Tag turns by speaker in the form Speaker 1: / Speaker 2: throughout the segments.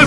Speaker 1: el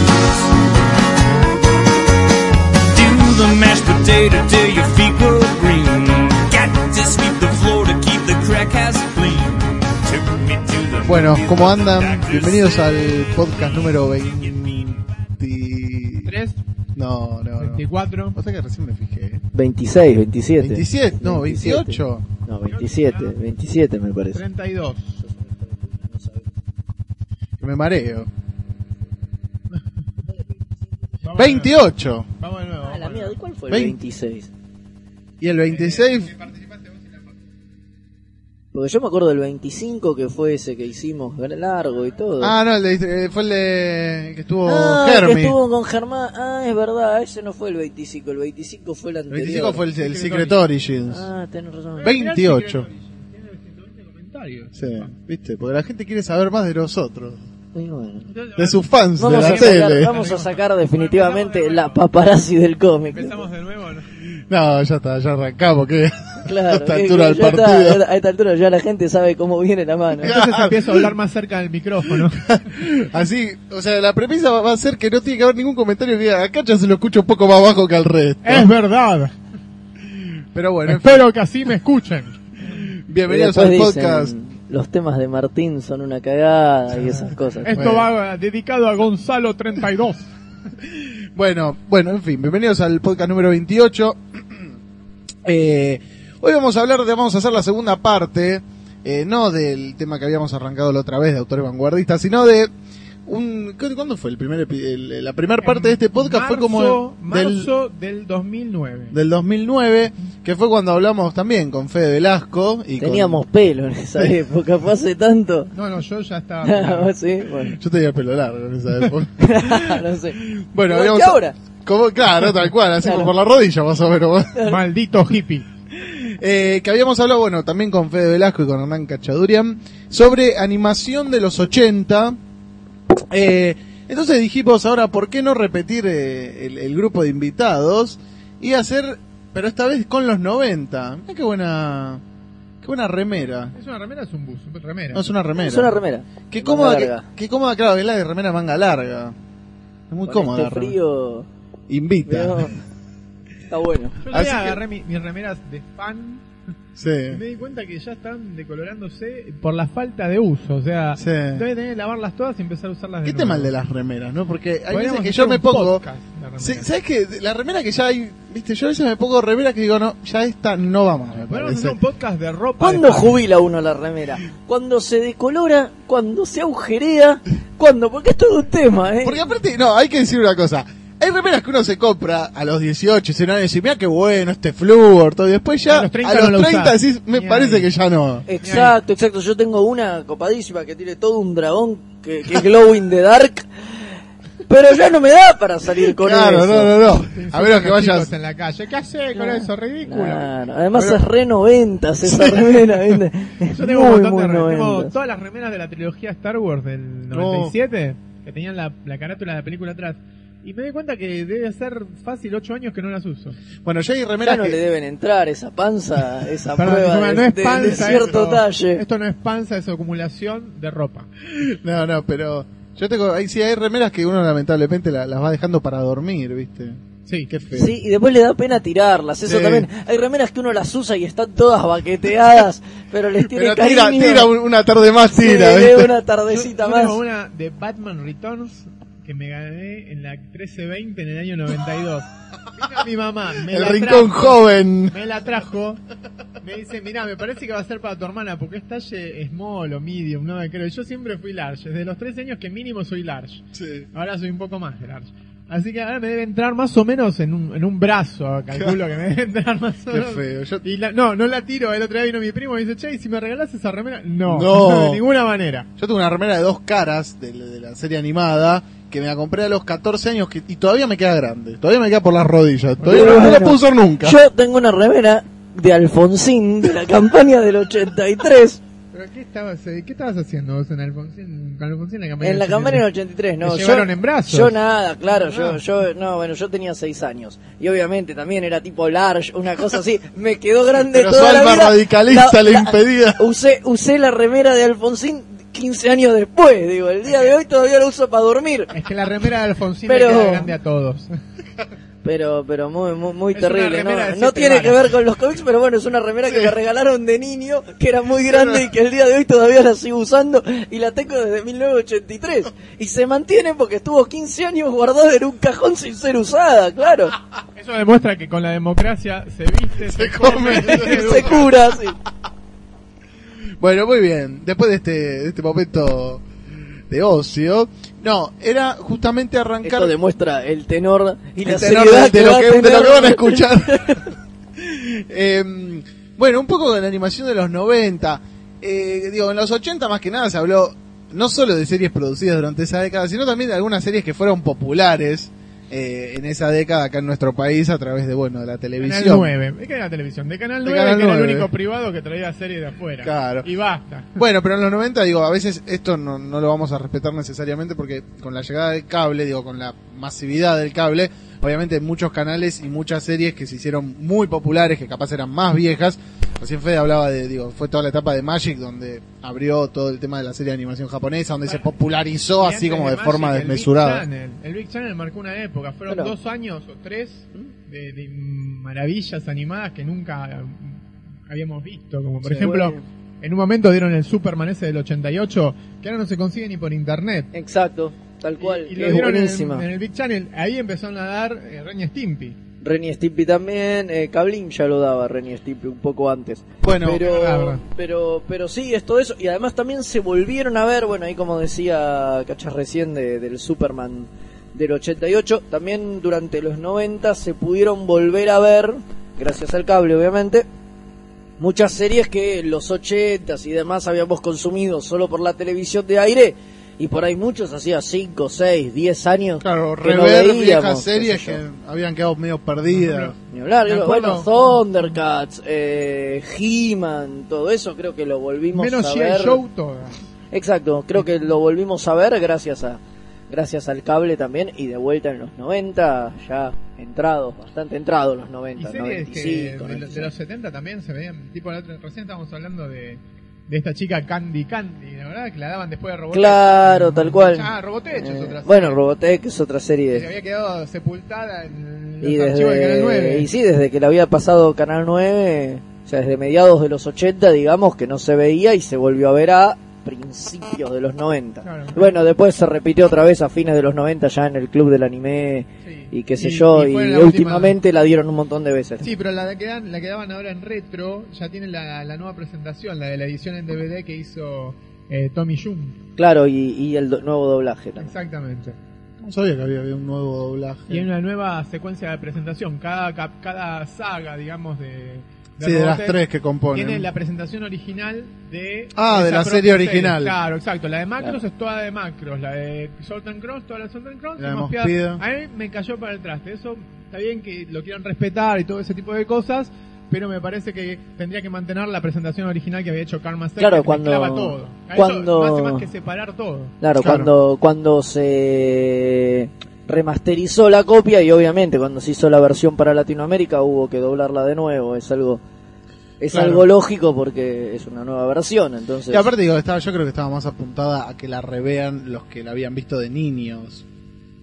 Speaker 2: Do the mashed potato till your feet go green. Got to sweep the floor to keep the crack house clean. Took me to the
Speaker 3: Bueno,
Speaker 2: movies,
Speaker 3: ¿cómo
Speaker 2: but the
Speaker 3: andan?
Speaker 2: doctor
Speaker 3: Bienvenidos
Speaker 2: said
Speaker 3: al podcast número
Speaker 2: it
Speaker 3: 20.
Speaker 2: mean
Speaker 4: Tres,
Speaker 3: No, no, no.
Speaker 4: 24.
Speaker 3: Pasa que recién me fijé. ¿eh?
Speaker 5: 26, 27.
Speaker 3: 27, no, 28.
Speaker 5: No, 27, 27 me parece.
Speaker 4: 32.
Speaker 3: Que me mareo. 28.
Speaker 4: Vamos de nuevo.
Speaker 5: Ah, la mía, ¿de cuál fue?
Speaker 3: Vein-
Speaker 5: 26.
Speaker 3: Y el 26,
Speaker 5: Porque yo me acuerdo del 25 que fue ese que hicimos largo y todo.
Speaker 3: Ah, no, el de- eh, fue el de- que estuvo
Speaker 5: Ah, el
Speaker 3: Germi.
Speaker 5: que estuvo con Germán. Ah, es verdad, ese no fue el 25, el 25 fue el
Speaker 3: El
Speaker 5: anterior.
Speaker 3: 25 fue el, el Secret
Speaker 4: Secret
Speaker 3: Origins.
Speaker 5: Ah, tenés razón.
Speaker 3: 28.
Speaker 4: Tiene 120 comentarios.
Speaker 3: Sí, viste, porque la gente quiere saber más de nosotros,
Speaker 5: Muy bueno.
Speaker 4: Entonces,
Speaker 3: de sus fans, de
Speaker 5: Vamos
Speaker 3: la
Speaker 5: a, sacar,
Speaker 3: tele.
Speaker 5: vamos a sacar definitivamente la paparazzi del cómic.
Speaker 4: Empezamos de nuevo. ¿no?
Speaker 3: No, ya está, ya arrancamos, que a
Speaker 5: Claro,
Speaker 3: esta
Speaker 5: que-
Speaker 3: altura
Speaker 5: que
Speaker 3: del
Speaker 5: ya está,
Speaker 3: partido.
Speaker 5: a esta altura ya la gente sabe cómo viene la mano.
Speaker 4: Entonces empiezo a hablar más cerca del micrófono.
Speaker 3: Así, o sea, la premisa va va a ser que no tiene que haber ningún comentario que diga, acá ya se lo escucho un poco más bajo que al resto.
Speaker 4: Eh.
Speaker 6: Es verdad.
Speaker 3: Pero bueno, en fin,
Speaker 6: Espero que así me escuchen.
Speaker 5: Y
Speaker 3: bienvenidos
Speaker 5: después
Speaker 3: al
Speaker 5: dicen,
Speaker 3: podcast.
Speaker 5: los temas de Martín son una cagada y esas cosas.
Speaker 6: Esto
Speaker 3: Bueno.
Speaker 6: va dedicado a Gonzalo 32.
Speaker 3: Bueno, bueno, en fin, bienvenidos al podcast número 28. Eh, hoy vamos a hablar de, vamos a hacer la segunda parte, eh, no del tema que habíamos arrancado la otra vez de autores vanguardistas, sino de un, ¿cu- ¿cuándo fue el primer, epi- el- la primera parte de este podcast? fue como el- del,
Speaker 4: Marzo del 2009.
Speaker 3: del 2009, que fue cuando hablamos también con Fede Velasco y con-
Speaker 5: Teníamos pelo en esa época, fue hace tanto.
Speaker 4: No, no, yo ya estaba.
Speaker 5: Ah, sí, bueno.
Speaker 3: yo tenía pelo largo en esa época.
Speaker 5: no sé.
Speaker 3: bueno,
Speaker 5: Igual
Speaker 3: habíamos-
Speaker 5: que ahora.
Speaker 3: Como, claro, tal cual, así
Speaker 5: Claro.
Speaker 3: como por la rodilla más o menos.
Speaker 6: Maldito hippie.
Speaker 3: Eh, que habíamos hablado, bueno, también con Fede Velasco y con Hernán Cachadurian, sobre animación de los 80. Eh, entonces dijimos ahora, ¿por qué no repetir eh, el, el grupo de invitados y hacer, pero esta vez con los 90? Mirá qué buena, qué buena remera.
Speaker 4: ¿Es una remera o es un bus? Remera.
Speaker 3: No, es una remera.
Speaker 5: Es una remera.
Speaker 3: Qué
Speaker 5: Manga
Speaker 3: cómoda, que,
Speaker 5: larga.
Speaker 3: qué cómoda, claro, es la de remera manga larga. Es muy
Speaker 5: Con
Speaker 3: cómoda. la
Speaker 5: Este
Speaker 3: remera.
Speaker 5: frío.
Speaker 3: Invita.
Speaker 5: veo- Está bueno.
Speaker 4: Yo
Speaker 3: Así
Speaker 4: también
Speaker 3: que-
Speaker 4: agarré mi- mis remeras de fan y me
Speaker 3: Sí.
Speaker 4: di cuenta que ya están decolorándose por la falta de uso. O sea,
Speaker 3: Sí.
Speaker 4: todavía tenés que lavarlas todas y empezar a usarlas de
Speaker 3: ¿Qué
Speaker 4: nuevo.
Speaker 3: tema el de las remeras, no? Porque hay veces
Speaker 4: Podríamos
Speaker 3: que
Speaker 4: hacer
Speaker 3: yo
Speaker 4: un
Speaker 3: me pongo...
Speaker 4: podcast de remeras.
Speaker 3: Sí, ¿Sabes qué? La remera que ya hay, viste, yo a veces me pongo remera que digo, no, ya esta no va más, me
Speaker 4: Podríamos
Speaker 3: parece.
Speaker 4: hacer un podcast de ropa.
Speaker 5: ¿Cuándo
Speaker 4: de fan.
Speaker 5: jubila uno la remera? Cuando se decolora, cuando se agujerea, cuando. Porque es todo un tema, ¿eh?
Speaker 3: Porque aparte, no, hay que decir una cosa. Hay remeras que uno se compra a los 18, se van a decir, mira qué bueno este flúor, todo, y después ya a
Speaker 6: A los
Speaker 3: los 30,
Speaker 6: 30 no lo usás.
Speaker 3: decís, me
Speaker 4: Ni
Speaker 3: parece
Speaker 4: ahí.
Speaker 3: que ya no.
Speaker 5: Eh, Exacto, exacto. Yo tengo una copadísima que tiene todo un dragón que, que es Glow in the Dark. Pero ya no me da para salir con
Speaker 3: claro,
Speaker 5: eso.
Speaker 3: no, no, no.
Speaker 4: Te
Speaker 3: A
Speaker 4: insultan
Speaker 3: menos que
Speaker 4: los chicos
Speaker 3: vayas...
Speaker 4: en la calle. ¿Qué hace con
Speaker 5: Claro.
Speaker 4: eso? Ridículo.
Speaker 5: Claro, además es re noventas esa remera, ¿viste? Es
Speaker 4: Yo tengo
Speaker 5: muy,
Speaker 4: un montón
Speaker 5: muy
Speaker 4: de remeras. Tengo
Speaker 5: noventas.
Speaker 4: todas las remeras de la trilogía Star Wars del
Speaker 3: No.
Speaker 4: 97 que tenían la, la carátula de la película atrás. Y me di cuenta que debe ser fácil 8 años que no las uso.
Speaker 3: Bueno, ya hay
Speaker 5: Ya
Speaker 3: remeras
Speaker 5: no le
Speaker 3: que...
Speaker 5: deben entrar esa panza, esa
Speaker 4: Perdón,
Speaker 5: prueba
Speaker 4: disculpa,
Speaker 5: de,
Speaker 4: no es
Speaker 5: de- de
Speaker 4: panza
Speaker 5: cierto
Speaker 4: esto.
Speaker 5: talle.
Speaker 4: Esto no es panza, es acumulación de ropa.
Speaker 3: No, no, pero... Yo tengo... Ahí sí hay remeras que uno lamentablemente la- las va dejando para dormir, viste.
Speaker 4: Sí,
Speaker 3: Qué feo.
Speaker 5: Sí, y después le da pena tirarlas,
Speaker 3: este.
Speaker 5: eso
Speaker 3: Sí.
Speaker 5: también. Hay remeras que uno las usa y están todas baqueteadas, pero les tiene
Speaker 3: Pero tira,
Speaker 5: cariño.
Speaker 3: tira un- una tarde más,
Speaker 5: Sí,
Speaker 3: tira,
Speaker 5: de
Speaker 3: ¿viste?
Speaker 5: una
Speaker 4: Yo,
Speaker 5: tardecita
Speaker 4: yo
Speaker 5: más.
Speaker 4: tengo una de Batman Returns que me gané en la 1320 en el año 92. Vino a mi mamá, me
Speaker 3: El
Speaker 4: la
Speaker 3: rincón
Speaker 4: trajo.
Speaker 3: joven.
Speaker 4: Me la trajo. Me dice, mirá, me parece que va a ser para tu hermana porque es talle small o medium, no me creo. Yo siempre fui large. Desde los 13 años que mínimo soy large. Ahora soy un poco más de large. Así que ahora me debe entrar más o menos en un, en un brazo, ah, calculo que me debe entrar más o
Speaker 3: Qué
Speaker 4: menos.
Speaker 3: feo. Yo-
Speaker 4: Y la- no, no la tiro. El otro día vino mi primo y me dice, che, ¿y si me regalás esa remera? No,
Speaker 3: No.
Speaker 4: de ninguna manera.
Speaker 3: Yo tengo una remera de dos caras de, la- de la serie animada que me la compré a los 14 años que- y todavía me queda grande. Todavía me queda por las rodillas. Todavía no,
Speaker 5: Bueno,
Speaker 3: no la puedo usar nunca.
Speaker 5: Yo tengo una remera de Alfonsín de la campaña del 83.
Speaker 4: ¿Pero qué estabas, eh, qué estabas haciendo vos en Alfonsín? Con Alfonsín en la campaña
Speaker 5: En la
Speaker 4: del
Speaker 5: campaña del
Speaker 4: 83?
Speaker 5: 83, no.
Speaker 4: Te llevaron en brazos.
Speaker 5: Yo nada, claro,
Speaker 3: Ah.
Speaker 5: yo, yo, no, bueno, yo tenía seis años. Y obviamente también era tipo large, una cosa así. Me quedó grande
Speaker 3: Pero su
Speaker 5: toda la
Speaker 3: alma
Speaker 5: vida.
Speaker 3: radicalista
Speaker 5: La-
Speaker 3: le
Speaker 5: la-
Speaker 3: impedía.
Speaker 5: Usé, usé la remera de Alfonsín 15 años después, digo. El día de hoy todavía la uso para dormir.
Speaker 4: Es que la remera de Alfonsín
Speaker 5: Pero-
Speaker 4: le queda grande a todos.
Speaker 5: Pero, pero muy, muy, muy
Speaker 4: Es una
Speaker 5: terrible.
Speaker 4: remera de
Speaker 5: No,
Speaker 4: siete
Speaker 5: no tiene que
Speaker 4: varas.
Speaker 5: ver con los cómics, pero bueno, es una remera que me regalaron de niño, que era muy grande y que el día de hoy todavía la sigo usando y la tengo desde 1983. Y se mantiene porque estuvo 15 años guardada en un cajón sin ser usada, claro.
Speaker 4: Eso demuestra que con la democracia se viste, se,
Speaker 3: come.
Speaker 4: come,
Speaker 5: se cura, sí.
Speaker 3: Bueno, muy bien. Después de este, de este momento de ocio. No, era justamente arrancar
Speaker 5: Esto demuestra el tenor y la
Speaker 3: El tenor
Speaker 5: seriedad
Speaker 3: de, de
Speaker 5: va
Speaker 3: lo
Speaker 5: a
Speaker 3: que, de
Speaker 5: tener.
Speaker 3: lo que van a escuchar. Em, bueno, un poco de la animación de los 90. Eh, digo, en los 80 más que nada se habló no solo de series producidas durante esa década, sino también de algunas series que fueron populares eh, en esa década acá en nuestro país a través de, bueno, de la
Speaker 4: Canal
Speaker 3: televisión.
Speaker 4: 9. ¿De qué era la televisión? De Canal
Speaker 3: De
Speaker 4: 9,
Speaker 3: Canal
Speaker 4: que era
Speaker 3: 9.
Speaker 4: el único privado que traía series de afuera.
Speaker 3: Claro.
Speaker 4: Y basta.
Speaker 3: Bueno, pero en los 90, digo, a veces esto no, no lo vamos a respetar necesariamente porque con la llegada del cable, digo, con la masividad del cable, obviamente muchos canales y muchas series que se hicieron muy populares, que capaz eran más viejas. Recién Fede hablaba de, digo, fue toda la etapa de Magic donde abrió todo el tema de la serie de animación japonesa, donde se popularizó
Speaker 4: Y
Speaker 3: así
Speaker 4: antes
Speaker 3: como de
Speaker 4: Magic,
Speaker 3: forma
Speaker 4: el
Speaker 3: desmesurada.
Speaker 4: Big Channel. El Big Channel marcó una época. Fueron
Speaker 5: Claro.
Speaker 4: dos años o tres de, de maravillas animadas que nunca eh, habíamos visto. Como por
Speaker 5: Sí.
Speaker 4: ejemplo,
Speaker 5: Bueno.
Speaker 4: en un momento dieron el Superman ese del 88, que ahora no se consigue ni por internet.
Speaker 5: Exacto, tal cual.
Speaker 4: Y, y
Speaker 5: que
Speaker 4: lo
Speaker 5: es
Speaker 4: dieron en,
Speaker 5: buenísima.
Speaker 4: en el Big Channel. Ahí empezaron a dar eh, Ren y Stimpy.
Speaker 5: Ren y Stimpy también, eh, Kablin ya lo daba Ren y Stimpy un poco antes.
Speaker 3: Bueno,
Speaker 5: pero,
Speaker 4: es verdad.
Speaker 5: pero, pero sí, es todo eso. Y además también se volvieron a ver, bueno, ahí como decía Cachas recién de- del Superman del 88, también durante los 90 se pudieron volver a ver, gracias al cable obviamente, muchas series que en los 80s y demás habíamos consumido solo por la televisión de aire. Y por ahí muchos, hacía 5, 6, 10 años.
Speaker 3: claro,
Speaker 5: que no
Speaker 3: rever
Speaker 5: veíamos, qué
Speaker 3: viejas
Speaker 5: sé
Speaker 3: series
Speaker 5: yo.
Speaker 3: que habían quedado medio perdidas.
Speaker 4: Por
Speaker 5: Ni hablar,
Speaker 4: Me
Speaker 5: digo, bueno,
Speaker 4: acuerdo-
Speaker 5: Thundercats, eh, He-Man, todo eso creo que lo volvimos
Speaker 4: Menos
Speaker 5: a
Speaker 4: G.I.
Speaker 5: ver.
Speaker 4: Show todas.
Speaker 5: Exacto, creo que lo volvimos a ver gracias a gracias al cable también y de vuelta en los 90, ya entrados, bastante entrados los
Speaker 4: Y
Speaker 5: 90,
Speaker 4: series
Speaker 5: 95.
Speaker 4: que de, lo-
Speaker 5: 96.
Speaker 4: de los 70 también se veían, tipo la otra- recién estábamos hablando de, de esta chica Candy Candy, la verdad que la daban después de Robotech.
Speaker 5: Claro, tal cual.
Speaker 4: Ah, Robotech es
Speaker 5: Eh,
Speaker 4: otra
Speaker 5: bueno,
Speaker 4: serie
Speaker 5: Robotech es otra
Speaker 4: que se
Speaker 5: serie.
Speaker 4: había quedado sepultada en los
Speaker 5: Y,
Speaker 4: archivos de Canal
Speaker 5: desde,
Speaker 4: 9.
Speaker 5: y sí, desde que la había pasado Canal 9, o sea, desde mediados de los 80, digamos, que no se veía y se volvió a ver a principios de los 90.
Speaker 4: Claro.
Speaker 5: Y Bueno, después se repitió otra vez a fines de los 90 ya en el club del anime
Speaker 4: Sí.
Speaker 5: y qué sé yo, y,
Speaker 4: fue la
Speaker 5: últimamente la dieron un montón de veces.
Speaker 4: última- Sí, pero la, de que dan- la que daban ahora en retro ya tiene la, la nueva presentación, la de la edición en DVD que hizo eh, Tommy Jung.
Speaker 5: Claro, y, y el do- nuevo doblaje también.
Speaker 4: Exactamente.
Speaker 3: No sabía que había, había un nuevo doblaje.
Speaker 4: Y hay una nueva secuencia de presentación. Cada, cap- cada saga, digamos, de.
Speaker 3: Sí, de las
Speaker 4: Robotech
Speaker 3: tres que componen.
Speaker 4: Tiene la presentación original de.
Speaker 3: Ah,
Speaker 4: esa
Speaker 3: de la
Speaker 4: propia
Speaker 3: serie original.
Speaker 4: Claro, exacto. La de Macros
Speaker 5: Claro.
Speaker 4: es toda de Macros. La de Salt and Cross, toda la de Salt and Cross.
Speaker 3: La
Speaker 4: y
Speaker 3: de
Speaker 4: Mosqueda.
Speaker 3: Mosqueda.
Speaker 4: A mí me cayó para el traste. Eso está bien que lo quieran respetar y todo ese tipo de cosas. Pero me parece que tendría que mantener la presentación original que había hecho Karma Seth,
Speaker 5: Claro,
Speaker 4: que
Speaker 5: cuando-
Speaker 4: mezclaba todo. A eso
Speaker 5: cuando-
Speaker 4: No hace más que separar todo.
Speaker 5: Claro,
Speaker 3: Claro.
Speaker 5: Cuando, cuando se remasterizó la copia y obviamente cuando se hizo la versión para Latinoamérica hubo que doblarla de nuevo, es algo es
Speaker 3: Claro.
Speaker 5: algo lógico porque es una nueva versión, entonces
Speaker 3: Y aparte, digo, estaba, yo creo que estaba más apuntada a que la revean los que la habían visto de niños.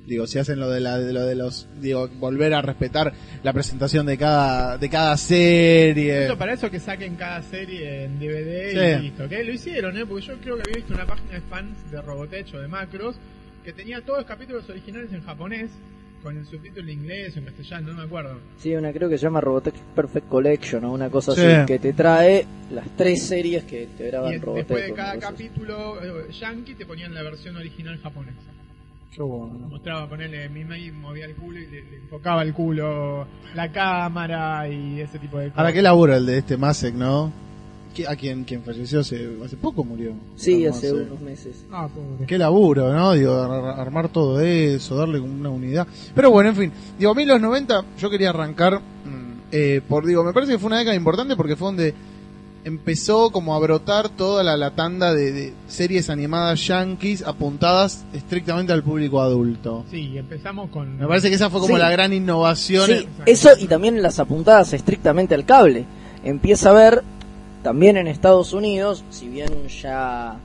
Speaker 3: Digo, si hacen lo de, la, de lo de los. Digo, volver a respetar la presentación de cada, de cada serie.
Speaker 4: Eso para eso que saquen cada serie en DVD
Speaker 3: Eh. Sí.
Speaker 4: y listo. Que lo hicieron, ¿eh? Porque yo creo que había visto una página de fans de Robotech o de Macros que tenía todos los capítulos originales en japonés con el subtítulo en inglés o en castellano, no me acuerdo.
Speaker 5: sí, una creo que se llama Robotech Perfect Collection o una cosa
Speaker 3: Sí.
Speaker 5: así que te trae las tres series que te
Speaker 4: Y
Speaker 5: graban
Speaker 4: en- después
Speaker 5: Robotech.
Speaker 4: de
Speaker 5: una
Speaker 4: cada
Speaker 5: cosa así.
Speaker 4: capítulo eh, yankee te ponían la versión original japonesa.
Speaker 3: Qué bueno.
Speaker 4: Mostraba, ponerle, mi Maggie movía el culo y le, le enfocaba el culo, la cámara y ese tipo de cosas.
Speaker 3: Ahora, ¿qué labura el de este Masek, no? ¿Qui- A quien, quien falleció hace, hace poco murió.
Speaker 5: Sí,
Speaker 3: Como
Speaker 5: hace unos meses.
Speaker 4: Ah, pobre.
Speaker 3: Qué laburo, ¿no? Digo, ar- armar todo eso, darle como una unidad. Pero bueno, en fin. Digo, a mí los 90 yo quería arrancar mm, eh, por, digo, me parece que fue una década importante porque fue donde empezó como a brotar toda la, la tanda de, de series animadas yankees apuntadas estrictamente al público adulto.
Speaker 4: Sí, empezamos con...
Speaker 3: Me parece que esa fue como
Speaker 5: Sí.
Speaker 3: la gran innovación.
Speaker 5: Sí, eso y también las apuntadas estrictamente al cable. Empieza a ver también en Estados Unidos, si bien ya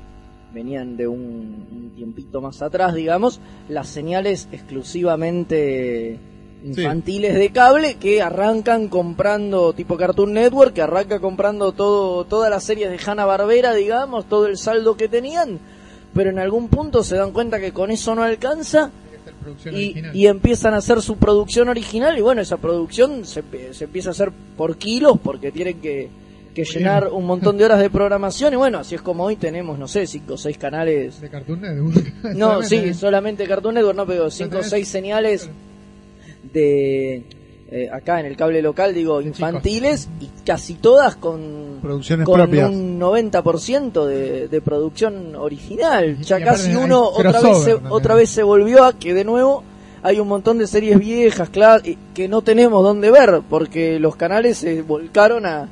Speaker 5: venían de un, un tiempito más atrás, digamos, las señales exclusivamente infantiles de cable que arrancan comprando tipo Cartoon Network, que arranca comprando todo todas las series de Hanna Barbera, digamos, todo el saldo que tenían, pero en algún punto se dan cuenta que con eso no alcanza
Speaker 4: producción
Speaker 5: y,
Speaker 4: original.
Speaker 5: y empiezan a hacer su producción original y bueno, esa producción se, se empieza a hacer por kilos porque tienen que, que llenar un montón de horas de programación y bueno, así es como hoy tenemos, no sé, cinco o seis canales.
Speaker 4: De Cartoon Network.
Speaker 5: No,
Speaker 4: Solamente.
Speaker 5: sí, solamente Cartoon Network, no, pero cinco o
Speaker 4: ¿eh? tenés-
Speaker 5: seis señales de... eh, acá en el cable local, digo, infantiles y casi todas con...
Speaker 3: Producciones
Speaker 5: Con
Speaker 3: propias.
Speaker 5: un 90% de, de producción original.
Speaker 7: Y-
Speaker 5: Ya
Speaker 7: y aparte
Speaker 5: casi
Speaker 7: hay
Speaker 5: uno otra vez,
Speaker 7: crossover
Speaker 5: se,
Speaker 7: también.
Speaker 5: otra vez se volvió a que de nuevo hay un montón de series viejas claro, y que no tenemos dónde ver porque los canales se volcaron a,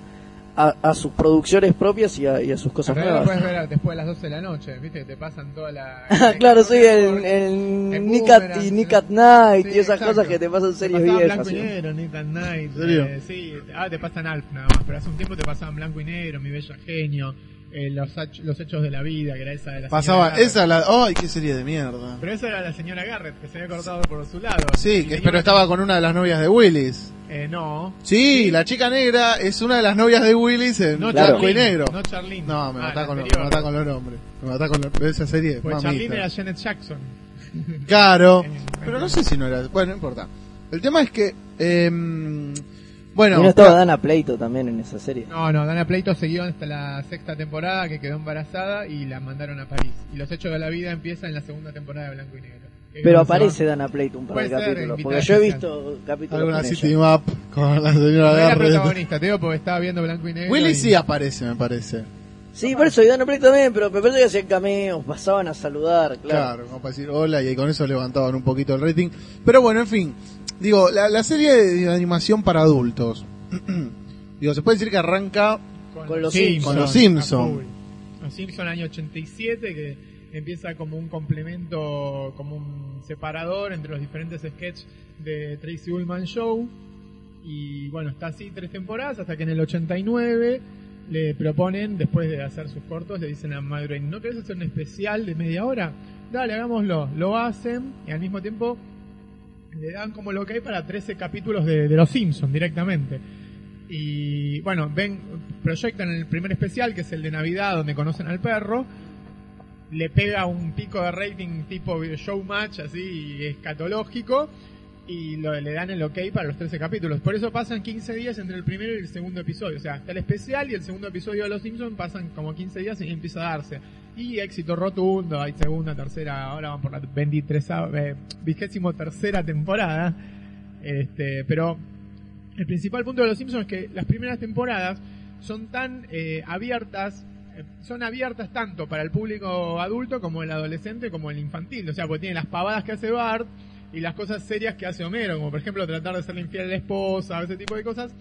Speaker 5: a, a sus producciones propias y a, y a sus cosas
Speaker 4: Pero ahora lo puedes
Speaker 5: nuevas.
Speaker 4: ver después de las 12 de la noche, viste que te pasan toda la...
Speaker 5: claro, sí, el,
Speaker 4: El
Speaker 5: el Nick at,
Speaker 4: Boomerang,
Speaker 5: y
Speaker 4: el-
Speaker 5: Nick at Night
Speaker 4: Sí,
Speaker 5: y esas
Speaker 4: exacto.
Speaker 5: cosas que te pasan
Speaker 4: Te
Speaker 5: series
Speaker 4: pasaban
Speaker 5: viejas.
Speaker 4: blanco y
Speaker 5: sí.
Speaker 4: negro, Nick at Night.
Speaker 3: serio?
Speaker 4: eh, sí, ah, te pasan Alf nada más, pero hace un tiempo te pasaban blanco y negro, mi bella genio, eh, los, hach- los hechos de la vida, que era esa de la
Speaker 3: Pasaba
Speaker 4: señora Garrett.
Speaker 3: esa, la... ¡Ay, qué serie de mierda!
Speaker 4: Pero esa era la señora Garrett, que se había cortado por su lado.
Speaker 3: Sí,
Speaker 4: Y
Speaker 3: que,
Speaker 4: tenía
Speaker 3: pero
Speaker 4: una-
Speaker 3: estaba con una de las novias de Willis.
Speaker 4: Eh, no.
Speaker 3: Sí, la chica negra es una de las novias de Willis en
Speaker 4: No
Speaker 5: Claro.
Speaker 3: blanco y
Speaker 4: Charlene,
Speaker 3: negro.
Speaker 4: No Charlene.
Speaker 3: No, me
Speaker 4: Ah,
Speaker 3: matá
Speaker 4: la
Speaker 3: con, los- me
Speaker 4: anterior.
Speaker 3: matá con los nombres. Me matá con los, pero esa serie es
Speaker 4: Pues Charlene
Speaker 3: mamita.
Speaker 4: era Janet Jackson.
Speaker 3: Claro.
Speaker 4: en-
Speaker 3: Pero no sé si no era. Bueno, no importa. El tema es que. em, bueno.
Speaker 5: y no estaba Dana Pleito también en esa serie.
Speaker 4: No, no, Dana Pleito siguió hasta la sexta temporada que quedó embarazada y la mandaron a París. Y los hechos de la vida empiezan en la segunda temporada de Blanco y Negro. Que
Speaker 5: Pero
Speaker 4: no
Speaker 5: aparece
Speaker 4: se
Speaker 5: Dana Pleito un par de
Speaker 4: Puede ser
Speaker 5: capítulos.
Speaker 4: invitada
Speaker 5: Porque yo he
Speaker 4: especial.
Speaker 5: visto capítulos.
Speaker 3: alguna
Speaker 5: con ella.
Speaker 3: City Map con la señora
Speaker 4: va. No era
Speaker 3: Garrett.
Speaker 4: protagonista, te digo, porque estaba viendo Blanco y Negro. y-
Speaker 3: Willis sí aparece, me parece.
Speaker 5: Sí, por eso, y Dan Play también, pero me parece que hacían cameos, pasaban a saludar, claro.
Speaker 3: Claro, como para decir hola y ahí con eso levantaban un poquito el rating. Pero bueno, en fin, digo, la, la serie de, de animación para adultos. digo, se puede decir que arranca
Speaker 5: Con los
Speaker 3: Con los
Speaker 4: a
Speaker 3: Simpson.
Speaker 4: full. Los Simpson año 87 que empieza como un complemento, como un separador entre los diferentes sketches de Tracy Ullman Show. Y bueno, está así tres temporadas hasta que en el 89 le proponen, después de hacer sus cortos, le dicen a Matt Groening, ¿no querés hacer un especial de media hora? Dale, hagámoslo. Lo hacen y al mismo tiempo le dan como lo que hay para 13 capítulos de, de Los Simpsons directamente. Y bueno, ven, proyectan el primer especial, que es el de Navidad, donde conocen al perro. Le pega un pico de rating tipo showmatch, así escatológico. Y lo- le dan el ok para los 13 capítulos. Por eso pasan 15 días entre el primero y el segundo episodio. O sea, hasta el especial y el segundo episodio de Los Simpsons pasan como 15 días y empieza a darse. Y éxito rotundo, hay segunda, tercera, ahora van por la 23, eh, vigésimo tercera temporada. Este, pero el principal punto de Los Simpsons es que las primeras temporadas son tan eh, abiertas, eh, son abiertas tanto para el público adulto como el adolescente como el infantil. O sea, porque tiene las pavadas que hace Bart y las cosas serias que hace Homero, como por ejemplo tratar de ser infiel a la esposa, ese tipo de cosas.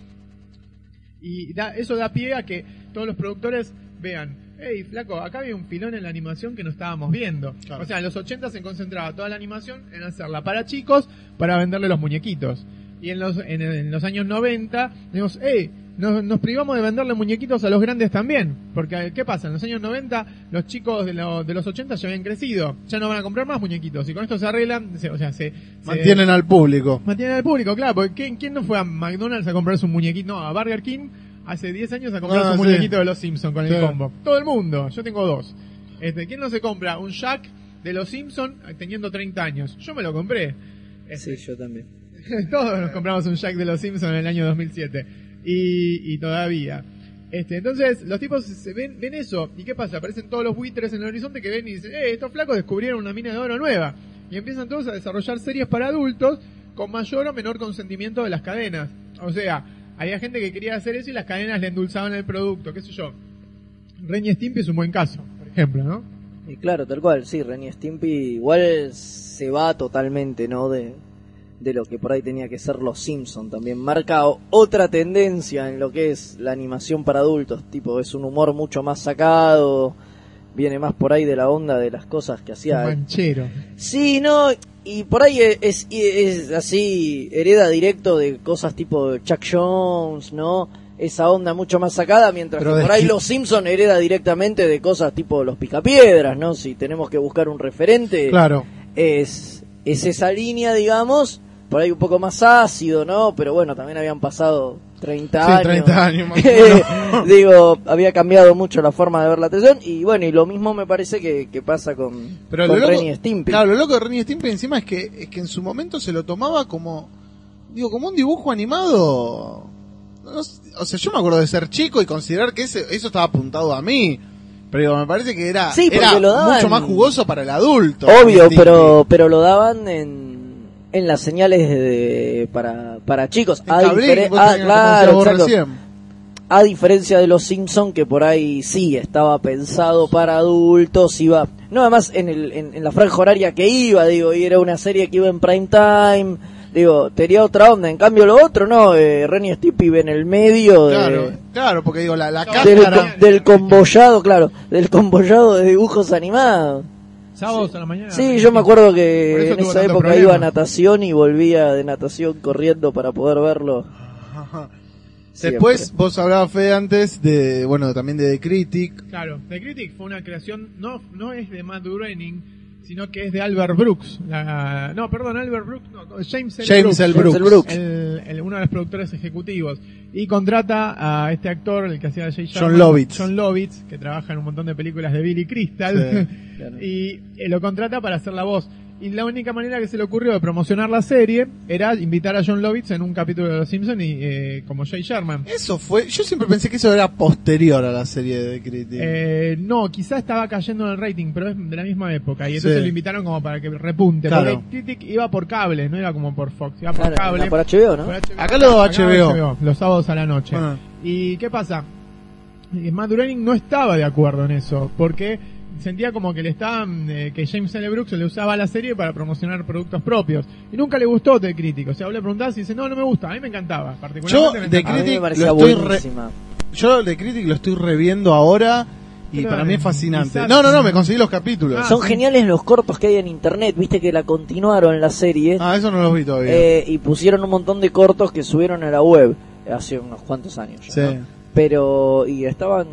Speaker 4: Y da- eso da pie a que todos los productores vean, hey, flaco, acá había un filón en la animación que no estábamos viendo. O sea, en los 80 se concentraba toda la animación en hacerla para chicos, para venderle los muñequitos. Y en los, en, en los años 90, decimos, hey, nos, nos privamos de venderle muñequitos a los grandes también. Porque, ¿qué pasa? En los años 90, los chicos de, lo- de los 80 ya habían crecido. Ya no van a comprar más muñequitos. Y con esto se arreglan, se- o sea, se... se-
Speaker 3: Mantienen al público.
Speaker 4: Mantienen al público, claro, porque ¿quién, quién no fue a McDonald's a comprarse un muñequito? No, a Burger King hace 10 años a comprarse
Speaker 3: Ah,
Speaker 4: un
Speaker 3: sí.
Speaker 4: muñequito de los Simpsons con
Speaker 3: Sí.
Speaker 4: el combo. Todo el mundo, yo tengo dos. Este, ¿Quién no se compra un Jack de los Simpsons teniendo 30 años? Yo me lo compré.
Speaker 5: Sí, yo también.
Speaker 4: Todos nos compramos un Jack de los Simpsons en el año 2007. Y, y todavía. Este, entonces, los tipos se ven, ven eso. ¿Y qué pasa? Aparecen todos los buitres en el horizonte que ven y dicen, eh, estos flacos descubrieron una mina de oro nueva. Y empiezan todos a desarrollar series para adultos con mayor o menor consentimiento de las cadenas. O sea, había gente que quería hacer eso y las cadenas le endulzaban el producto, qué sé yo. Ren y Stimpy es un buen caso, por ejemplo, ¿no?
Speaker 5: Y claro, tal cual, sí, Ren y Stimpy igual se va totalmente, ¿no? De, de lo que por ahí tenía que ser Los Simpson también. Marca o- otra tendencia en lo que es la animación para adultos, tipo, es un humor mucho más sacado, viene más por ahí de la onda de las cosas que hacía
Speaker 8: Manchero.
Speaker 5: Sí, no, y por ahí es, es- es así, hereda directo de cosas tipo Chuck Jones, ¿no? Esa onda mucho más sacada, mientras
Speaker 9: Pero
Speaker 5: que por
Speaker 9: de-
Speaker 5: ahí los Simpson hereda directamente de cosas tipo los picapiedras, ¿no? Si tenemos que buscar un referente,
Speaker 3: Claro.
Speaker 5: es, es esa línea, digamos, por ahí un poco más ácido, ¿no? Pero bueno, también habían pasado 30
Speaker 3: Sí,
Speaker 5: años.
Speaker 3: 30 años más o
Speaker 5: Eh,
Speaker 3: menos.
Speaker 5: Digo, había cambiado mucho la forma de ver la atención y bueno, y lo mismo me parece que, que pasa con,
Speaker 3: Pero
Speaker 5: con
Speaker 3: lo loco,
Speaker 5: Ren y Stimpy.
Speaker 3: Claro, lo loco de Renny Stimpy encima es que, es que en su momento se lo tomaba como, digo, como un dibujo animado. No sé, o sea, yo me acuerdo de ser chico y considerar que ese, eso estaba apuntado a mí. Pero digo, me parece que era,
Speaker 5: Sí, porque
Speaker 3: era
Speaker 5: lo daban-
Speaker 3: mucho más jugoso para el adulto. Ren
Speaker 5: Obvio,
Speaker 3: y Stimpy.
Speaker 5: pero, pero lo daban en, en las señales de, para, para chicos.
Speaker 3: En
Speaker 5: A,
Speaker 3: Cablín,
Speaker 5: difere-
Speaker 3: vos
Speaker 5: ah,
Speaker 3: tenías, como
Speaker 5: claro,
Speaker 3: decías vos
Speaker 5: exacto.
Speaker 3: recién.
Speaker 5: a diferencia de los Simpson que por ahí sí estaba pensado para adultos, iba, no además en, el, en, en la franja horaria que iba, digo, y era una serie que iba en prime time, digo, tenía otra onda, en cambio lo otro no, eh, Ren y Stimpy iba en el medio de,
Speaker 3: Claro, claro, porque digo, la, la
Speaker 4: No,
Speaker 5: del,
Speaker 3: cáscara-
Speaker 5: co- del convollado, claro, del convollado de dibujos animados.
Speaker 4: Sábados a la
Speaker 3: Ah,
Speaker 4: mañana.
Speaker 5: Sí, yo me acuerdo
Speaker 4: Por
Speaker 5: que
Speaker 4: eso
Speaker 5: en
Speaker 4: tuvo
Speaker 5: esa
Speaker 4: tanto
Speaker 5: época
Speaker 4: problema.
Speaker 5: iba a natación y volvía de natación corriendo para poder verlo.
Speaker 3: Después
Speaker 5: siempre.
Speaker 3: vos hablabas, Fede, antes de, bueno, también de The Critic.
Speaker 4: Claro, The Critic fue una creación, no, no es de Matt Groening, sino que es de Albert Brooks. La- no, perdón, Albert Brooks, no, James L.
Speaker 3: James
Speaker 4: Brooks.
Speaker 3: L.
Speaker 5: Brooks. James L. Brooks.
Speaker 4: El- el- uno de los productores ejecutivos. Y contrata a este actor, el que hacía de Jay
Speaker 3: John
Speaker 4: Sharman,
Speaker 3: Lovitz.
Speaker 4: John Lovitz, que trabaja en un montón de películas de Billy Crystal. Y eh, lo contrata para hacer la voz. Y la única manera que se le ocurrió de promocionar la serie era invitar a John Lovitz en un capítulo de Los Simpsons y, eh, como Jay Sherman.
Speaker 3: Eso fue, yo siempre pensé que eso era posterior a la serie de The Critic.
Speaker 4: Eh, no, quizás estaba cayendo en el rating, pero es de la misma época. Y entonces
Speaker 3: Sí.
Speaker 4: lo invitaron como para que repunte.
Speaker 3: Claro.
Speaker 4: Porque Critic iba por cable, no iba como por Fox, iba por
Speaker 5: Claro,
Speaker 4: cable.
Speaker 5: por HBO, ¿no?
Speaker 4: por HBO.
Speaker 3: Acá lo HBO.
Speaker 4: Los sábados a la noche.
Speaker 3: Ah.
Speaker 4: ¿Y qué pasa? Eh, Matt Groening no estaba de acuerdo en eso, porque sentía como que le estaban, eh, que James L. Brooks le usaba la serie para promocionar productos propios. Y nunca le gustó The Critic. O sea, vos le preguntás y dice, no, no me gusta, a mí me encantaba. Particularmente
Speaker 3: Yo,
Speaker 4: me
Speaker 3: The
Speaker 5: A
Speaker 4: encantaba.
Speaker 5: mí
Speaker 3: Critic-
Speaker 5: me
Speaker 3: lo
Speaker 5: parecía
Speaker 3: estoy re-
Speaker 5: buenísima.
Speaker 3: Yo de Critic lo estoy reviendo ahora y
Speaker 4: Claro,
Speaker 3: para mí es fascinante.
Speaker 4: eh, quizás-
Speaker 3: No, no, no, me conseguí los capítulos.
Speaker 4: Ah,
Speaker 5: Son
Speaker 4: sí.
Speaker 5: geniales los cortos que hay en internet, viste que la continuaron la serie
Speaker 3: Ah, eso no los vi todavía.
Speaker 5: eh, y pusieron un montón de cortos que subieron a la web hace unos cuantos años. ya,
Speaker 3: sí.
Speaker 5: ¿no? Pero, y estaban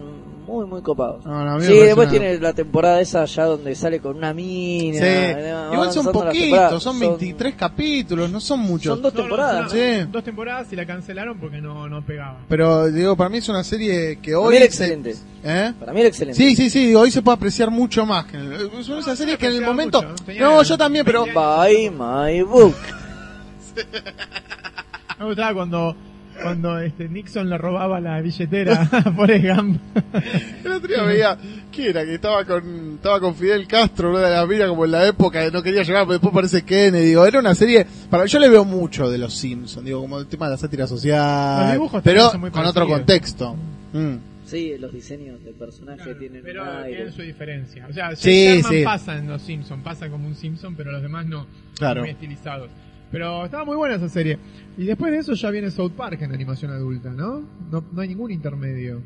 Speaker 5: muy, muy copados.
Speaker 3: No, no, a mí Ah, me
Speaker 5: sí,
Speaker 3: parece
Speaker 5: después
Speaker 3: una-
Speaker 5: tiene la temporada esa ya donde sale con una mina.
Speaker 3: Sí.
Speaker 5: ¿no?
Speaker 3: Igual son
Speaker 5: Avanzando las
Speaker 3: poquitos,
Speaker 5: temporadas.
Speaker 3: son 23 capítulos, no son muchos.
Speaker 5: Son dos
Speaker 4: No, no,
Speaker 5: temporadas.
Speaker 4: no,
Speaker 3: Sí.
Speaker 4: Dos temporadas y la cancelaron porque no, no pegaba.
Speaker 3: Pero digo, para mí es una serie que hoy...
Speaker 5: Para mí era
Speaker 3: se-
Speaker 5: excelente.
Speaker 3: ¿Eh?
Speaker 5: Para mí era excelente.
Speaker 3: Sí, sí, sí, digo, hoy se puede apreciar mucho más. que en el- Son
Speaker 4: Ah,
Speaker 3: esas series que en el
Speaker 4: apreciaba
Speaker 3: momento...
Speaker 4: mucho, tenía
Speaker 3: No, yo también, pero...
Speaker 4: 20
Speaker 5: Buy my book.
Speaker 4: Me gustaba cuando, cuando este, Nixon le robaba la billetera a Forrest Gump.
Speaker 3: El otro día veía, ¿quién era? Que estaba con, estaba con Fidel Castro, ¿no? de la mira como en la época, que no quería llegar, pero después parece Kennedy, digo, era una serie, para yo le veo mucho de los Simpsons, digo, como el tema de la sátira
Speaker 4: Los
Speaker 3: social,
Speaker 4: dibujos
Speaker 3: pero
Speaker 4: también son muy
Speaker 3: con otro
Speaker 4: parecidos.
Speaker 3: contexto. Mm.
Speaker 5: Sí, los diseños de personajes tienen un
Speaker 4: pero
Speaker 5: aire.
Speaker 4: tienen su diferencia. O sea,
Speaker 3: Sí,
Speaker 4: Sherman
Speaker 3: sí.
Speaker 4: pasa en los Simpsons, pasa como un Simpson, pero los demás no.
Speaker 3: Claro.
Speaker 4: Muy estilizados. Pero estaba muy buena esa serie. Y después de eso ya viene South Park en animación adulta, ¿no? No, no hay ningún intermedio.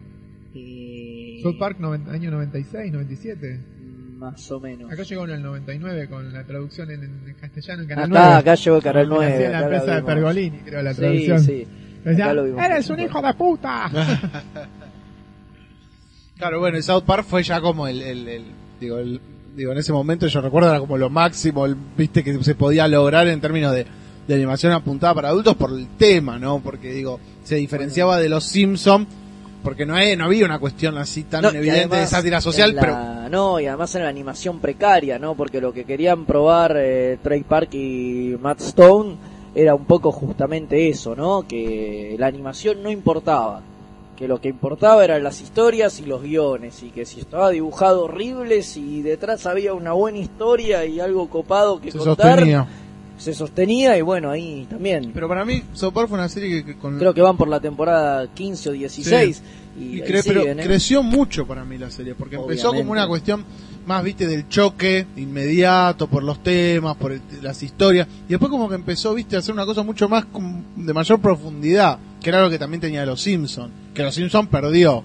Speaker 5: Y-
Speaker 4: South Park noven- año 96, 97.
Speaker 5: Más o menos.
Speaker 4: Acá llegó en el 99 con la traducción en, en castellano en Ah, Canal 9.
Speaker 5: Ah, Acá, acá llegó Canal
Speaker 4: Que la hacía
Speaker 5: 9.
Speaker 4: la
Speaker 5: acá la
Speaker 4: empresa de
Speaker 5: vimos.
Speaker 4: Pergolini, creo, la
Speaker 5: Sí,
Speaker 4: traducción.
Speaker 5: sí.
Speaker 4: Decía,
Speaker 5: Acá lo vimos.
Speaker 4: ¡Eres un hijo de puta!
Speaker 3: Claro, bueno, el South Park fue ya como el, el- el- digo, el- digo, en ese momento yo recuerdo era como lo máximo, el- viste, que se podía lograr en términos de, de animación apuntada para adultos por el tema, ¿no? Porque digo, se diferenciaba de los Simpsons, porque no, hay- no había una cuestión así tan
Speaker 5: No, y
Speaker 3: evidente
Speaker 5: además,
Speaker 3: de sátira social,
Speaker 5: en la-
Speaker 3: pero
Speaker 5: No, y además en la animación precaria, ¿no? Porque lo que querían probar eh, Trey Park y Matt Stone era un poco justamente eso, ¿no? Que la animación no importaba. que lo que importaba eran las historias y los guiones, y que si estaba dibujado horrible, si detrás había una buena historia y algo copado que
Speaker 3: Se
Speaker 5: contar,
Speaker 3: sostenía.
Speaker 5: se sostenía, y bueno, ahí también.
Speaker 3: Pero para mí, Sopar fue una serie que, que con...
Speaker 5: Creo que van por la temporada 15 o 16, y,
Speaker 3: y
Speaker 5: ahí
Speaker 3: cre- pero
Speaker 5: siguen, ¿eh?
Speaker 3: creció mucho para mí la serie, porque empezó como
Speaker 5: Obviamente.
Speaker 3: una cuestión más, viste, del choque inmediato, por los temas, por el- las historias, y después como que empezó, viste, a hacer una cosa mucho más com- de mayor profundidad, que era lo que también tenía Los Simpson, que Los Simpson perdió.
Speaker 4: Perdió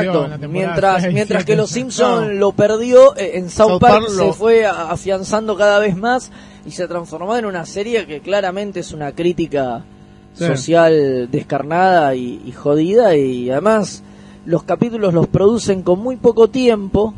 Speaker 5: Exacto,
Speaker 4: en la temporada
Speaker 5: mientras,
Speaker 4: seis,
Speaker 5: mientras
Speaker 4: siete,
Speaker 5: que los
Speaker 4: ocho.
Speaker 5: Simpson
Speaker 3: No.
Speaker 5: lo perdió, eh, en South,
Speaker 3: South
Speaker 5: Park,
Speaker 3: Park
Speaker 5: se
Speaker 3: lo-
Speaker 5: fue a- afianzando cada vez más y se transformó en una serie que claramente es una crítica
Speaker 3: Sí.
Speaker 5: social descarnada y, y jodida y además los capítulos los producen con muy poco tiempo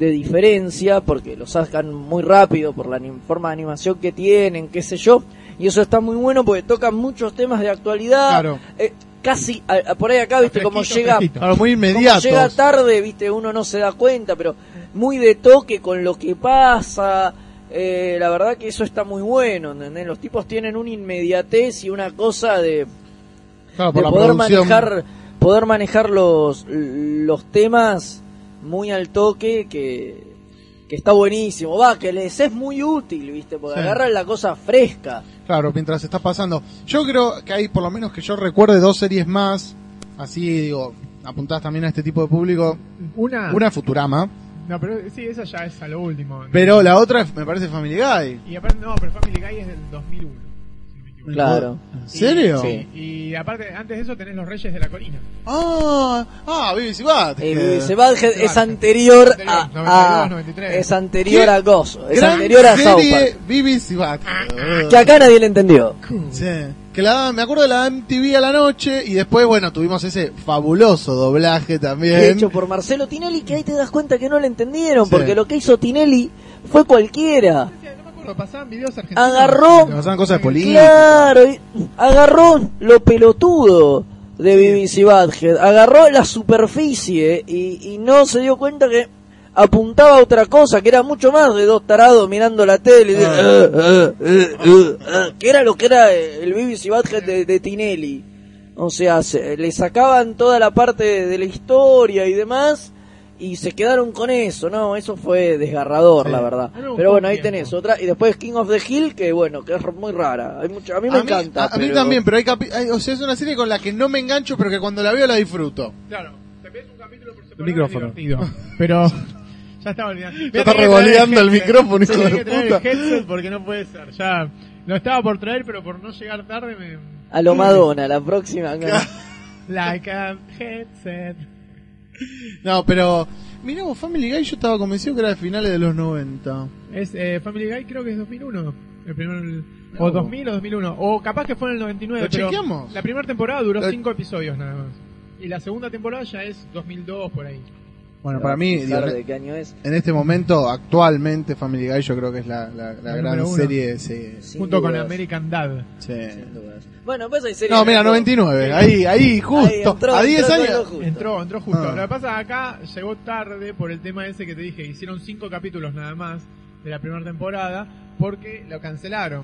Speaker 5: de diferencia porque los sacan muy rápido por la anim- forma de animación que tienen, qué sé yo, y eso está muy bueno porque tocan muchos temas de actualidad,
Speaker 3: Claro.
Speaker 5: eh, casi a- a- por ahí acá, viste, como
Speaker 4: Fresquito,
Speaker 5: llega
Speaker 4: fresquito.
Speaker 3: Claro, muy
Speaker 5: como
Speaker 3: inmediato.
Speaker 5: llega tarde, viste, uno no se da cuenta, pero muy de toque con lo que pasa. Eh, la verdad que eso está muy bueno, ¿entendés? Los tipos tienen una inmediatez y una cosa de,
Speaker 3: Claro, Ah,
Speaker 5: de
Speaker 3: por la
Speaker 5: poder
Speaker 3: producción.
Speaker 5: manejar poder manejar los los temas muy al toque que, que está buenísimo. Va, que les es muy útil, viste, porque
Speaker 3: Sí.
Speaker 5: agarran la cosa fresca.
Speaker 3: Claro, mientras está pasando. Yo creo que hay, por lo menos que yo recuerde, dos series más, así, digo, apuntadas también a este tipo de público.
Speaker 4: Una,
Speaker 3: Una es Futurama,
Speaker 4: No, pero sí, esa ya es a lo último.
Speaker 3: pero la otra es- me parece Family Guy.
Speaker 4: Y aparte, no, pero Family Guy es del 2001. si no me equivoco.
Speaker 5: Claro.
Speaker 3: ¿En serio?
Speaker 4: Sí, y aparte, antes de eso tenés los Reyes de la Colina.
Speaker 3: Ah, ah, Vivi Sibat.
Speaker 5: Eh, se va- es
Speaker 4: Baja.
Speaker 5: anterior a,
Speaker 4: Anterior,
Speaker 5: a-
Speaker 4: 92, 93.
Speaker 5: es anterior
Speaker 3: ¿Qué?
Speaker 5: a Gozo, es anterior a South
Speaker 3: serie
Speaker 5: Park,
Speaker 3: Vivi Sibat.
Speaker 5: que acá nadie le entendió.
Speaker 3: Sí, que la, daban- me acuerdo de la MTV a la noche y después, bueno, tuvimos ese fabuloso doblaje también.
Speaker 5: Hecho por Marcelo Tinelli, que ahí te das cuenta que no le entendieron,
Speaker 3: Sí.
Speaker 5: porque lo que hizo Tinelli fue cualquiera.
Speaker 4: No me acuerdo, pasaban videos argentinos.
Speaker 5: Agarró,
Speaker 3: Que pasaban cosas de política.
Speaker 5: claro, y- agarró lo pelotudo de BBC Badhead, agarró la superficie y, y no se dio cuenta que apuntaba a otra cosa, que era mucho más de dos tarados mirando la tele, y de-
Speaker 3: Ah.
Speaker 5: "Ah, ah, ah, ah", que era lo que era el BBC Badhead de, de Tinelli. O sea, se- le sacaban toda la parte de, de la historia y demás y se quedaron con eso, ¿no? Eso fue desgarrador,
Speaker 3: Sí.
Speaker 5: la verdad.
Speaker 4: A mí me gustó
Speaker 5: Pero bueno, ahí
Speaker 4: tiempo.
Speaker 5: tenés otra. Y después King of the Hill, que bueno, que es muy rara. Hay mucho, a mí me encanta.
Speaker 3: a- a mí
Speaker 5: pero-
Speaker 3: también, pero hay, capi- hay- o sea, es una serie con la que no me engancho, pero que cuando la veo la disfruto.
Speaker 4: Claro, te ves un capítulo por separado.
Speaker 3: micrófono.
Speaker 4: es divertido, pero ya está olvidando. Ya
Speaker 3: está revoleando el micrófono, hijo de puta.
Speaker 4: El headset porque no puede ser. Ya lo estaba por traer, pero por no llegar tarde me.
Speaker 5: A lo Madonna, la próxima.
Speaker 4: Like a headset.
Speaker 3: No, pero mirá vos, Family Guy yo estaba convencido que era de finales de los 90.
Speaker 4: Es eh, Family Guy, creo que es 2001. El primer,
Speaker 3: No.
Speaker 4: O 2000 o 2001. O capaz que fue en el 99.
Speaker 3: ¿Lo
Speaker 4: pero
Speaker 3: chequeamos?
Speaker 4: La primera temporada duró
Speaker 3: Lo-
Speaker 4: 5 episodios nada más. Y la segunda temporada ya es 2002 por ahí.
Speaker 3: Bueno, para mí, digo,
Speaker 5: Claro, de qué año es.
Speaker 3: en este momento, actualmente, Family Guy yo creo que es la, la- la
Speaker 4: La
Speaker 3: gran
Speaker 4: número uno.
Speaker 3: serie. sí,
Speaker 5: Sin
Speaker 4: junto con
Speaker 5: dudas,
Speaker 4: American Dad.
Speaker 3: sí.
Speaker 5: sin dudas. Bueno, pues hay series.
Speaker 3: No, mira,
Speaker 5: como-
Speaker 3: 99, ahí, ahí, justo,
Speaker 5: Ahí entró,
Speaker 3: a 10
Speaker 5: entró todo
Speaker 3: años.
Speaker 5: lo justo.
Speaker 4: Entró, entró justo.
Speaker 3: Ah.
Speaker 4: Lo que pasa acá llegó tarde por el tema ese que te dije. Hicieron cinco capítulos nada más de la primera temporada porque lo cancelaron.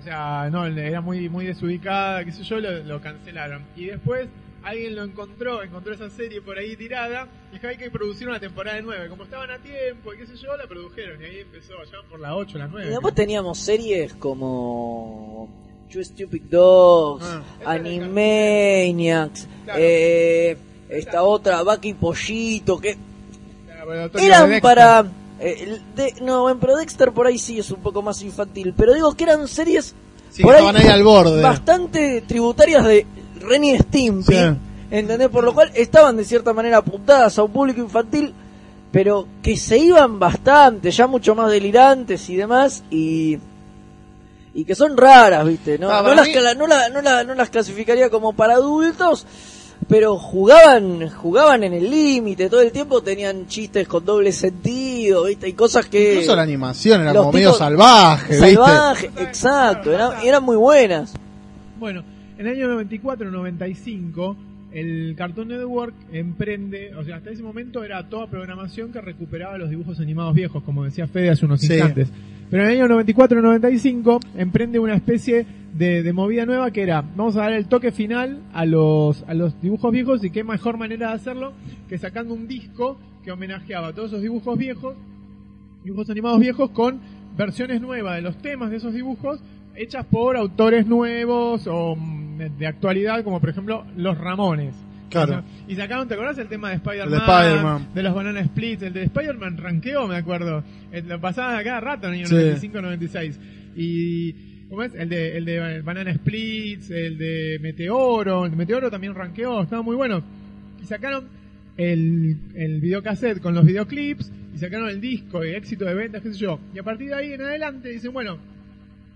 Speaker 4: O sea, no, era muy, muy desubicada, qué sé yo, lo, lo cancelaron. Y después alguien lo encontró, encontró esa serie por ahí tirada y dijo hay que producir una temporada de nueve. Como estaban a tiempo y qué sé yo, la produjeron. Y ahí empezó, ya van por la ocho, la
Speaker 5: Y
Speaker 4: nueve.
Speaker 5: después teníamos series como. Two Stupid Dogs,
Speaker 3: Ah.
Speaker 5: Animaniacs,
Speaker 4: Claro.
Speaker 5: eh, esta otra, Vaca y Pollito, que
Speaker 4: Era
Speaker 5: eran para eh, el- de- no bueno, pero Dexter por ahí sí es un poco más infantil pero digo que eran series
Speaker 3: Sí,
Speaker 5: por
Speaker 3: estaban ahí al borde.
Speaker 5: bastante tributarias de Renny y Stimpy
Speaker 3: Sí.
Speaker 5: ¿entendés? por lo cual estaban de cierta manera apuntadas a un público infantil pero que se iban bastante ya mucho más delirantes y demás y y que son raras, ¿viste? No,
Speaker 3: Ah,
Speaker 5: no
Speaker 3: para
Speaker 5: las,
Speaker 3: mí-
Speaker 5: cla- no, la- no la- no las clasificaría como para adultos, pero jugaban jugaban en el límite, todo el tiempo tenían chistes con doble sentido, ¿viste? Y cosas que...
Speaker 3: Incluso la animación era
Speaker 5: Los
Speaker 3: como medio
Speaker 5: tipos-
Speaker 3: salvaje, ¿viste?
Speaker 5: salvaje, exacto, eran, eran muy buenas.
Speaker 4: Bueno, en el año 94-95, el Cartoon Network emprende, o sea, hasta ese momento era toda programación que recuperaba los dibujos animados viejos, como decía Fede hace unos
Speaker 3: Sí.
Speaker 4: instantes. Pero en el año 94-95 emprende una especie de, de movida nueva que era, vamos a dar el toque final a los, a los dibujos viejos y qué mejor manera de hacerlo que sacando un disco que homenajeaba a todos esos dibujos viejos, dibujos animados viejos con versiones nuevas de los temas de esos dibujos hechas por autores nuevos o mm, de- de actualidad, como por ejemplo Los Ramones.
Speaker 3: Claro.
Speaker 4: Y sacaron, ¿te acordás el tema de Spider-Man?
Speaker 3: El de Spider-Man.
Speaker 4: de los Banana Splits, el de Spider-Man ranqueó, me acuerdo. Eh, Lo pasaban a cada rato en el año
Speaker 3: Sí.
Speaker 4: 95, 96. Y, ¿cómo es? El de, el de Banana Splits, el de Meteoro, el de Meteoro también ranqueó, estaba muy bueno. Y sacaron el, el videocassette con los videoclips, y sacaron el disco de éxito de ventas, qué sé yo. Y a partir de ahí en adelante dicen, bueno,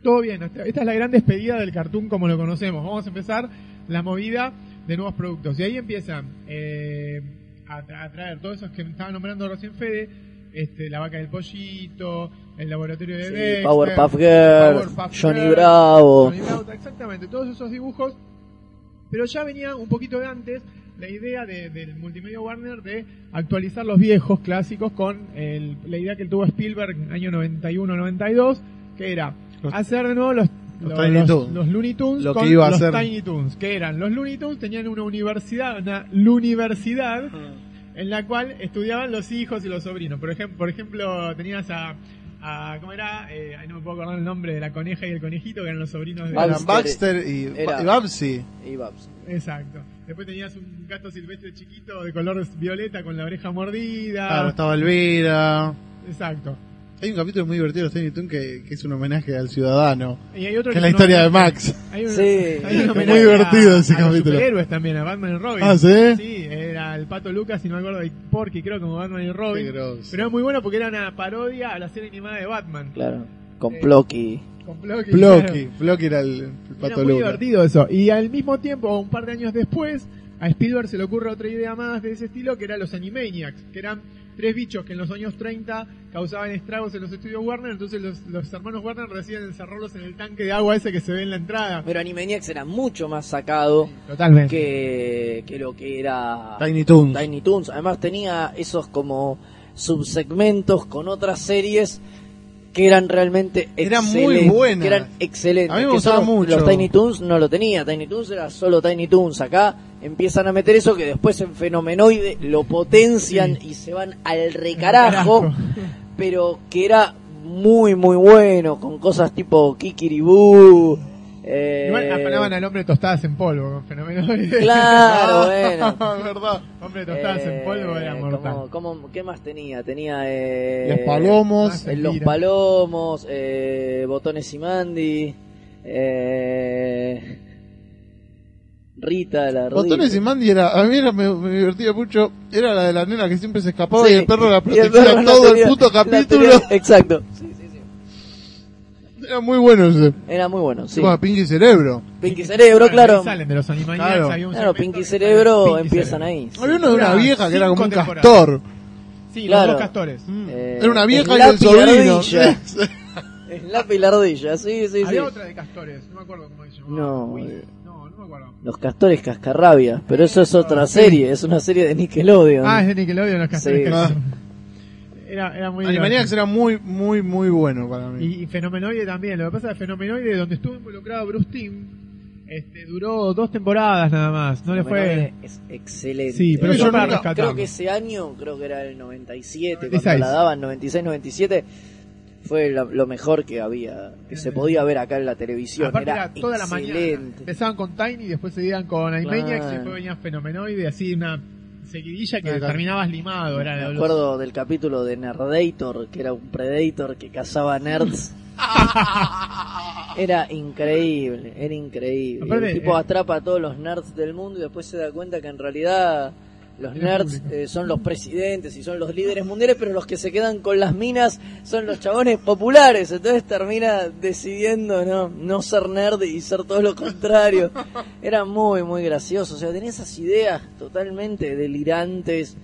Speaker 4: todo bien, hasta- esta es la gran despedida del cartoon como lo conocemos. Vamos a empezar la movida de nuevos productos. Y ahí empiezan eh, a, tra- a traer todos esos que estaba nombrando recién Fede, este, la vaca del pollito, el laboratorio de
Speaker 5: Sí,
Speaker 4: Dexter,
Speaker 5: Powerpuff Girls,
Speaker 4: Powerpuff
Speaker 5: Johnny
Speaker 4: Girls,
Speaker 5: Bravo.
Speaker 4: Johnny Bravo, exactamente, todos esos dibujos. Pero ya venía un poquito de antes la idea de- del multimedia Warner de actualizar los viejos clásicos con el- la idea que tuvo Spielberg en año 91-92, que era
Speaker 3: Los-
Speaker 4: hacer de nuevo los,
Speaker 3: los
Speaker 4: los,
Speaker 3: Tiny Toons.
Speaker 4: los Looney Tunes
Speaker 3: Lo que iba a
Speaker 4: los
Speaker 3: hacer.
Speaker 4: Tiny Toons, que eran los Looney Tunes, tenían una universidad, una universidad en la cual estudiaban los hijos y los sobrinos. Por ejemplo, por ejemplo tenías a, a- ¿cómo era? Eh, ay, no me puedo acordar el nombre de la coneja y el conejito, que eran los sobrinos de
Speaker 5: Babs.
Speaker 3: Eran Baxter y,
Speaker 5: Era-
Speaker 3: y Babsy.
Speaker 5: Y Babs.
Speaker 4: Exacto. Después tenías un gato silvestre chiquito de color violeta con la oreja mordida.
Speaker 3: Claro, estaba Elvira.
Speaker 4: Exacto.
Speaker 3: Hay un capítulo muy divertido de los Tiny Toon que, que es un homenaje al ciudadano.
Speaker 4: Y hay otro
Speaker 3: Que es la
Speaker 4: no-
Speaker 3: historia de Max.
Speaker 4: Hay un-
Speaker 5: Sí.
Speaker 4: hay un
Speaker 5: Es
Speaker 4: homenaje
Speaker 3: muy divertido
Speaker 4: a-
Speaker 3: ese
Speaker 4: a los
Speaker 3: capítulo.
Speaker 4: superhéroes también, a Batman y Robin.
Speaker 3: Ah, ¿sí?
Speaker 4: Sí, era el Pato Lucas, si no me acuerdo, y Porky, creo, como Batman y Robin.
Speaker 3: Qué grosso.
Speaker 4: Pero era muy bueno porque era una parodia a la serie animada de Batman.
Speaker 5: Claro. Con
Speaker 4: Eh,
Speaker 5: Plocky.
Speaker 4: Con Flocky.
Speaker 3: Flocky. Flocky era el, el
Speaker 4: Era
Speaker 3: pato
Speaker 4: muy
Speaker 3: Luca.
Speaker 4: divertido eso. Y al mismo tiempo, un par de años después, a Spielberg se le ocurre otra idea más de ese estilo, que eran los Animaniacs, que eran tres bichos que en los años 30 causaban estragos en los estudios Warner, entonces los, los hermanos Warner deciden encerrarlos en el tanque de agua ese que se ve en la entrada.
Speaker 5: Pero Animaniacs era mucho más sacado
Speaker 4: Totalmente.
Speaker 5: que, que lo que era
Speaker 3: Tiny Toon.
Speaker 5: Tiny Toons. Además tenía esos como subsegmentos con otras series que eran realmente
Speaker 3: Eran muy
Speaker 5: excelentes,
Speaker 3: buenas.
Speaker 5: que eran excelentes.
Speaker 3: A mí me
Speaker 5: que
Speaker 3: gustaba
Speaker 5: eso
Speaker 3: mucho.
Speaker 5: Los Tiny Toons no lo tenía, Tiny Toons era solo Tiny Toons. Acá empiezan a meter eso que después en Fenomenoide lo potencian y se van al recarajo,
Speaker 4: Al carajo.
Speaker 5: pero que era muy muy bueno con cosas tipo Kikiribú. Eh,
Speaker 3: ah,
Speaker 4: Igual afanaban al hombre tostadas en polvo, con fenómeno.
Speaker 5: Claro, bueno.
Speaker 3: verdad.
Speaker 4: hombre tostadas en polvo era
Speaker 5: Eh,
Speaker 4: mortal.
Speaker 5: ¿cómo- cómo- qué más tenía? Tenía eh,
Speaker 3: Los palomos.
Speaker 5: eh, Los
Speaker 4: Mira.
Speaker 5: Palomos, eh, Botones y Mandy, eh, Rita, la rodilla.
Speaker 3: Botones y Mandy era, a mí era, me, me divertía mucho, era la de la nena que siempre se escapaba
Speaker 5: Sí,
Speaker 3: y el perro la
Speaker 5: y
Speaker 3: protegía
Speaker 5: el perro la
Speaker 3: todo el
Speaker 5: tenía-
Speaker 3: puto
Speaker 5: la
Speaker 3: capítulo.
Speaker 5: tenía- exacto. Sí, sí, sí.
Speaker 3: Era muy bueno ese.
Speaker 5: Era muy bueno, sí.
Speaker 3: Bueno, Pinky Cerebro.
Speaker 5: Pinky Cerebro,
Speaker 4: Bueno,
Speaker 5: claro.
Speaker 4: ahí Salen de los Animaniacs,
Speaker 3: Claro.
Speaker 4: hay un
Speaker 5: Claro,
Speaker 4: segmento
Speaker 5: Pinky
Speaker 4: que
Speaker 5: Cerebro
Speaker 4: sale- Pinky
Speaker 5: empiezan
Speaker 4: Cerebro.
Speaker 5: ahí.
Speaker 3: Había uno de una
Speaker 4: Era
Speaker 3: vieja que era
Speaker 4: cinco
Speaker 3: como un
Speaker 4: temporadas.
Speaker 3: castor.
Speaker 4: Sí,
Speaker 5: Claro.
Speaker 4: los dos castores.
Speaker 3: Mm.
Speaker 5: Eh,
Speaker 3: era una vieja y
Speaker 5: Slappy
Speaker 3: el sobrino.
Speaker 5: Ardilla. Slappy y la rodilla, sí, sí, sí.
Speaker 4: Había otra de castores, no me acuerdo cómo se llamaba.
Speaker 5: No, eh,
Speaker 4: No, no me acuerdo.
Speaker 5: Los Castores Cascarrabias, pero eso es otra serie, es una serie de Nickelodeon.
Speaker 4: Ah, es de Nickelodeon los castores.
Speaker 5: Sí. Ah.
Speaker 4: castores. Era, era muy
Speaker 3: Animaniacs
Speaker 4: divertido.
Speaker 3: era muy, muy, muy bueno para mí.
Speaker 4: y, y Fenomenoide también. Lo que pasa es que Fenomenoide, donde estuvo involucrado Bruce Timm, este, duró dos temporadas nada más. No le fue...
Speaker 5: eh, Es excelente.
Speaker 4: Sí, pero
Speaker 5: Eh,
Speaker 3: yo
Speaker 5: creo-
Speaker 3: nunca-
Speaker 5: Creo
Speaker 4: rescatamos.
Speaker 5: que ese año, creo que era el 97,
Speaker 4: 96.
Speaker 5: cuando la daban, 96, 97, fue la- lo mejor que había, que se podía ver acá en la televisión.
Speaker 4: Aparte
Speaker 5: era,
Speaker 4: era toda la mañana.
Speaker 5: excelente.
Speaker 4: Empezaban con Tiny, después seguían con Animaniacs,
Speaker 5: Claro.
Speaker 4: y después venían Fenomenoide, así una seguidilla que
Speaker 3: Claro.
Speaker 4: terminabas limado. Era
Speaker 5: Me
Speaker 4: los-
Speaker 5: acuerdo del capítulo de Nerdator, que era un predator que cazaba nerds. Era increíble, era increíble.
Speaker 4: Aparte,
Speaker 5: el tipo
Speaker 4: eh,
Speaker 5: atrapa a todos los nerds del mundo y después se da cuenta que en realidad los
Speaker 4: El
Speaker 5: nerds
Speaker 4: público.
Speaker 5: eh, son los presidentes y son los líderes mundiales, pero los que se quedan con las minas son los chabones populares. Entonces termina decidiendo no, no ser nerd y ser todo lo contrario. Era muy, muy gracioso. O sea, tenía esas ideas totalmente delirantes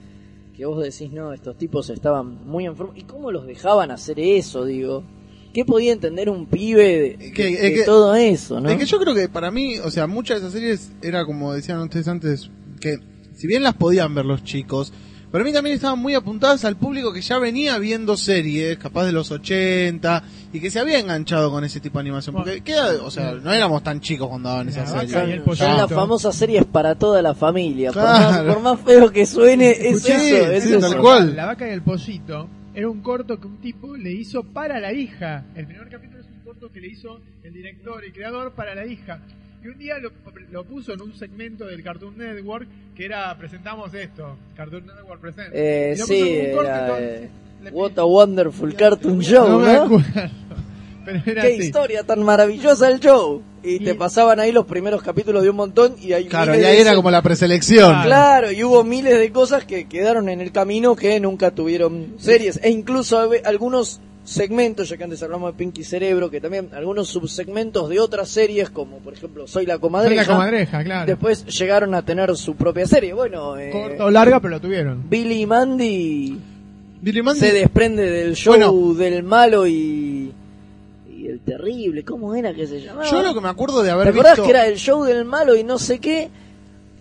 Speaker 5: que vos decís, no, estos tipos estaban muy enfermos. ¿Y cómo los dejaban hacer eso, digo? ¿Qué podía entender un pibe de,
Speaker 3: Es que-
Speaker 5: de-
Speaker 3: es
Speaker 5: de
Speaker 3: que-
Speaker 5: todo eso, no?
Speaker 3: Es que yo creo que para mí, o sea, muchas de esas series era como decían ustedes antes, que si bien las podían ver los chicos, para mí también estaban muy apuntadas al público que ya venía viendo series, capaz de los 80, y que se había enganchado con ese tipo de animación. Porque, queda, o sea, no éramos tan chicos cuando daban esas
Speaker 4: vaca
Speaker 3: series.
Speaker 4: y el
Speaker 5: Son
Speaker 4: pollito.
Speaker 5: las famosas series para toda la familia. Por
Speaker 3: Claro.
Speaker 5: más- Por, más, feo que suene, es
Speaker 3: Sí,
Speaker 5: eso. Es
Speaker 3: sí,
Speaker 5: eso.
Speaker 3: tal cual.
Speaker 4: La vaca y el pollito era un corto que un tipo le hizo para la hija. El primer capítulo es un corto que le hizo el director y creador para la hija. Y un día lo, lo puso en un segmento del Cartoon Network que era presentamos esto, Cartoon Network presenta.
Speaker 5: Eh,
Speaker 4: Y lo puso
Speaker 5: sí,
Speaker 4: en un corto
Speaker 5: era,
Speaker 4: con-
Speaker 5: eh,
Speaker 4: le-
Speaker 5: What a Wonderful Cartoon Show,
Speaker 4: No me
Speaker 5: ¿no?
Speaker 4: acuerdo. Pero era
Speaker 5: Qué
Speaker 4: así.
Speaker 5: historia tan maravillosa el show. Y te pasaban ahí los primeros capítulos de un montón y ahí
Speaker 3: Claro, y
Speaker 5: miles de
Speaker 3: ahí era
Speaker 5: esas-
Speaker 3: como la preselección.
Speaker 5: Claro, y hubo miles de cosas que quedaron en el camino que nunca tuvieron series. E incluso hab- algunos segmentos, ya que antes hablamos de Pinky Cerebro, que también algunos subsegmentos de otras series, como por ejemplo Soy la
Speaker 4: Era
Speaker 5: Comadreja,
Speaker 4: la comadreja, claro.
Speaker 5: después llegaron a tener su propia serie. Bueno, eh,
Speaker 4: Corta o larga, pero lo tuvieron.
Speaker 5: Billy y Mandy
Speaker 3: Billy Mandy-
Speaker 5: se desprende del show
Speaker 3: Bueno.
Speaker 5: del malo y, y el terrible. ¿Cómo era que se llamaba?
Speaker 3: yo lo que me acuerdo de
Speaker 5: ¿Te
Speaker 3: haber
Speaker 5: acordás
Speaker 3: visto...
Speaker 5: que era el show del malo y no sé qué?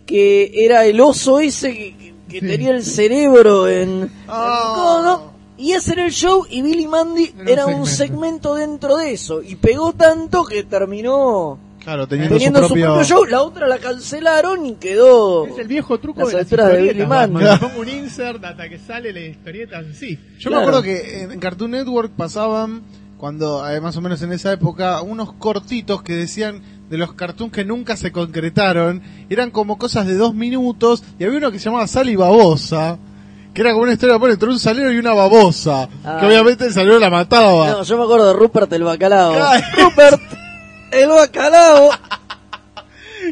Speaker 5: Que era el oso ese que, que- que
Speaker 4: Sí.
Speaker 5: tenía el cerebro en...
Speaker 3: Ah.
Speaker 5: en codo. Y ese era el show y Billy Mandy
Speaker 4: Era un
Speaker 5: era un
Speaker 4: segmento.
Speaker 5: segmento dentro de eso. Y pegó tanto que terminó
Speaker 3: Claro, teniendo,
Speaker 5: teniendo
Speaker 3: su propio...
Speaker 5: show. La otra la cancelaron y quedó...
Speaker 4: Es el viejo truco
Speaker 5: Las
Speaker 4: de las
Speaker 5: alturas de Billy
Speaker 4: historietas,
Speaker 5: Mann.
Speaker 4: Batman. Pongo un insert hasta que sale la historieta en sí.
Speaker 3: Yo
Speaker 5: Claro.
Speaker 3: me acuerdo que en en Cartoon Network pasaban, cuando eh, más o menos en esa época, unos cortitos que decían de los cartoons que nunca se concretaron. Eran como cosas de dos minutos. Y había uno que se llamaba Sal y Babosa. Que era como una historia bueno, entre un salero y una babosa.
Speaker 5: Ah.
Speaker 3: Que obviamente el salero la mataba.
Speaker 5: No, yo me acuerdo de Rupert el bacalao.
Speaker 3: Ah. Claro.
Speaker 5: Rupert el bacalao.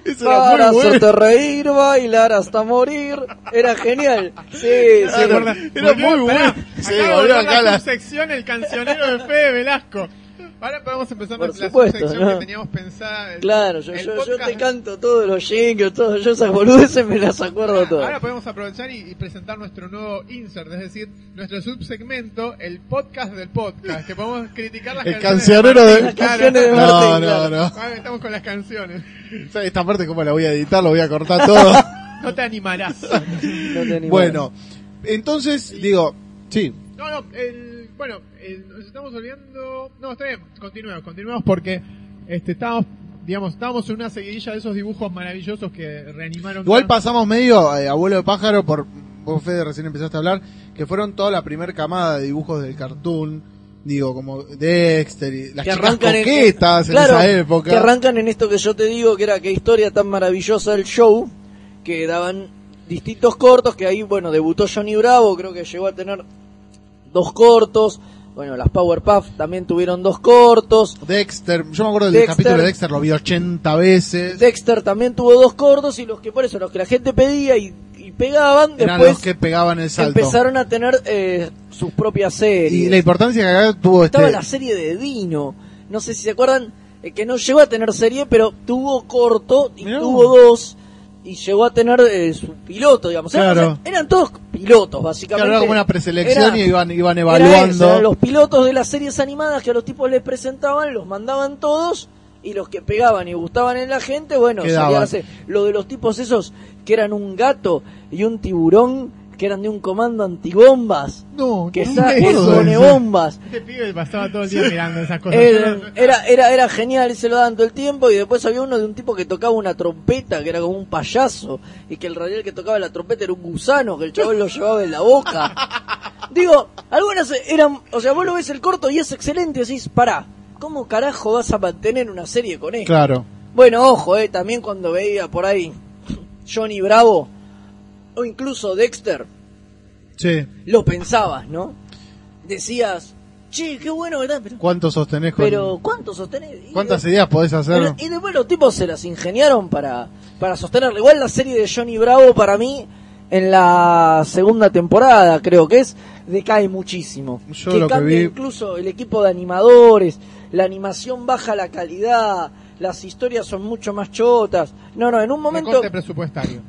Speaker 3: Eso era
Speaker 5: Para
Speaker 3: muy bueno.
Speaker 5: hacerte reír, bailar hasta morir. Era genial. Sí, sí.
Speaker 3: Claro, era muy bueno. Sí, volvió acá
Speaker 4: la
Speaker 3: la-
Speaker 4: subsección El Cancionero de Fede Velasco. Ahora podemos empezar
Speaker 5: Por
Speaker 4: la
Speaker 5: supuesto,
Speaker 4: subsección
Speaker 5: ¿no?
Speaker 4: que teníamos pensada. el-
Speaker 5: Claro, yo,
Speaker 4: el
Speaker 5: yo, yo
Speaker 4: podcast-
Speaker 5: te canto todos los jingles, todo, yo esas boludeces me las acuerdo
Speaker 4: Ahora
Speaker 5: todas.
Speaker 4: podemos aprovechar y, y presentar nuestro nuevo insert, es decir, nuestro subsegmento, el podcast del podcast, que podemos criticar las
Speaker 3: El
Speaker 4: canciones.
Speaker 3: cancionero
Speaker 5: Las
Speaker 3: de...
Speaker 5: canciones de Martín,
Speaker 3: No, no,
Speaker 5: claro.
Speaker 3: no.
Speaker 4: Ahora estamos con las canciones.
Speaker 3: Esta parte como la voy a editar, lo voy a cortar todo.
Speaker 4: No te animarás.
Speaker 5: No te animás.
Speaker 3: bueno, entonces, digo, sí.
Speaker 4: No, no, el- bueno, el- nos estamos olvidando. No, está bien, continuemos, continuemos porque este, estábamos, digamos, estábamos en una seguidilla de esos dibujos maravillosos que reanimaron.
Speaker 3: Igual
Speaker 4: tanto.
Speaker 3: pasamos medio eh, abuelo de pájaro por vos Fede recién empezaste a hablar que fueron toda la primer camada de dibujos del cartoon, digo como Dexter y las
Speaker 5: que
Speaker 3: chicas
Speaker 5: arrancan en-
Speaker 3: coquetas en,
Speaker 5: claro,
Speaker 3: esa época.
Speaker 5: Que arrancan en esto que yo te digo, que era qué historia tan maravillosa el show, que daban distintos cortos, que ahí, bueno, debutó Johnny Bravo, creo que llegó a tener dos cortos. Bueno, las Powerpuff también tuvieron dos cortos.
Speaker 3: Dexter, yo me acuerdo del
Speaker 5: Dexter.
Speaker 3: capítulo de Dexter, lo vi 80 veces.
Speaker 5: Dexter también tuvo dos cortos y los que por eso, los que la gente pedía y, y pegaban,
Speaker 3: Eran
Speaker 5: después
Speaker 3: los que pegaban el salto.
Speaker 5: empezaron a tener eh, sus propias series.
Speaker 3: Y la importancia que acá tuvo
Speaker 5: Estaba
Speaker 3: este
Speaker 5: la serie de Dino. No sé si se acuerdan, eh, que no llegó a tener serie, pero tuvo corto y
Speaker 3: Mirá
Speaker 5: tuvo
Speaker 3: vos.
Speaker 5: dos. Y llegó a tener eh, su piloto, digamos. Eran-
Speaker 3: Claro.
Speaker 5: eran todos pilotos, básicamente.
Speaker 3: claro, era como una preselección
Speaker 5: Era-
Speaker 3: y iban iban
Speaker 5: era eso,
Speaker 3: evaluando.
Speaker 5: eran los pilotos de las series animadas que a los tipos les presentaban, los mandaban todos y los que pegaban y gustaban en la gente, bueno,
Speaker 3: Quedaban.
Speaker 5: salían a hacer- Lo de los tipos esos que eran un gato y un tiburón que eran de un comando antibombas,
Speaker 4: No,
Speaker 5: que
Speaker 4: no
Speaker 5: está
Speaker 4: me acuerdo de eso.
Speaker 5: bombas.
Speaker 4: Este pibe pasaba todo el día mirando esas cosas.
Speaker 5: Era, era, era, era genial, se lo daban todo el tiempo. Y después había uno de un tipo que tocaba una trompeta, que era como un payaso. Y que el radial que tocaba la trompeta era un gusano, que el chaval lo llevaba en la boca. Digo, algunas eran. O sea, vos lo ves el corto y es excelente. Decís, pará, ¿cómo carajo vas a mantener una serie con esto?
Speaker 3: Claro.
Speaker 5: Bueno, ojo, eh, también cuando veía por ahí Johnny Bravo o incluso Dexter
Speaker 3: Sí.
Speaker 5: lo pensabas, ¿no? Decías, che, qué bueno, ¿verdad? Pero,
Speaker 3: ¿Cuánto sostenés con
Speaker 5: pero ¿cuánto sostenés? Y
Speaker 3: cuántas ideas podés hacer?
Speaker 5: pero- y después los tipos se las ingeniaron para, para sostenerlo. Igual la serie de Johnny Bravo para mí en la segunda temporada creo que es decae muchísimo.
Speaker 3: Yo
Speaker 5: que
Speaker 3: lo que
Speaker 5: cambia
Speaker 3: vi-
Speaker 5: incluso el equipo de animadores, la animación baja la calidad, las historias son mucho más chotas. No, no, en un momento
Speaker 4: Recorte presupuestario.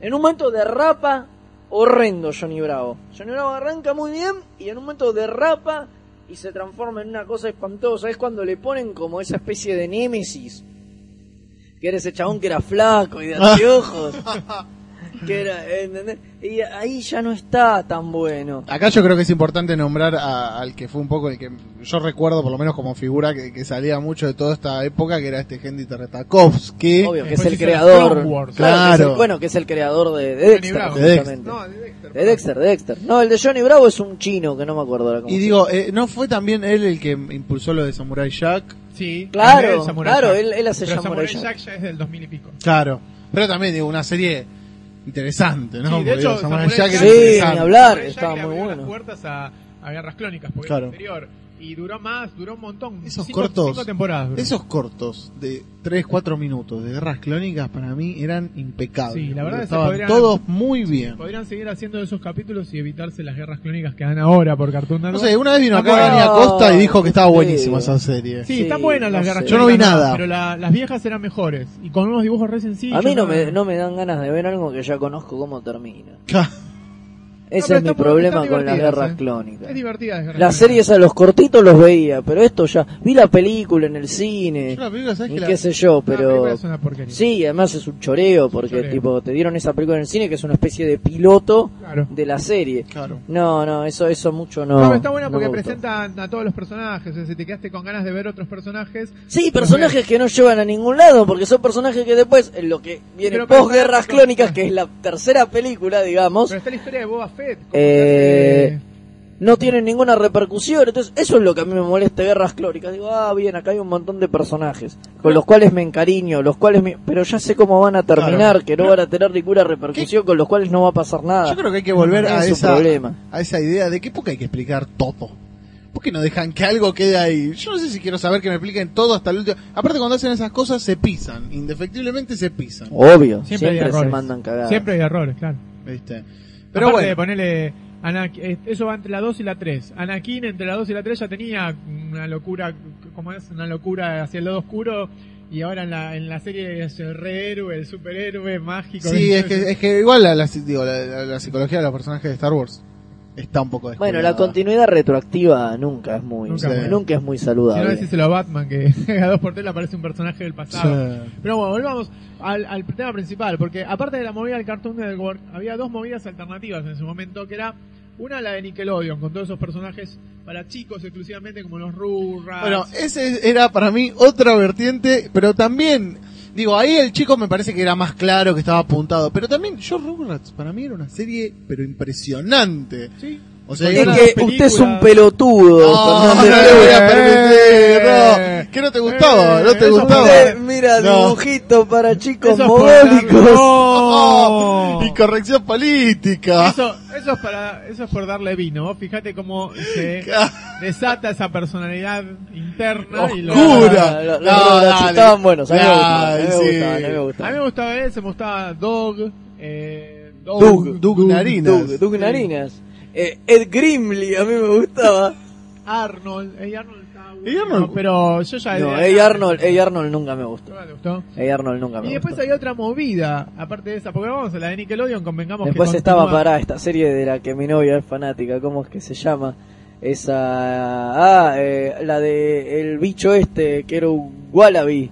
Speaker 5: en un momento derrapa horrendo Johnny Bravo. Johnny Bravo arranca muy bien y en un momento derrapa y se transforma en una cosa espantosa. Es cuando le ponen como esa especie de némesis. Que era ese chabón que era flaco y de anteojos. que era, ¿entendés? Y ahí ya no está tan bueno.
Speaker 3: Acá yo creo que es importante nombrar a- al que fue un poco el que yo recuerdo, por lo menos como figura que, que salía mucho de toda esta época, que era este Henry Tartakovsky.
Speaker 5: Obvio, que es
Speaker 4: Después
Speaker 5: el
Speaker 4: hizo
Speaker 5: creador.
Speaker 4: Clone Wars.
Speaker 5: Claro. que es el-
Speaker 3: Claro.
Speaker 5: bueno, que es el creador de, de
Speaker 4: Johnny
Speaker 5: Dexter,
Speaker 4: Bravo.
Speaker 3: De Dexter.
Speaker 5: justamente.
Speaker 4: No, de Dexter.
Speaker 5: De Dexter, de Dexter. No, el de Johnny Bravo es un chino que no me acuerdo ahora cómo
Speaker 3: Y
Speaker 5: se
Speaker 3: digo, eh, ¿no fue también él el que impulsó lo de Samurai Jack?
Speaker 4: Sí,
Speaker 5: Claro,
Speaker 4: él es Samurai
Speaker 5: claro,
Speaker 4: Jack.
Speaker 5: él- él hace
Speaker 4: Pero
Speaker 5: Samurai
Speaker 4: Samurai
Speaker 5: Jack.
Speaker 4: Jack ya es del 2000 y pico.
Speaker 3: Claro. Pero también, digo, una serie interesante, ¿no?
Speaker 4: Sí, de
Speaker 3: Porque,
Speaker 4: hecho,
Speaker 3: digo, Samurai
Speaker 4: Samurai
Speaker 3: Jack
Speaker 4: Jack-
Speaker 3: es
Speaker 5: Sí,
Speaker 3: interesante.
Speaker 5: ni hablar,
Speaker 4: Samurai Jack
Speaker 5: estaba
Speaker 4: le
Speaker 5: muy
Speaker 4: abrió las
Speaker 5: bueno.
Speaker 4: puertas a, a guerras clónicas, porque
Speaker 3: Claro.
Speaker 4: era inferior. Y duró más, duró un montón.
Speaker 3: Esos
Speaker 4: cinco,
Speaker 3: cortos.
Speaker 4: Cinco temporadas. duró.
Speaker 3: Esos cortos de 3, 4 minutos de guerras clónicas para mí eran impecables.
Speaker 4: Sí, la verdad
Speaker 3: porque
Speaker 4: es que
Speaker 3: estaban
Speaker 4: podrían-
Speaker 3: todos muy bien.
Speaker 4: Podrían seguir haciendo esos capítulos y evitarse las guerras clónicas que dan ahora por Cartoon
Speaker 3: No
Speaker 4: Network.
Speaker 3: sé, una vez vino
Speaker 4: Ah,
Speaker 3: acá
Speaker 4: bueno.
Speaker 3: Dani Acosta y dijo que estaba
Speaker 5: Sí.
Speaker 3: buenísima esa serie.
Speaker 4: Sí,
Speaker 5: Sí,
Speaker 4: están buenas las
Speaker 5: no
Speaker 4: guerras
Speaker 5: sé.
Speaker 3: Yo no vi
Speaker 4: clónicas,
Speaker 3: nada.
Speaker 4: Pero la- las viejas eran mejores. Y con unos dibujos re sencillos.
Speaker 5: A mí no
Speaker 4: nada.
Speaker 5: me, no me dan ganas de ver algo que ya conozco cómo termina.
Speaker 4: No,
Speaker 5: Ese
Speaker 4: pero
Speaker 5: es mi
Speaker 4: están-
Speaker 5: problema
Speaker 4: están
Speaker 5: con las
Speaker 4: divertidas,
Speaker 5: guerras
Speaker 4: eh.
Speaker 5: clónicas.
Speaker 4: Es divertida. las guerras
Speaker 5: Las
Speaker 4: clónicas.
Speaker 5: series a los cortitos los veía, pero esto ya. Vi la película en el cine,
Speaker 3: Yo la película, ¿sabes
Speaker 5: y
Speaker 3: que la-
Speaker 5: qué sé yo,
Speaker 4: La película
Speaker 5: pero.
Speaker 4: es una porquería.
Speaker 5: Sí, además es un choreo, porque
Speaker 4: choreo.
Speaker 5: tipo te dieron esa película en el cine que es una especie de piloto
Speaker 4: Claro.
Speaker 5: de la serie.
Speaker 3: Claro.
Speaker 5: No, no, eso eso mucho no.
Speaker 4: No, pero está buena
Speaker 5: no
Speaker 4: porque
Speaker 5: me gustó.
Speaker 4: presentan a todos los personajes. O sea, si te quedaste con ganas de ver otros personajes.
Speaker 5: Sí, personajes que no llevan a ningún lado, porque son personajes que después, en lo que viene
Speaker 4: Pero, pero,
Speaker 5: post guerras
Speaker 4: pero,
Speaker 5: clónicas,
Speaker 4: pero,
Speaker 5: que es la tercera película, digamos,
Speaker 4: Pero está la historia de Boba Fett. como
Speaker 5: Eh,
Speaker 4: que hace-
Speaker 5: no tienen ninguna repercusión. Entonces, eso es lo que a mí me molesta Guerras Clóricas. Digo, ah, bien, acá hay un montón de personajes con los cuales me encariño, los cuales me... pero ya sé cómo van a terminar, que no van a tener ninguna repercusión, con los cuales no va a pasar nada.
Speaker 3: Yo creo que hay que volver
Speaker 5: Ah, Es
Speaker 3: a
Speaker 5: un
Speaker 3: esa,
Speaker 5: problema.
Speaker 3: a esa idea de que por qué hay que explicar todo. ¿Por qué no dejan que algo quede ahí? Yo no sé si quiero saber que me expliquen todo hasta el último. Aparte, cuando hacen esas cosas, se pisan. Indefectiblemente se pisan.
Speaker 5: Obvio,
Speaker 4: Siempre,
Speaker 5: siempre,
Speaker 4: hay errores.
Speaker 5: se mandan cagadas.
Speaker 4: Siempre hay errores, claro.
Speaker 3: ¿Viste?
Speaker 4: Pero
Speaker 3: Pero
Speaker 4: Aparte,
Speaker 3: bueno,
Speaker 4: ponele. Ana- eh, eso va entre la 2 y la 3. Anakin entre la 2 y la 3 ya tenía una locura, ¿cómo es? Una locura hacia el lado oscuro. Y ahora en la, en la serie es el re héroe, el superhéroe mágico.
Speaker 3: sí, es que, es que igual la, la- digo, la- la- la psicología de los personajes de Star Wars está un poco
Speaker 5: Bueno,
Speaker 3: descuidada.
Speaker 5: la continuidad retroactiva nunca es muy,
Speaker 4: Nunca
Speaker 5: nunca,
Speaker 4: es buena.
Speaker 5: es muy
Speaker 4: Si no
Speaker 5: saludable.
Speaker 4: decís a Batman, que a dos por tres le aparece un personaje del pasado.
Speaker 3: Sí.
Speaker 4: Pero bueno, volvamos al, al tema principal, porque aparte de la movida del Cartoon Network, había dos movidas alternativas en su momento, que era una la de Nickelodeon, con todos esos personajes para chicos exclusivamente, como los Rugrats.
Speaker 3: Bueno, ese era para mí otra vertiente, pero también, digo, ahí el chico me parece que era más claro, que estaba apuntado, pero también yo Rugrats para mí era una serie, pero impresionante.
Speaker 4: sí.
Speaker 3: O sea,
Speaker 5: Es
Speaker 3: era-
Speaker 5: que
Speaker 4: películas.
Speaker 5: usted es un pelotudo.
Speaker 3: No, no
Speaker 5: Fernández
Speaker 3: le voy a
Speaker 5: Rivera.
Speaker 3: permitir, no. ¿Qué no te gustaba? ¿No te
Speaker 4: Eso
Speaker 3: gustaba?
Speaker 5: Usted mira
Speaker 3: No.
Speaker 5: dibujitos para chicos
Speaker 4: Eso es
Speaker 5: modélicos.
Speaker 3: Oh,
Speaker 4: por
Speaker 3: y corrección política.
Speaker 4: Eso, eso es para, eso es por darle vino. Vos Fíjate cómo se desata esa personalidad interna y lo-
Speaker 3: Oscura.
Speaker 5: No, no, no,
Speaker 3: No,
Speaker 5: no,
Speaker 3: dale.
Speaker 5: estaban buenos, a mí me gustaban, a mí
Speaker 3: Ay,
Speaker 5: me
Speaker 3: sí.
Speaker 5: gustaban, a mí me
Speaker 4: A mí
Speaker 5: gustaban.
Speaker 4: me gustaba ese, me gustaba Dog, eh, Dog,
Speaker 3: Doug, Doug Narinas.
Speaker 5: Doug, Doug Narinas. Eh, Ed Grimley, a mí me gustaba.
Speaker 4: Arnold, Ey Arnold estaba bueno,
Speaker 3: Ey, Arnold.
Speaker 4: no, pero yo ya
Speaker 5: No, Ey Arnold, Ey Arnold nunca me gustó.
Speaker 4: No me gustó.
Speaker 5: Ey Arnold nunca Ah, me
Speaker 4: Y después
Speaker 5: gustó.
Speaker 4: había otra movida, aparte de esa, porque vamos a la de Nickelodeon, convengamos
Speaker 5: Después
Speaker 4: que
Speaker 5: estaba
Speaker 4: continúa-
Speaker 5: parada esta serie de la que mi novia es fanática, ¿cómo es que se llama? Esa... Ah, eh, la de el bicho este, que era un wallaby.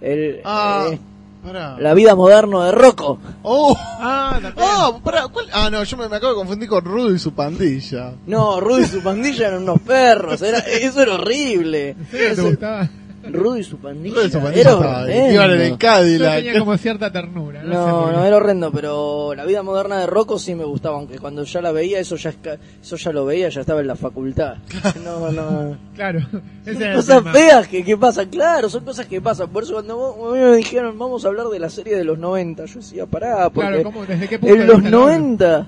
Speaker 5: El,
Speaker 3: Ah,
Speaker 5: eh,
Speaker 3: pará.
Speaker 5: la vida moderna de Rocco.
Speaker 3: Oh,
Speaker 4: Ah, también.
Speaker 3: ah, pará, ¿cuál? Ah, no, yo me, me acabo de confundir con Rudo y su pandilla.
Speaker 5: No, Rudy y su pandilla eran unos perros. Era, eso era horrible.
Speaker 4: ¿En serio te
Speaker 5: Eso-
Speaker 4: gustaba?
Speaker 5: Rudy y su pandilla.
Speaker 3: Rudo y su pandilla
Speaker 5: era
Speaker 3: estaba ahí, iban en
Speaker 5: horrendo.
Speaker 3: el
Speaker 4: Yo
Speaker 3: Cadillac.
Speaker 4: tenía como cierta ternura. No, sé
Speaker 5: No,
Speaker 4: por
Speaker 5: no,
Speaker 4: qué.
Speaker 5: era horrendo, pero la vida moderna de Rocco sí me gustaba, aunque cuando ya la veía, eso ya, es ca- eso ya lo veía, ya estaba en la facultad. No, no.
Speaker 4: Claro. Ese era el
Speaker 5: Cosas
Speaker 4: tema.
Speaker 5: feas que, que pasan, claro, son cosas que pasan. Por eso cuando vos- a mí me dijeron, vamos a hablar de la serie de los 90, yo decía, pará, porque
Speaker 4: Claro, ¿cómo? ¿Desde qué punto de
Speaker 5: en los
Speaker 4: vista lo hablan?
Speaker 5: 90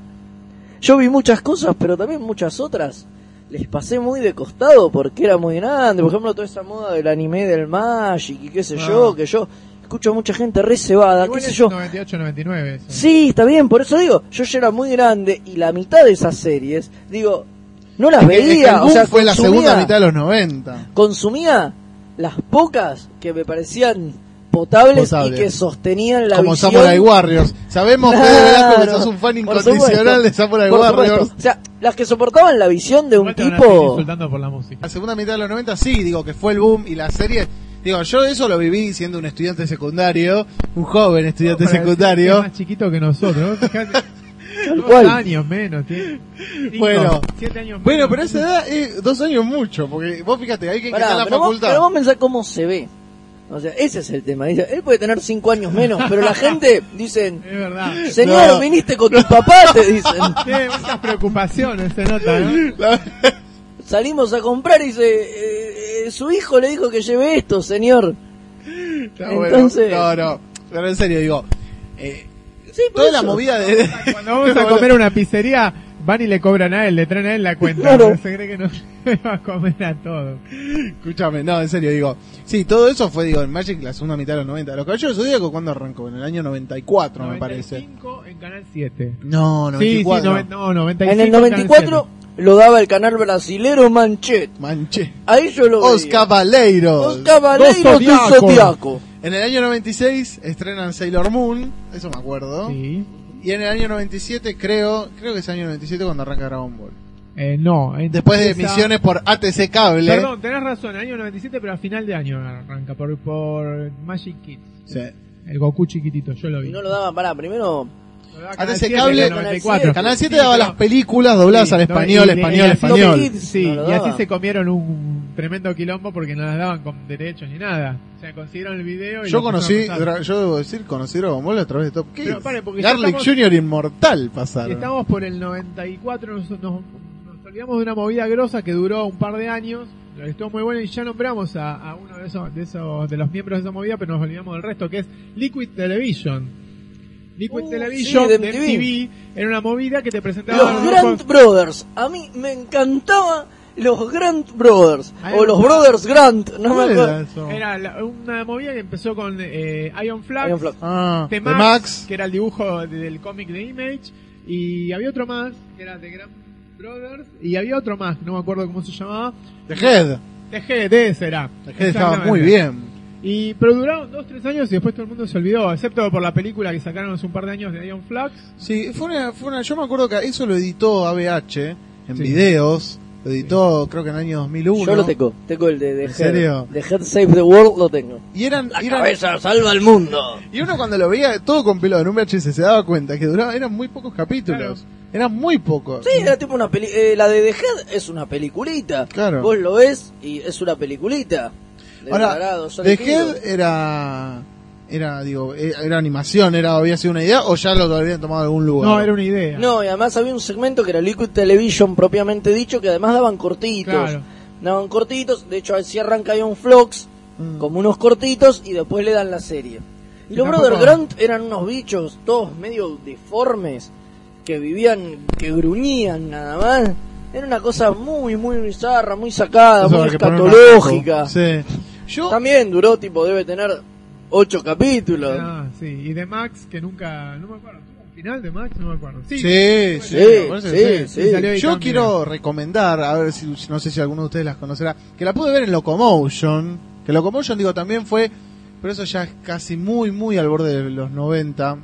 Speaker 5: yo vi muchas cosas, pero también muchas otras. Les pasé muy de costado porque era muy grande. Por ejemplo, toda esa moda del anime del Magic y qué sé
Speaker 4: Ah.
Speaker 5: yo, que yo escucho a mucha gente re cebada,
Speaker 4: Igual
Speaker 5: qué sé
Speaker 4: es
Speaker 5: yo.
Speaker 4: 98, 99. eso.
Speaker 5: Sí, está bien, por eso digo, yo ya era muy grande y la mitad de esas series, digo, no las
Speaker 3: Es que el
Speaker 5: veía, o
Speaker 3: boom
Speaker 5: sea,
Speaker 3: fue la
Speaker 5: consumía-
Speaker 3: segunda mitad de los 90.
Speaker 5: consumía las pocas que me parecían potables,
Speaker 3: Potables.
Speaker 5: y que sostenían la
Speaker 3: como
Speaker 5: visión.
Speaker 3: Samurai Warriors. Sabemos, Fede Velasco, que
Speaker 5: Claro,
Speaker 3: sos un fan
Speaker 5: por
Speaker 3: incondicional
Speaker 5: supuesto,
Speaker 3: de Samurai
Speaker 5: por supuesto.
Speaker 3: Warriors.
Speaker 5: O sea, las que soportaban la visión de un
Speaker 4: Igual te van a seguir
Speaker 5: tipo.
Speaker 4: insultando por la música.
Speaker 3: La segunda mitad de los 90, sí, digo que fue el boom y la serie. Digo, yo eso lo viví siendo un estudiante secundario, un joven estudiante
Speaker 4: Para decir que
Speaker 3: secundario.
Speaker 4: Es más chiquito que nosotros. ¿no? Fíjate, dos
Speaker 5: cual.
Speaker 4: años menos. tiene. Cinco,
Speaker 3: Bueno.
Speaker 4: siete años
Speaker 3: Bueno,
Speaker 4: menos.
Speaker 3: pero a esa edad es dos años mucho, porque vos fíjate, hay que
Speaker 5: Pará,
Speaker 3: está en la
Speaker 5: pero, vos,
Speaker 3: facultad.
Speaker 5: pero vos pensá cómo se ve. O sea, ese es el tema. Dice, él puede tener cinco años menos, pero la gente, dicen,
Speaker 4: Es verdad.
Speaker 5: señor,
Speaker 3: No.
Speaker 5: viniste con tu papá, te dicen.
Speaker 4: Tiene muchas preocupaciones, se nota, ¿no?
Speaker 3: La-
Speaker 5: Salimos a comprar y dice, eh, eh, su hijo le dijo que lleve esto, señor.
Speaker 3: Está bueno.
Speaker 5: Entonces-
Speaker 3: No, no, pero en serio digo, eh,
Speaker 5: Sí, por
Speaker 3: toda la
Speaker 5: eso.
Speaker 3: movida de...
Speaker 4: Cuando vamos a comer a una pizzería, van y le cobran a él, le traen a él la cuenta.
Speaker 5: Claro.
Speaker 4: ¿no? Se cree que nos va a comer a todos.
Speaker 3: Escúchame, no, en serio digo, sí, todo eso fue, digo, en Magic la segunda mitad de los 90. Los Caballeros del Zodíaco, ¿cuándo arrancó? En el año 94, me parece.
Speaker 4: 95 en Canal 7.
Speaker 3: No,
Speaker 4: Sí, sí,
Speaker 3: 94.
Speaker 4: noven- no, 95
Speaker 5: En el
Speaker 4: Canal
Speaker 5: 94
Speaker 4: 7.
Speaker 5: lo daba el canal brasilero Manchet.
Speaker 3: Manche.
Speaker 5: Ahí yo lo
Speaker 3: Os
Speaker 5: veía.
Speaker 3: Cabaleiros.
Speaker 5: Os Cabaleiros
Speaker 4: Dos
Speaker 5: de
Speaker 4: zodiacos.
Speaker 5: Zodiaco.
Speaker 3: En el año 96 estrenan Sailor Moon, eso me acuerdo.
Speaker 4: Sí.
Speaker 3: Y en el año 97 creo, creo que es el año 97 cuando arranca Dragon Ball.
Speaker 4: Eh, no.
Speaker 3: Después de
Speaker 4: empieza-
Speaker 3: misiones por ATC Cable.
Speaker 4: Perdón, tenés razón, año 97, pero a final de año arranca por, por Magic Kids.
Speaker 3: Sí.
Speaker 4: El Goku chiquitito, yo lo vi.
Speaker 5: Y no lo daban, pará, primero.
Speaker 4: Lo daba Canal
Speaker 3: Antes de cable-
Speaker 4: 7, en el 94.
Speaker 3: Canal 7
Speaker 4: Sí,
Speaker 3: daba
Speaker 4: pero-
Speaker 3: las películas dobladas
Speaker 4: Sí,
Speaker 3: al
Speaker 4: no,
Speaker 3: español,
Speaker 4: y- y-
Speaker 3: español,
Speaker 4: y-
Speaker 3: español.
Speaker 5: y-
Speaker 4: Sí,
Speaker 5: No lo
Speaker 4: y
Speaker 5: daba.
Speaker 4: así se comieron un tremendo quilombo porque no las daban con derechos ni nada. O sea, consiguieron el video y
Speaker 3: Yo
Speaker 4: lo
Speaker 3: conocí,
Speaker 4: empezaron a pasar.
Speaker 3: dra- yo debo decir, conocí Dragon Ball a través de Top Kids.
Speaker 4: Pero pare, porque ya
Speaker 3: Garlic
Speaker 4: estamos-
Speaker 3: Jr. Inmortal
Speaker 4: Y
Speaker 3: pasaron.
Speaker 4: estamos por el 94, nos, nos- nos olvidamos de una movida grosa que duró un par de años, pero que estuvo muy buena y ya nombramos a, a uno de esos, de esos, de los miembros de esa movida, pero nos olvidamos del resto, que es Liquid Television. Liquid
Speaker 5: Uh,
Speaker 4: Television
Speaker 5: sí,
Speaker 4: de
Speaker 5: de
Speaker 4: MTV.
Speaker 5: MTV.
Speaker 4: era una movida que te presentaba a
Speaker 5: Los
Speaker 4: los
Speaker 5: Grand Brothers. A mí me encantaba los Grand Brothers.
Speaker 4: Ahí
Speaker 5: O los
Speaker 4: está.
Speaker 5: Brothers Grant, no me
Speaker 3: ¿Cuál era
Speaker 5: acuerdo.
Speaker 3: eso?
Speaker 4: grupos- Era la- una movida que empezó con eh, Iron Flag,
Speaker 5: Iron Flag.
Speaker 3: Ah,
Speaker 4: de Max, que era el dibujo de- del cómic de Image, y había otro más, que era de Grand Brothers, y había otro más, no me acuerdo cómo se llamaba,
Speaker 3: de Head.
Speaker 4: TGD será.
Speaker 3: De Head estaba muy bien.
Speaker 4: Y, pero duraron dos, tres años y después todo el mundo se olvidó, excepto por la película que sacaron hace un par de años de Ion Flux.
Speaker 3: Sí, fue una, fue una, yo me acuerdo que eso lo editó ABH en
Speaker 4: Sí.
Speaker 3: videos. Lo editó, creo que en el año 2001.
Speaker 5: Yo lo tengo. Tengo el de, de
Speaker 3: ¿En
Speaker 5: Head-
Speaker 3: serio?
Speaker 5: De Head Save the World lo tengo.
Speaker 3: Y eran,
Speaker 5: La
Speaker 3: eran-
Speaker 5: cabeza salva al mundo.
Speaker 3: y uno cuando lo veía todo compilado en un VHS se daba cuenta que duraba, eran muy pocos capítulos. Eran muy pocos.
Speaker 5: Sí, era tipo una peli eh, la de The Head es una peliculita.
Speaker 3: Claro.
Speaker 5: Vos lo ves y es una peliculita. De
Speaker 3: Ahora,
Speaker 5: tarado, solo
Speaker 3: The
Speaker 5: tiro.
Speaker 3: Head era, era, digo, e- era animación, era, había sido una idea o ya lo habían tomado de algún lugar.
Speaker 4: No, era una idea.
Speaker 5: No, y además había un segmento que era Liquid Television propiamente dicho, que además daban cortitos.
Speaker 4: Claro.
Speaker 5: Daban cortitos, de hecho así arranca un Flox, como unos cortitos, y después le dan la serie. Y los
Speaker 4: Tampoco-
Speaker 5: Brother Grant eran unos bichos, todos medio deformes, que vivían, que gruñían nada más. Era una cosa muy, muy bizarra, muy sacada,
Speaker 3: Eso
Speaker 5: muy
Speaker 3: había que poner un
Speaker 5: escatológica.
Speaker 3: asterisco. Sí. Yo,
Speaker 5: También duró, tipo, debe tener ocho capítulos.
Speaker 4: Ah, sí. Y de Max, que nunca, no me acuerdo, ¿tuvo un final de Max? No me acuerdo. Sí.
Speaker 3: sí, sí,
Speaker 5: Sí,
Speaker 3: me parece
Speaker 5: sí,
Speaker 3: que
Speaker 5: sí.
Speaker 4: Salió ahí
Speaker 3: Yo
Speaker 4: también.
Speaker 3: quiero recomendar, a ver si no sé si alguno de ustedes las conocerá, que la pude ver en Locomotion, que Locomotion digo también fue, pero eso ya es casi muy muy al borde de los 90.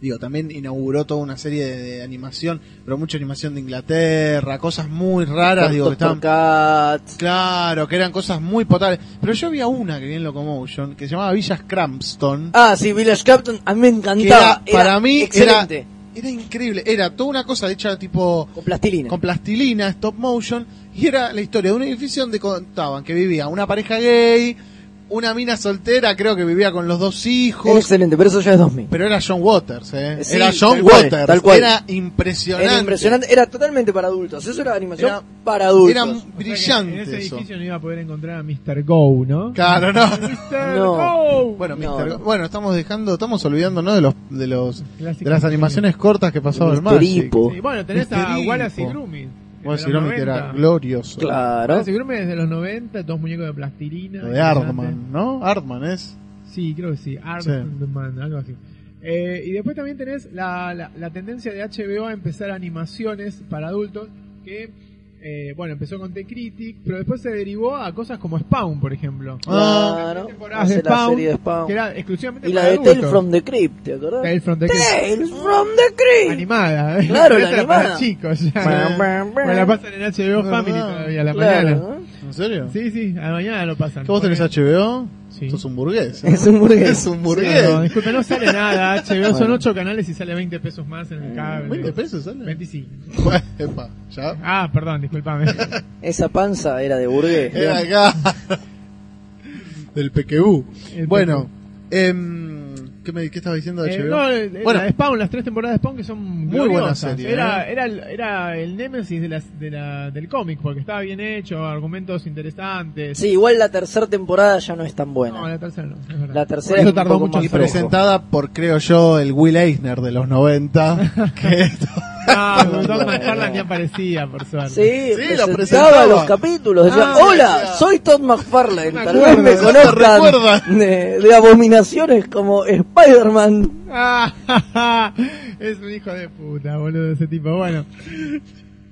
Speaker 3: Digo, también inauguró toda una serie de, de animación, pero mucha animación de Inglaterra, cosas muy raras, digo, que
Speaker 5: Cortos
Speaker 3: estaban
Speaker 5: por Cats.
Speaker 3: Claro, que eran cosas muy potables. Pero yo había una que vi en Locomotion, que se llamaba Villas Crampston.
Speaker 5: Ah, sí, Village Captain, a mí me
Speaker 3: que
Speaker 5: encantaba.
Speaker 3: era, para mí,
Speaker 5: excelente.
Speaker 3: era, era increíble. Era toda una cosa hecha tipo
Speaker 5: Con plastilina.
Speaker 3: con plastilina, stop motion, y era la historia de un edificio donde contaban que vivía una pareja gay, una mina soltera, creo que vivía con los dos
Speaker 5: Era
Speaker 3: hijos.
Speaker 5: excelente, pero eso ya es 2000.
Speaker 3: Pero era John Waters, ¿eh?
Speaker 5: Sí,
Speaker 3: era John
Speaker 5: tal cual,
Speaker 3: Waters.
Speaker 5: tal cual.
Speaker 3: Era impresionante.
Speaker 5: Era impresionante, era totalmente para adultos. Eso era animación
Speaker 3: Era-
Speaker 5: para
Speaker 3: Era
Speaker 5: adultos.
Speaker 4: O sea que En
Speaker 3: brillante
Speaker 4: ese
Speaker 3: eso.
Speaker 4: edificio no iba a poder encontrar a Mr. Go, ¿no?
Speaker 3: Claro, no.
Speaker 4: Mr.
Speaker 5: No.
Speaker 4: Go.
Speaker 3: Bueno,
Speaker 5: No,
Speaker 3: Mr.
Speaker 5: no.
Speaker 3: bueno, estamos dejando, estamos olvidándonos de los de los
Speaker 4: Clásico
Speaker 3: de las
Speaker 4: genio.
Speaker 3: animaciones cortas que pasaba el Magic.
Speaker 5: Hipo.
Speaker 4: Sí, bueno, tenés a
Speaker 3: Mr.
Speaker 4: Wallace y
Speaker 3: Hipo.
Speaker 4: Grumit.
Speaker 3: Bueno,
Speaker 4: de
Speaker 3: si
Speaker 4: los
Speaker 3: no, que era
Speaker 4: 90.
Speaker 3: glorioso.
Speaker 5: Claro.
Speaker 4: Wallace y Grumit desde los 90, dos muñecos de plastilina.
Speaker 3: Lo de
Speaker 4: interesante.
Speaker 3: Artman, ¿no? Artman es.
Speaker 4: Sí, creo que sí. Art
Speaker 3: Sí.
Speaker 4: Man, algo así. Eh, y después también tenés la, la, la tendencia de HBO a empezar animaciones para adultos que, eh, bueno, empezó con The Critic, pero después se derivó a cosas como Spawn, por ejemplo.
Speaker 5: Claro.
Speaker 4: Temporadas
Speaker 5: Ah, Hace
Speaker 4: de
Speaker 5: la
Speaker 4: Spawn,
Speaker 5: serie de Spawn.
Speaker 4: Que era exclusivamente
Speaker 5: Y la
Speaker 4: para
Speaker 5: de
Speaker 4: adultos.
Speaker 5: Tale from the Crypt, ¿te acordás?
Speaker 4: Tales from the Crypt.
Speaker 5: Tales from the Crypt.
Speaker 4: Animada, ¿eh?
Speaker 5: Claro, la
Speaker 4: Esa era para
Speaker 5: animada.
Speaker 4: chicos. ya.
Speaker 5: Bam, bam, bam.
Speaker 4: Bueno, la pasan en HBO Family
Speaker 3: Verdad.
Speaker 4: todavía a la
Speaker 5: Claro,
Speaker 4: mañana.
Speaker 5: ¿eh?
Speaker 3: ¿En serio?
Speaker 4: Sí, sí, a la mañana lo pasan.
Speaker 3: ¿Que vos tenés HBO?
Speaker 4: Sí.
Speaker 3: Sos un burgués.
Speaker 5: Es un burgués.
Speaker 3: Es un burgués.
Speaker 4: No, disculpe, no sale nada. HBO son
Speaker 5: Bueno.
Speaker 4: 8 canales y sale 20 pesos más en el cable.
Speaker 3: 20 Mm, pesos sale.
Speaker 4: 25.
Speaker 3: Bueno, epa, ya.
Speaker 4: Ah, perdón, discúlpame.
Speaker 5: Esa panza era de burgués. ¿no?
Speaker 3: Era acá. Del PQU.
Speaker 4: El
Speaker 3: Bueno, em, ¿qué, me, ¿qué estaba diciendo de
Speaker 4: Eh,
Speaker 3: HBO?
Speaker 4: no, eh,
Speaker 3: bueno,
Speaker 4: la de Spawn, las tres temporadas de Spawn que son muy
Speaker 3: buena
Speaker 4: buenas.
Speaker 3: serie, ¿eh?
Speaker 4: Era, era, el- era el némesis de las, de la, del cómic, porque estaba bien hecho, argumentos interesantes.
Speaker 5: Sí, igual la tercera temporada ya no es tan
Speaker 4: No,
Speaker 5: buena.
Speaker 4: la tercera no, es verdad.
Speaker 5: La tercera
Speaker 4: Eso
Speaker 5: es un
Speaker 4: tardó
Speaker 5: poco
Speaker 4: mucho
Speaker 5: más
Speaker 3: y
Speaker 4: en salir.
Speaker 5: flojo.
Speaker 3: presentada por, creo yo, el Will Eisner de los 90. que
Speaker 4: Ah, pero Tom McFarlane ni aparecía, por suerte.
Speaker 5: Sí,
Speaker 3: Sí, la
Speaker 5: presentaba,
Speaker 3: presentaba.
Speaker 5: los capítulos. Decía,
Speaker 3: Ah,
Speaker 5: hola,
Speaker 3: decía.
Speaker 5: soy Todd
Speaker 4: Me
Speaker 5: McFarlane. Tal
Speaker 4: acuerdo,
Speaker 5: vez me
Speaker 3: no te
Speaker 5: conozcan
Speaker 3: recuerda.
Speaker 5: de, de abominaciones como Spider-Man.
Speaker 4: Ah, ja, ja. es un hijo de puta, boludo, ese tipo. Bueno.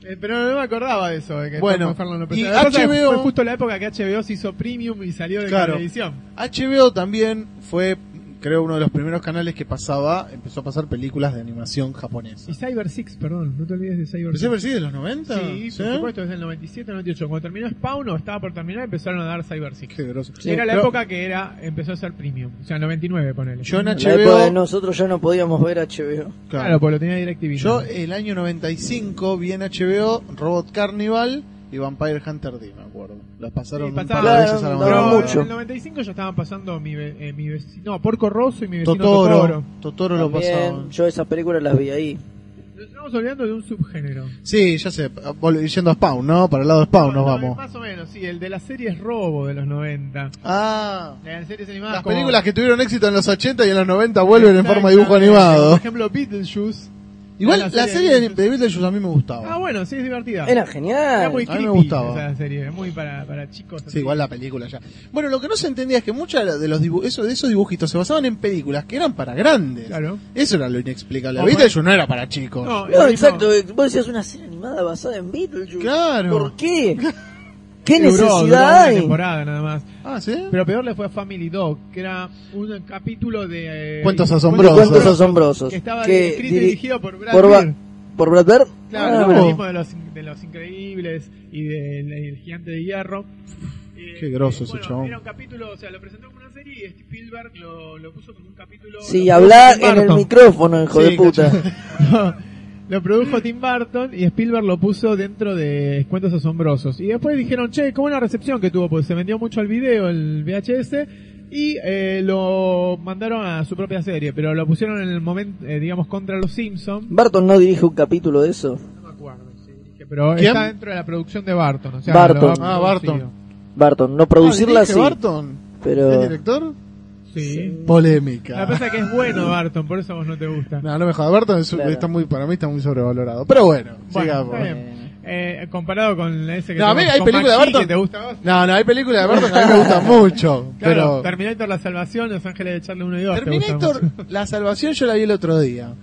Speaker 4: Eh, pero no me acordaba de eso, de que
Speaker 3: Bueno,
Speaker 4: Tom McFarlane no
Speaker 3: y
Speaker 4: presentaba. Lo que pasa es que
Speaker 3: HBO
Speaker 4: Fue justo la época que HBO se hizo premium y salió de
Speaker 3: Claro.
Speaker 4: televisión.
Speaker 3: HBO también fue, creo, uno de los primeros canales que pasaba, empezó a pasar películas de animación japonesa.
Speaker 4: Y Cyber Six, perdón, no te olvides de Cyber
Speaker 3: ¿Pero
Speaker 4: Six.
Speaker 3: siempre sí de los ¿Eh? 90?
Speaker 4: Sí, por supuesto, desde el 97, 98. Cuando terminó Spawn o estaba por terminar, empezaron a dar Cyber Six.
Speaker 3: Qué groso.
Speaker 4: era la
Speaker 3: Pero
Speaker 4: época que era empezó a ser premium. O sea, 99, ponele.
Speaker 3: Yo en
Speaker 5: La época de
Speaker 3: HBO,
Speaker 5: nosotros ya no podíamos ver HBO.
Speaker 3: claro,
Speaker 4: Claro, porque lo tenía DirecTV.
Speaker 3: yo el año 95 vi en HBO Robot Carnival y Vampire Hunter D, me acuerdo. Las pasaron
Speaker 4: Sí,
Speaker 3: un
Speaker 4: pasaban.
Speaker 3: par de veces a la
Speaker 5: Claro,
Speaker 3: madrugada.
Speaker 5: daba
Speaker 4: Pero
Speaker 5: mucho.
Speaker 4: En el 95 ya estaban pasando mi, ve- eh, mi vecino. No, Porco Rosso y mi vecino Totoro.
Speaker 3: Totoro, Totoro lo pasaba.
Speaker 5: También, yo esas películas las vi ahí.
Speaker 4: Nos estamos olvidando de un subgénero.
Speaker 3: Sí, ya sé, vol- yendo a Spawn, ¿no? Para el lado de Spawn nos
Speaker 4: No,
Speaker 3: vamos.
Speaker 4: Más o menos, sí. El de las series Robo de los 90.
Speaker 3: Ah,
Speaker 4: Las series animadas.
Speaker 3: las
Speaker 4: como-
Speaker 3: películas que tuvieron éxito en los 80 y en los 90 vuelven en forma de dibujo
Speaker 4: Exactamente, Por
Speaker 3: animado.
Speaker 4: ejemplo, Beetlejuice.
Speaker 3: Igual
Speaker 4: Era
Speaker 3: la serie de de Beetlejuice a mí me
Speaker 4: Ah,
Speaker 3: gustaba.
Speaker 4: bueno, sí, es divertida.
Speaker 5: Era
Speaker 4: Era
Speaker 5: genial.
Speaker 4: muy
Speaker 3: Oh. a mí
Speaker 4: creepy
Speaker 3: me gustaba.
Speaker 4: esa serie, muy para, para chicos.
Speaker 3: Sí,
Speaker 4: así.
Speaker 3: igual la película ya. Bueno, lo que no se entendía es que muchos de los dibu- eso- de esos dibujitos se basaban en películas que eran para grandes.
Speaker 4: Claro.
Speaker 3: Eso era lo inexplicable.
Speaker 4: O
Speaker 3: Beetlejuice no era para chicos.
Speaker 4: No,
Speaker 5: No,
Speaker 4: el
Speaker 5: exacto.
Speaker 4: mismo-
Speaker 5: Vos decías una serie animada basada en Beetlejuice.
Speaker 3: Claro.
Speaker 5: ¿Por qué? ¿Qué
Speaker 4: duró- duró
Speaker 5: necesidad
Speaker 4: una
Speaker 5: hay?
Speaker 4: temporada nada más.
Speaker 3: Ah, ¿sí?
Speaker 4: Pero peor le fue a Family Dog, que era un capítulo de. eh,
Speaker 3: Cuentos
Speaker 5: Cuentos
Speaker 3: asombrosos. Cuentos
Speaker 5: asombrosos.
Speaker 4: Que estaba escrito y
Speaker 5: diri-
Speaker 4: dirigido por Brad
Speaker 5: por,
Speaker 4: Bird.
Speaker 5: Ba- por Brad Bird.
Speaker 4: Claro,
Speaker 5: Ah,
Speaker 4: el
Speaker 3: no.
Speaker 4: mismo de los, de los Increíbles y del el Gigante de Hierro. Eh,
Speaker 3: Qué groso ese
Speaker 4: bueno,
Speaker 3: chabón.
Speaker 4: Era un capítulo, o sea, lo presentó como una serie y Spielberg lo, lo puso como un capítulo.
Speaker 5: Sí,
Speaker 4: lo
Speaker 5: habla
Speaker 4: produjo Tim
Speaker 5: en el
Speaker 4: Burton.
Speaker 5: micrófono, hijo
Speaker 3: Sí,
Speaker 5: de puta.
Speaker 4: lo produjo Tim Burton y Spielberg lo puso dentro de Cuentos Asombrosos. Y después dijeron, che, qué buena recepción que tuvo, porque se vendió mucho el video, el VHS, y eh, lo mandaron a su propia serie, pero lo pusieron en el momento, eh, digamos, contra los Simpsons.
Speaker 5: Barton no dirige un capítulo de eso.
Speaker 4: No me acuerdo, sí, dije, pero
Speaker 3: ¿Quién?
Speaker 4: está dentro de la producción de Barton. O sea,
Speaker 5: Barton.
Speaker 4: lo ha
Speaker 3: Ah, Barton.
Speaker 4: producido.
Speaker 5: Barton, no producirla
Speaker 3: Ah, ¿dirige
Speaker 5: sí,
Speaker 3: Barton? ¿El
Speaker 5: pero
Speaker 3: director?
Speaker 4: Sí. La
Speaker 3: Polémica.
Speaker 4: pasa que es bueno Barton, por eso a vos no te gusta.
Speaker 3: No, no me jodas. Barton es-
Speaker 5: Claro.
Speaker 3: está muy, para mí está muy sobrevalorado. Pero bueno,
Speaker 4: Bueno,
Speaker 3: sigamos.
Speaker 4: está bien. Eh, comparado con ese que,
Speaker 3: No, a
Speaker 4: tenemos
Speaker 3: mí hay
Speaker 4: con
Speaker 3: películas de
Speaker 4: Max Hill,
Speaker 3: Barton.
Speaker 4: que te gusta a vos.
Speaker 3: No, no, hay películas de Barton que a mí me gustan mucho.
Speaker 4: Claro,
Speaker 3: pero
Speaker 4: Terminator La Salvación, Los Ángeles de Charlie 1 y 2.
Speaker 3: Terminator, la salvación yo la vi el otro día.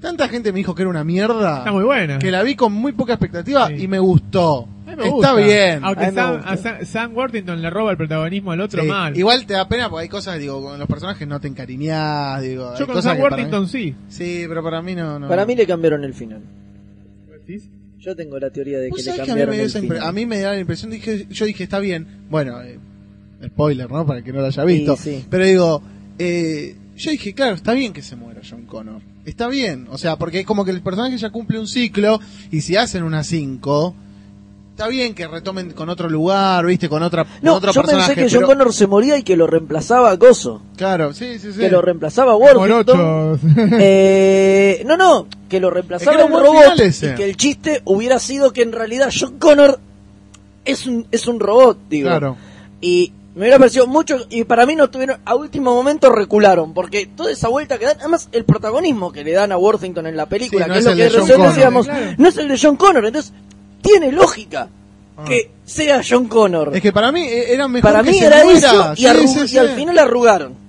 Speaker 3: Tanta gente me dijo que era una mierda.
Speaker 4: Está muy buena.
Speaker 3: Que la vi con muy poca expectativa
Speaker 4: Sí.
Speaker 3: y me gustó.
Speaker 4: A mí me
Speaker 3: Está
Speaker 4: gusta.
Speaker 3: bien.
Speaker 5: A
Speaker 4: Aunque
Speaker 5: mí me
Speaker 4: Sam,
Speaker 5: gusta.
Speaker 4: a Sam, Sam Worthington le roba el protagonismo al otro
Speaker 3: Sí.
Speaker 4: mal.
Speaker 3: Igual te da pena porque hay cosas, digo, con los personajes no te encariñás, digo. hay
Speaker 4: Yo con
Speaker 3: cosas
Speaker 4: Sam
Speaker 3: que para mí-
Speaker 4: Worthington sí.
Speaker 3: Sí, pero para mí no. no.
Speaker 5: para mí le cambiaron el final.
Speaker 4: ¿Sí?
Speaker 5: Yo tengo la teoría de
Speaker 3: ¿Vos
Speaker 5: que le
Speaker 3: sabés que a mí,
Speaker 5: cambiaron
Speaker 3: me dio
Speaker 5: el
Speaker 3: esa impre-
Speaker 5: final.
Speaker 3: a mí me da la impresión, dije, yo dije, está bien. Bueno, eh, spoiler, ¿no? Para el que no lo haya visto.
Speaker 5: Sí, sí.
Speaker 3: Pero digo, eh, yo dije, claro, está bien que se muera John Connor. Está bien. O sea, porque es como que el personaje ya cumple un ciclo y si hacen una 5, está bien que retomen con otro lugar, viste, con otra con
Speaker 5: no,
Speaker 3: otro
Speaker 5: yo
Speaker 3: personaje.
Speaker 5: pensé que John
Speaker 3: pero-
Speaker 5: Connor se moría y que lo reemplazaba Gozo.
Speaker 3: Claro, sí, sí, sí.
Speaker 5: Que lo reemplazaba Worthington.
Speaker 4: Morochos.
Speaker 5: Eh, no, no, que lo
Speaker 3: Es que
Speaker 5: reemplazara
Speaker 3: era
Speaker 5: un
Speaker 3: un buen
Speaker 5: robot
Speaker 3: final ese.
Speaker 5: y que el chiste hubiera sido que en realidad John Connor es un, es un robot, digo.
Speaker 3: Claro.
Speaker 5: Y me hubiera parecido mucho, y para mí no tuvieron, a último momento recularon, porque toda esa vuelta que dan, además el protagonismo que le dan a Worthington en la película,
Speaker 3: Sí, no
Speaker 5: que
Speaker 3: es
Speaker 5: es, lo
Speaker 3: el
Speaker 5: que
Speaker 3: de John
Speaker 5: recién
Speaker 3: Connor.
Speaker 5: decíamos,
Speaker 4: Claro.
Speaker 5: no es el de John Connor, entonces tiene lógica que sea John Connor.
Speaker 3: Ah. Es que para mí eh, era mejor
Speaker 5: para
Speaker 3: que
Speaker 5: mí
Speaker 3: se
Speaker 5: era
Speaker 3: muera.
Speaker 5: eso, y,
Speaker 3: Sí,
Speaker 5: arru-
Speaker 3: sí,
Speaker 5: y
Speaker 3: sí.
Speaker 5: al final arrugaron.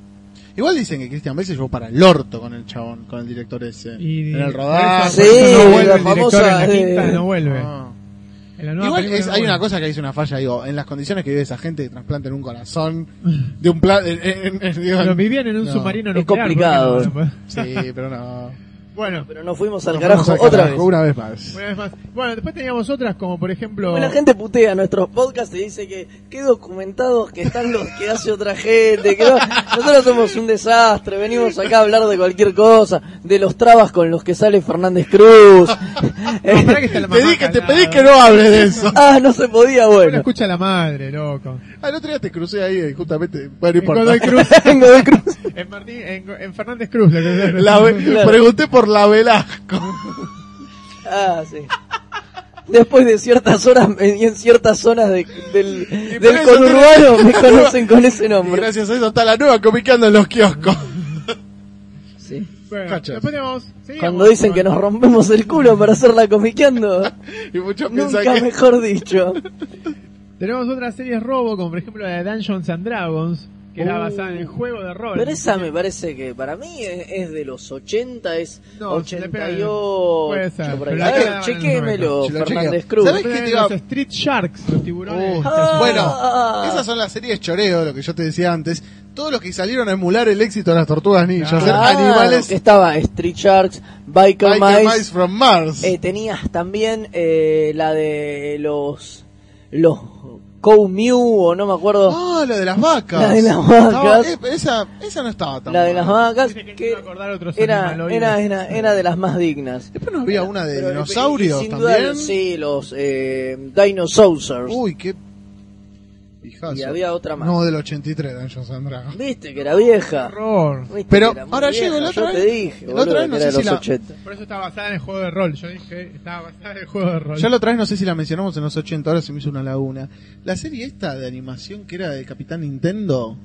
Speaker 3: Igual dicen que Christian Bale se llevó para el orto con el chabón, con el director ese.
Speaker 4: Y-
Speaker 3: en el rodaje.
Speaker 5: Sí,
Speaker 4: por eso no vuelve
Speaker 5: la
Speaker 4: el director
Speaker 5: famosa,
Speaker 4: en la quinta,
Speaker 5: eh,
Speaker 4: no vuelve.
Speaker 3: Ah.
Speaker 4: En la nueva
Speaker 3: Igual
Speaker 4: película
Speaker 3: es-
Speaker 4: no
Speaker 3: hay
Speaker 4: vuelve.
Speaker 3: una cosa que es una falla, digo, en las condiciones que vive esa gente que trasplantan un corazón de un plan... en- en- en- digo,
Speaker 4: Pero vivían en un
Speaker 3: No.
Speaker 4: submarino
Speaker 5: Es
Speaker 4: nuclear.
Speaker 5: complicado.
Speaker 4: ¿por qué no?
Speaker 3: Sí, pero no.
Speaker 4: Bueno,
Speaker 5: Pero nos fuimos al
Speaker 3: Nos
Speaker 5: carajo,
Speaker 3: vamos al
Speaker 5: otra
Speaker 3: carajo,
Speaker 5: vez.
Speaker 3: Una vez más.
Speaker 4: una vez más. Bueno, después teníamos otras como por ejemplo...
Speaker 5: Bueno, La gente putea nuestros podcasts y dice que qué documentados que están los que hace otra gente. Que no- Nosotros somos un desastre, venimos acá a hablar de cualquier cosa, de los trabas con los que sale Fernández Cruz.
Speaker 4: No, pará que está la
Speaker 3: Te,
Speaker 4: mamá
Speaker 3: di que,
Speaker 4: acá
Speaker 3: te
Speaker 4: al
Speaker 3: pedí
Speaker 4: lado.
Speaker 3: que no hables de eso.
Speaker 5: ah, no se podía,
Speaker 4: Uno
Speaker 5: bueno.
Speaker 4: escucha a la madre, loco.
Speaker 3: Al otro día te crucé ahí, eh, justamente. Bueno, no
Speaker 4: En Godoy
Speaker 3: importa.
Speaker 4: Cruz,
Speaker 5: Godoy Cruz.
Speaker 4: en, Martín- en- en Fernández Cruz. lo que-
Speaker 3: La ve-
Speaker 5: Claro.
Speaker 3: Pregunté por la Velasco.
Speaker 5: Ah, sí. Después de ciertas horas y en ciertas zonas de- del,
Speaker 3: por
Speaker 5: del
Speaker 3: eso
Speaker 5: conurbano me conocen con ese
Speaker 3: Y
Speaker 5: nombre.
Speaker 3: gracias a eso está la nueva comiqueando en los kioscos.
Speaker 5: Sí.
Speaker 4: Bueno,
Speaker 3: Cachas.
Speaker 4: después teníamos- seguíamos
Speaker 5: Cuando dicen
Speaker 4: con-
Speaker 5: que nos rompemos el culo para hacerla comiqueando.
Speaker 3: Y muchos piensan
Speaker 5: Nunca
Speaker 3: que...
Speaker 5: mejor dicho.
Speaker 4: Tenemos otras series robo, como por ejemplo la de Dungeons and Dragons, que era
Speaker 3: Oh.
Speaker 5: Uh.
Speaker 4: basada en el juego de rol.
Speaker 5: Pero esa me parece que para mí es, es de los 80, es
Speaker 4: No, se le pega el-
Speaker 5: 88.
Speaker 4: puede ser,
Speaker 5: por
Speaker 4: pero
Speaker 5: ahí. A
Speaker 4: la
Speaker 5: ver,
Speaker 4: quedaban en los
Speaker 5: chequémelo,
Speaker 3: noventa. Si lo
Speaker 5: Fernández
Speaker 3: chequea.
Speaker 5: Cruz.
Speaker 3: ¿Sabés
Speaker 4: Después
Speaker 3: qué
Speaker 4: eran
Speaker 3: te iba-
Speaker 4: los Street Sharks, los tiburones.
Speaker 3: Oh.
Speaker 5: Ah.
Speaker 3: Bueno, esas son las series choreo, lo que yo te decía antes. Todos los que salieron a emular el éxito de las tortugas ninjas, hacer
Speaker 5: Claro,
Speaker 3: animales
Speaker 5: Ah, Estaba Street Sharks, Biker,
Speaker 3: Biker
Speaker 5: Mice.
Speaker 3: Mice from Mars.
Speaker 5: eh, tenías también eh, la de los. Los. Cow Mew, o no me acuerdo.
Speaker 3: Ah, la de las vacas.
Speaker 5: La de las
Speaker 3: Estaba-
Speaker 5: vacas.
Speaker 3: eh, esa, esa no estaba tan
Speaker 5: la de las
Speaker 3: mal.
Speaker 5: vacas.
Speaker 4: Tiene que
Speaker 5: Que
Speaker 4: acordar otros
Speaker 5: era,
Speaker 4: animaloides.
Speaker 5: era, era, era de las más dignas.
Speaker 3: Después no había una de
Speaker 5: Pero- eh,
Speaker 3: dinosaurios
Speaker 5: y sin duda,
Speaker 3: también.
Speaker 5: Sí, los eh, Dinosaurs.
Speaker 3: Uy, qué. Fijazo.
Speaker 5: Y había otra más.
Speaker 3: No, del 83, Dungeons and Dragons.
Speaker 5: Viste que era vieja.
Speaker 4: Horror.
Speaker 5: Viste
Speaker 3: Pero
Speaker 5: que era muy
Speaker 3: ahora
Speaker 5: vieja,
Speaker 3: llego la otra
Speaker 5: Yo
Speaker 3: vez.
Speaker 5: te dije,
Speaker 3: la
Speaker 5: boludo,
Speaker 3: otra vez no
Speaker 5: que
Speaker 3: sé
Speaker 5: era de
Speaker 3: si
Speaker 5: los
Speaker 3: la-
Speaker 5: 80.
Speaker 4: Por eso está basada en el juego de rol. Yo dije, estaba basada en el juego de rol.
Speaker 3: Ya la otra vez no sé si la mencionamos en los 80, ahora se me hizo una laguna. La serie esta de animación que era de Capitán Nintendo,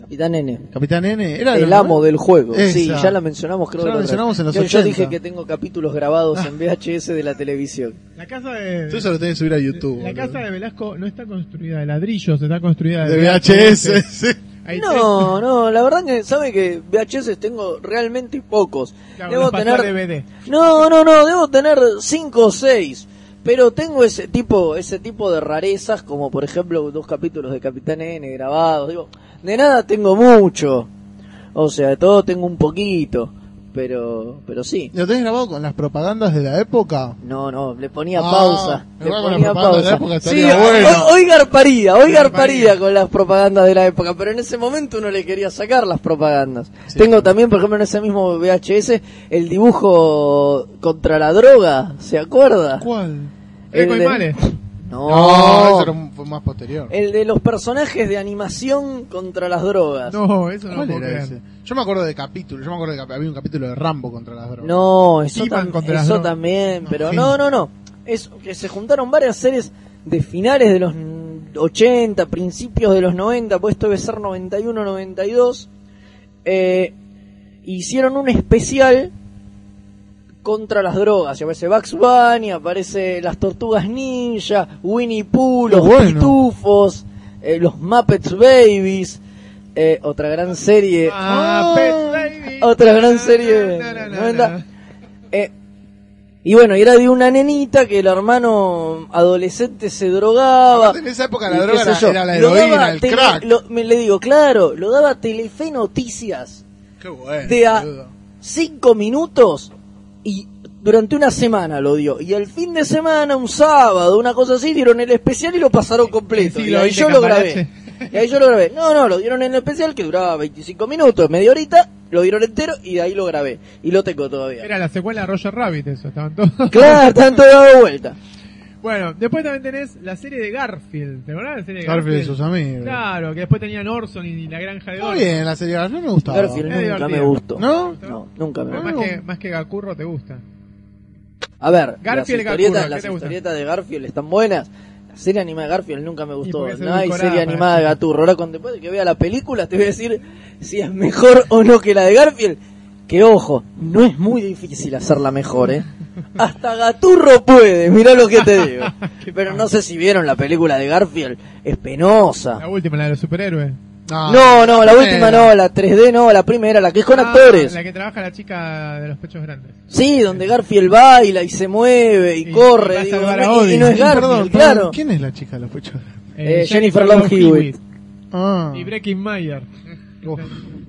Speaker 5: Capitán N.
Speaker 3: Capitán N, era de
Speaker 5: El
Speaker 3: los
Speaker 5: amo del juego. Sí,
Speaker 3: Esa.
Speaker 5: ya la mencionamos, creo.
Speaker 3: Ya la
Speaker 5: que otra vez.
Speaker 3: mencionamos en los Ah.
Speaker 5: yo, yo
Speaker 3: 80.
Speaker 5: dije que tengo capítulos grabados en VHS de la televisión.
Speaker 4: La casa de...
Speaker 3: Tú eso lo tenés que subir a YouTube.
Speaker 4: La
Speaker 3: boludo.
Speaker 4: casa de Velasco no está construida de ladrillos, está construida de,
Speaker 3: de VHS. sí.
Speaker 4: Hay
Speaker 5: No, no, la verdad que, ¿sabe que VHS tengo realmente pocos?
Speaker 4: tres- claro,
Speaker 5: Debo
Speaker 4: nos pasó
Speaker 5: tener
Speaker 4: DVD.
Speaker 5: No, no, no, debo tener cinco o seis. Pero tengo ese tipo, ese tipo de rarezas, como por ejemplo dos capítulos de Capitán N grabados. Digo, de nada tengo mucho. O sea, de todo tengo un poquito. Pero, pero sí.
Speaker 3: ¿Lo tenés grabado con las propagandas de la época?
Speaker 5: No, no, le ponía
Speaker 3: Ah,
Speaker 5: pausa.
Speaker 3: me
Speaker 5: Le
Speaker 3: acuerdo con la
Speaker 5: ponía
Speaker 3: propaganda de la
Speaker 5: pausa.
Speaker 3: época,
Speaker 5: Sí,
Speaker 3: estaría bueno.
Speaker 5: hoy, hoy garparía, hoy garparía
Speaker 4: Garparía.
Speaker 5: con las propagandas de la época, pero en ese momento no le quería sacar las propagandas. Tengo también, por ejemplo, en ese mismo VHS, el dibujo contra la droga, ¿se acuerda?
Speaker 3: ¿Cuál?
Speaker 5: El
Speaker 4: Eco y
Speaker 5: de-
Speaker 4: Males.
Speaker 3: No,
Speaker 5: No,
Speaker 3: eso era un- fue más posterior.
Speaker 5: el de los personajes de animación contra las drogas.
Speaker 4: No, eso no lo
Speaker 3: ¿Cuál
Speaker 4: puedo
Speaker 3: era
Speaker 4: creer.
Speaker 3: ese? Yo me acuerdo de capítulo, yo me acuerdo de cap- había un capítulo de Rambo contra las drogas.
Speaker 5: No, eso,
Speaker 4: He-Man
Speaker 5: tam-
Speaker 4: contra las
Speaker 5: eso
Speaker 4: drogas.
Speaker 5: también, pero
Speaker 3: sí.
Speaker 5: no, no, no. Es que se juntaron varias series de finales de los 80, principios de los 90, pues esto debe ser 91, 92. Eh, hicieron un especial contra las drogas. Y aparece Bugs Bunny, aparece las tortugas ninja, Winnie Pooh, los
Speaker 3: bueno.
Speaker 5: pitufos, eh, los Muppets Babies. eh, otra gran serie. Oh.
Speaker 4: Ah,
Speaker 3: Ah,
Speaker 4: Pet Baby.
Speaker 5: Otra gran
Speaker 4: Na,
Speaker 5: serie.
Speaker 4: na, na, na,
Speaker 5: Noventa.
Speaker 4: na.
Speaker 5: Eh, y bueno, y era de una nenita que el hermano adolescente se drogaba.
Speaker 3: Aparte, en esa época
Speaker 5: y
Speaker 3: la
Speaker 5: qué
Speaker 3: Ah, droga
Speaker 5: sé
Speaker 3: era,
Speaker 5: yo.
Speaker 3: era la
Speaker 5: Lo
Speaker 3: heroína,
Speaker 5: daba
Speaker 3: el
Speaker 5: tele-
Speaker 3: crack.
Speaker 5: lo- me le digo, claro, lo daba Telefe Noticias
Speaker 3: Qué bueno.
Speaker 5: de a
Speaker 3: boludo.
Speaker 5: cinco minutos y durante una semana lo dio. Y al fin de semana, un sábado, una cosa así, dieron el especial y lo pasaron completo.
Speaker 4: sí,
Speaker 5: y
Speaker 4: lo
Speaker 5: ahí
Speaker 4: viste,
Speaker 5: yo lo grabé.
Speaker 4: Cambalache.
Speaker 5: Y ahí yo lo grabé. No, no, lo dieron en el especial que duraba 25 minutos, media horita, lo dieron entero y de ahí lo grabé. Y lo tengo todavía.
Speaker 4: Era la secuela de Roger Rabbit, eso, estaban todos.
Speaker 5: Claro, tanto dado vuelta.
Speaker 4: Bueno, después también tenés la serie de Garfield. ¿Te acordás de la serie de
Speaker 3: Garfield
Speaker 4: Garfield?
Speaker 3: y sus amigos.
Speaker 4: Claro, que después tenían Orson y la granja de
Speaker 3: Está
Speaker 4: Orson.
Speaker 3: bien, la serie no me gustaba.
Speaker 5: Garfield
Speaker 4: Es
Speaker 5: nunca
Speaker 4: divertido.
Speaker 5: me gustó.
Speaker 3: ¿No?
Speaker 5: No, nunca me
Speaker 4: Pero
Speaker 5: gustó.
Speaker 4: más, que, más que Gacurro te gusta.
Speaker 5: A ver, las
Speaker 4: Garfield,
Speaker 5: historietas,
Speaker 4: Gakura, ¿qué
Speaker 5: las
Speaker 4: te gusta?
Speaker 5: historietas de Garfield están buenas. La serie animada de Garfield nunca me gustó.
Speaker 4: porque es
Speaker 5: No hay
Speaker 4: edulcorada,
Speaker 5: serie
Speaker 4: parece.
Speaker 5: animada de Gaturro. Ahora, cuando después de que vea la película, te voy a decir si es mejor o no que la de Garfield. Que ojo, no es muy difícil hacerla mejor, ¿eh? Hasta Gaturro puede, mirá lo que te digo. Pero no sé si vieron la película de Garfield. Es
Speaker 4: La
Speaker 5: penosa.
Speaker 4: última, la de los superhéroes.
Speaker 5: No, no, la última
Speaker 3: primera.
Speaker 5: no, la 3D no, la primera, la que es con
Speaker 4: Ah,
Speaker 5: actores.
Speaker 4: La que trabaja la chica de los pechos grandes.
Speaker 5: Sí, donde Garfield baila y se mueve y,
Speaker 4: Y- y va
Speaker 5: corre.
Speaker 4: a
Speaker 5: digo,
Speaker 4: salvar
Speaker 5: no-
Speaker 4: a
Speaker 5: y- y,
Speaker 4: Odin.
Speaker 5: no es
Speaker 4: Sí,
Speaker 5: Garfield,
Speaker 3: Perdón, perdón,
Speaker 5: claro.
Speaker 3: ¿Quién es la chica de los pechos?
Speaker 5: Eh, Jennifer Love Hewitt.
Speaker 3: Ah.
Speaker 4: Y Breaking Mayer.
Speaker 3: Uf.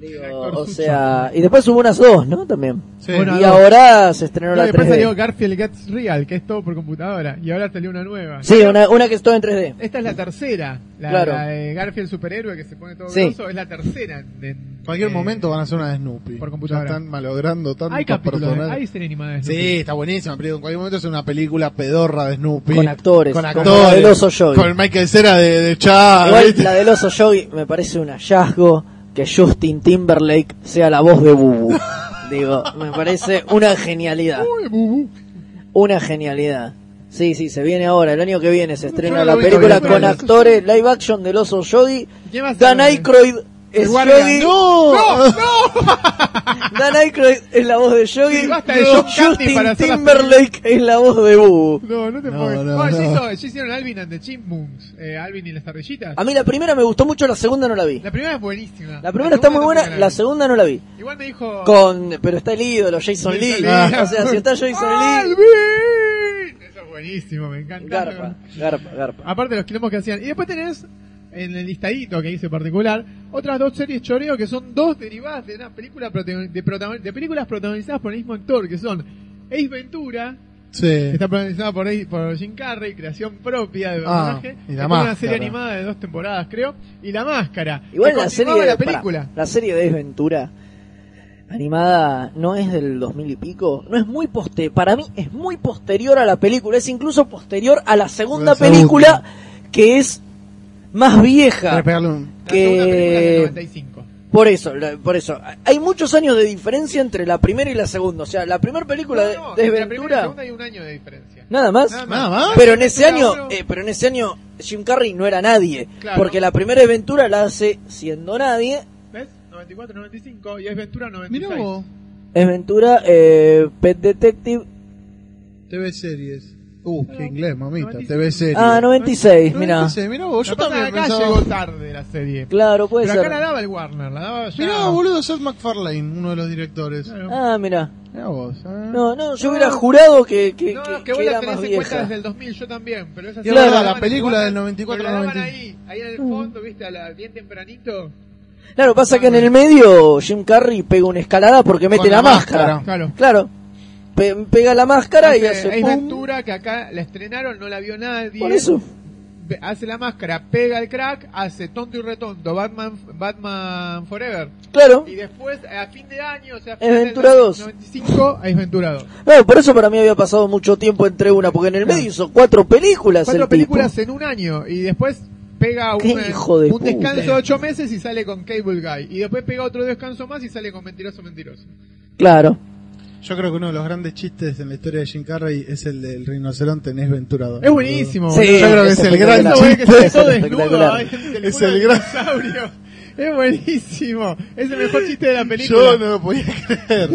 Speaker 5: Digo,
Speaker 4: actor
Speaker 5: o
Speaker 4: Sucho.
Speaker 5: sea, y después hubo unas dos, ¿no? También.
Speaker 3: Sí.
Speaker 4: Bueno,
Speaker 5: y
Speaker 4: dos.
Speaker 5: ahora se estrenó
Speaker 4: No,
Speaker 5: la
Speaker 4: después
Speaker 5: 3D.
Speaker 4: salió Garfield Gets Real, que es todo por computadora, y ahora salió una nueva.
Speaker 5: Sí, una, una que es toda en 3D.
Speaker 4: Esta es la tercera, la,
Speaker 5: Claro.
Speaker 4: la de Garfield superhéroe que se pone todo
Speaker 5: Sí.
Speaker 4: grosso, es la tercera. de-
Speaker 3: Cualquier
Speaker 4: eh,
Speaker 3: momento van a hacer una de Snoopy.
Speaker 4: por computadora.
Speaker 3: Ya están malogrando tantos
Speaker 4: Hay capítulos, de-
Speaker 3: personajes.
Speaker 4: hay serie animada de Snoopy.
Speaker 3: Sí, está buenísima, pero en cualquier momento es una película pedorra de Snoopy.
Speaker 5: Con actores,
Speaker 3: Con
Speaker 5: como
Speaker 3: actores.
Speaker 5: la del oso Yogi.
Speaker 3: Con el Michael Cera de, de Chad,
Speaker 5: Igual
Speaker 3: Ah, ¿viste?
Speaker 5: la del oso Yogi me parece un hallazgo que Justin Timberlake sea la voz de Bubu. Digo, me parece una genialidad. Una genialidad. Sí, sí, se viene ahora, el año que viene se estrena
Speaker 3: no
Speaker 5: la
Speaker 3: lo vi
Speaker 5: película
Speaker 3: todavía,
Speaker 5: con
Speaker 3: pero-
Speaker 5: actores live action del oso Yogi.
Speaker 4: ¿Quién va a ser
Speaker 5: Dan
Speaker 4: el-
Speaker 5: Aykroyd es
Speaker 4: guardián?
Speaker 5: Yogi.
Speaker 3: ¡No!
Speaker 5: Dan Aykroyd es la voz de Yogi.
Speaker 4: Sí, basta de John Candy
Speaker 5: Justin
Speaker 4: para hacer las
Speaker 5: Timberlake es la voz de Bubu.
Speaker 4: No, no te
Speaker 3: No,
Speaker 4: puedo.
Speaker 3: no,
Speaker 4: Bueno, ya
Speaker 3: no.
Speaker 4: hizo- ya hicieron Alvin and the Chipmunks, eh, Alvin y las ardillitas.
Speaker 5: A mí la primera me gustó mucho, la segunda no la vi.
Speaker 4: La primera es buenísima.
Speaker 5: La primera está muy
Speaker 4: segunda
Speaker 5: buena,
Speaker 4: también
Speaker 5: la
Speaker 4: vi.
Speaker 5: segunda no la vi.
Speaker 4: Igual me dijo.
Speaker 5: Con, pero está el ídolo, Jason Lee.
Speaker 4: Ah.
Speaker 5: O sea, si está Jason Lee,
Speaker 4: ¡Alvin! Eso es buenísimo, me encanta.
Speaker 5: garpa, garpa, garpa.
Speaker 4: Aparte de los quilombos que hacían. Y después tenés, en el listadito que hice particular, otras dos series choreo que son dos derivadas de una película protagoni- de, protagon- de películas protagonizadas por el mismo actor, que son Ace Ventura, que
Speaker 3: Sí.
Speaker 4: está protagonizada por, Ace- por Jim Carrey, creación propia del
Speaker 3: Ah,
Speaker 4: personaje.
Speaker 3: y La
Speaker 4: Después
Speaker 3: Máscara.
Speaker 4: una serie animada de dos temporadas, creo, y La Máscara.
Speaker 5: Igual
Speaker 4: que
Speaker 5: la
Speaker 4: continuaba
Speaker 5: serie, de,
Speaker 4: la película.
Speaker 5: pará, la serie de Desventura animada no es del 2000 y pico, no es muy poste, para mí es muy posterior a la película, es incluso posterior a la segunda
Speaker 3: La segunda.
Speaker 5: película que es más vieja.
Speaker 3: Para pegarle un...
Speaker 4: La segunda película es del
Speaker 5: que
Speaker 4: 95.
Speaker 5: por eso, la- por eso hay muchos años de diferencia entre la primera y la segunda, o sea, la primera película
Speaker 4: No, no,
Speaker 5: de
Speaker 4: entre la primera y la
Speaker 5: Desventura
Speaker 4: segunda hay un año de diferencia.
Speaker 5: nada más.
Speaker 4: Nada
Speaker 3: Nada más.
Speaker 5: Pero en ese
Speaker 4: Era
Speaker 5: año,
Speaker 4: uno.
Speaker 5: eh, pero en ese año Jim Carrey no era nadie,
Speaker 4: Claro.
Speaker 5: porque la primera aventura la hace siendo nadie.
Speaker 4: ¿Ves? 94, 95 y es Ventura 96.
Speaker 3: Mirá vos.
Speaker 5: Es Ventura, eh, Pet Detective.
Speaker 3: TV series. Uh, qué inglés, mamita.
Speaker 4: 96.
Speaker 3: TV series.
Speaker 5: Ah, 96, mira.
Speaker 3: 96, mirá vos,
Speaker 4: Yo
Speaker 3: yo
Speaker 4: pasa
Speaker 3: también
Speaker 4: acá
Speaker 3: pensaba...
Speaker 4: llegó tarde la serie.
Speaker 5: Claro, puede
Speaker 4: Pero acá la
Speaker 5: ser.
Speaker 4: daba el Warner, la daba ya. Ah,
Speaker 3: Mirá, boludo, Seth McFarlane, uno de los directores.
Speaker 4: Claro.
Speaker 5: Ah, mira.
Speaker 3: Mirá vos. ah.
Speaker 5: No, no, yo hubiera jurado que, que,
Speaker 4: No,
Speaker 5: que-
Speaker 4: no, que
Speaker 5: que
Speaker 4: vos la
Speaker 5: era
Speaker 4: tenés
Speaker 5: más
Speaker 4: en cuenta
Speaker 5: vieja.
Speaker 4: desde el 2000, yo también. Pero esa
Speaker 3: Y es
Speaker 5: Claro.
Speaker 3: verdad, la
Speaker 4: daban
Speaker 3: película
Speaker 4: igual,
Speaker 3: del 94
Speaker 4: porque la daban
Speaker 3: 95.
Speaker 4: ahí, ahí en
Speaker 5: Mm.
Speaker 4: el fondo, viste, a la, bien tempranito.
Speaker 5: Claro, pasa que en el medio Jim Carrey pega una escalada porque mete
Speaker 3: Con
Speaker 5: la,
Speaker 3: la
Speaker 5: máscara.
Speaker 3: máscara.
Speaker 4: Claro.
Speaker 5: Claro. Pe- pega la máscara y Ah. hace
Speaker 4: es
Speaker 5: pum.
Speaker 4: Ventura que acá la estrenaron, no la vio nadie.
Speaker 5: Por eso.
Speaker 4: Ve- Hace la máscara, pega el crack, hace tonto y retonto, Batman, Batman Forever.
Speaker 5: Claro.
Speaker 4: Y después, a fin de año, o sea, a
Speaker 5: Es
Speaker 4: fin del
Speaker 5: Ventura dos.
Speaker 4: 95, es Ventura 2.
Speaker 5: No, por eso para mí había pasado mucho tiempo entre una, porque en el medio hizo cuatro películas el
Speaker 4: Cuatro
Speaker 5: tipo.
Speaker 4: películas en un año y después pega
Speaker 5: Qué
Speaker 4: una-
Speaker 5: hijo de
Speaker 4: un
Speaker 5: puta.
Speaker 4: descanso de ocho meses y sale con Cable Guy. Y después pega otro descanso más y sale con Mentiroso Mentiroso.
Speaker 5: Claro.
Speaker 3: Yo creo que uno de los grandes chistes en la historia de Jim Carrey es el del rinoceronte Nes Venturado.
Speaker 4: Es buenísimo.
Speaker 5: Sí,
Speaker 4: boludo.
Speaker 3: Yo creo que es el gran
Speaker 4: Eso, güey, que sale
Speaker 3: chiste.
Speaker 4: todo desnudo.
Speaker 5: Espectacular.
Speaker 4: ay, del
Speaker 3: Es
Speaker 4: culo
Speaker 3: el
Speaker 4: del
Speaker 3: gran-
Speaker 4: dinosaurio. Es buenísimo. Es el mejor chiste de la película.
Speaker 3: Yo no lo podía creer.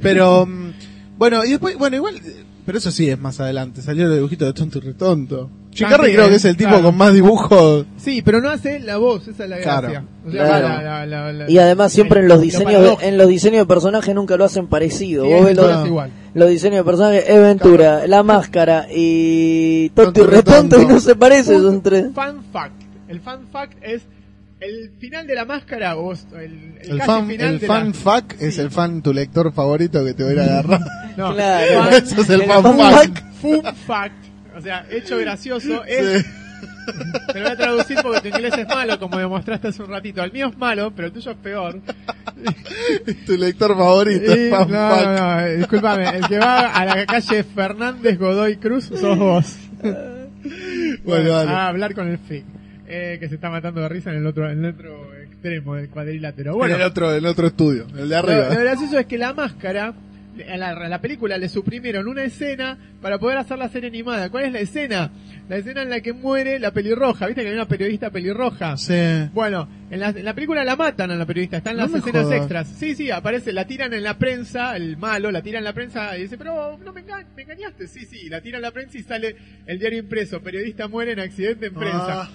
Speaker 3: Pero, mm, bueno, y después, bueno, igual, eh, pero eso sí es más adelante. Salió el dibujito de Tonto y Retonto. Jim Carrey
Speaker 4: También,
Speaker 3: creo que es el tipo
Speaker 4: claro.
Speaker 3: con más dibujos.
Speaker 4: Sí, pero no hace la voz, esa es la
Speaker 3: Claro.
Speaker 4: gracia. O
Speaker 5: Claro.
Speaker 4: la- la- la- la-
Speaker 5: Y además siempre en los
Speaker 4: lo
Speaker 5: diseños
Speaker 4: paradójico.
Speaker 5: de, en los diseños de personajes nunca lo hacen parecido.
Speaker 4: Sí,
Speaker 5: Vos ves
Speaker 4: todo
Speaker 5: los,
Speaker 4: es igual.
Speaker 5: los diseños de personajes, es Ventura, la máscara y tonto y
Speaker 3: Tonto y
Speaker 5: retonto y
Speaker 3: Retonto.
Speaker 5: no se parecen, son
Speaker 4: Un
Speaker 5: tres.
Speaker 4: Fan fact. El fan fact es el final de la máscara o el, el,
Speaker 3: El
Speaker 4: casi
Speaker 3: fan,
Speaker 4: final
Speaker 3: el
Speaker 4: de
Speaker 3: fan
Speaker 4: la...
Speaker 3: fuck es el fan tu lector favorito que te va a ir a agarrar.
Speaker 4: No,
Speaker 5: Claro.
Speaker 4: fan-
Speaker 3: Eso es el fan
Speaker 5: fan
Speaker 3: fuck.
Speaker 4: Fun fact. O sea, hecho gracioso es...
Speaker 3: Sí.
Speaker 4: Te lo voy a traducir porque tu inglés es malo, como demostraste hace un ratito. El mío es malo, pero el tuyo es peor.
Speaker 3: Tu lector favorito
Speaker 4: Y-
Speaker 3: es
Speaker 4: no,
Speaker 3: fan fuck.
Speaker 4: no, no, discúlpame. El que va a la calle Fernández Godoy Cruz sos vos.
Speaker 3: Bueno, dale.
Speaker 4: A hablar con el fin. Eh, que se está matando de risa en el otro, en el otro extremo del cuadrilátero.
Speaker 3: En
Speaker 4: Bueno,
Speaker 3: el otro, el otro estudio, el de
Speaker 4: Lo, lo
Speaker 3: arriba.
Speaker 4: gracioso es que la máscara, a la, a la película le suprimieron una escena para poder hacer la serie animada. ¿Cuál es la escena? La escena en la que muere la pelirroja. ¿Viste que hay una periodista pelirroja?
Speaker 3: Sí.
Speaker 4: Bueno, en la, en la película la matan a la periodista, están
Speaker 3: No
Speaker 4: las
Speaker 3: me
Speaker 4: escenas
Speaker 3: jodas.
Speaker 4: extras. Sí, sí, aparece, la tiran en la prensa, el malo, la tira en la prensa y dice, pero no me, enga- me engañaste. Sí, sí, la tira en la prensa y sale el diario impreso, periodista muere en accidente en
Speaker 3: Ah.
Speaker 4: prensa.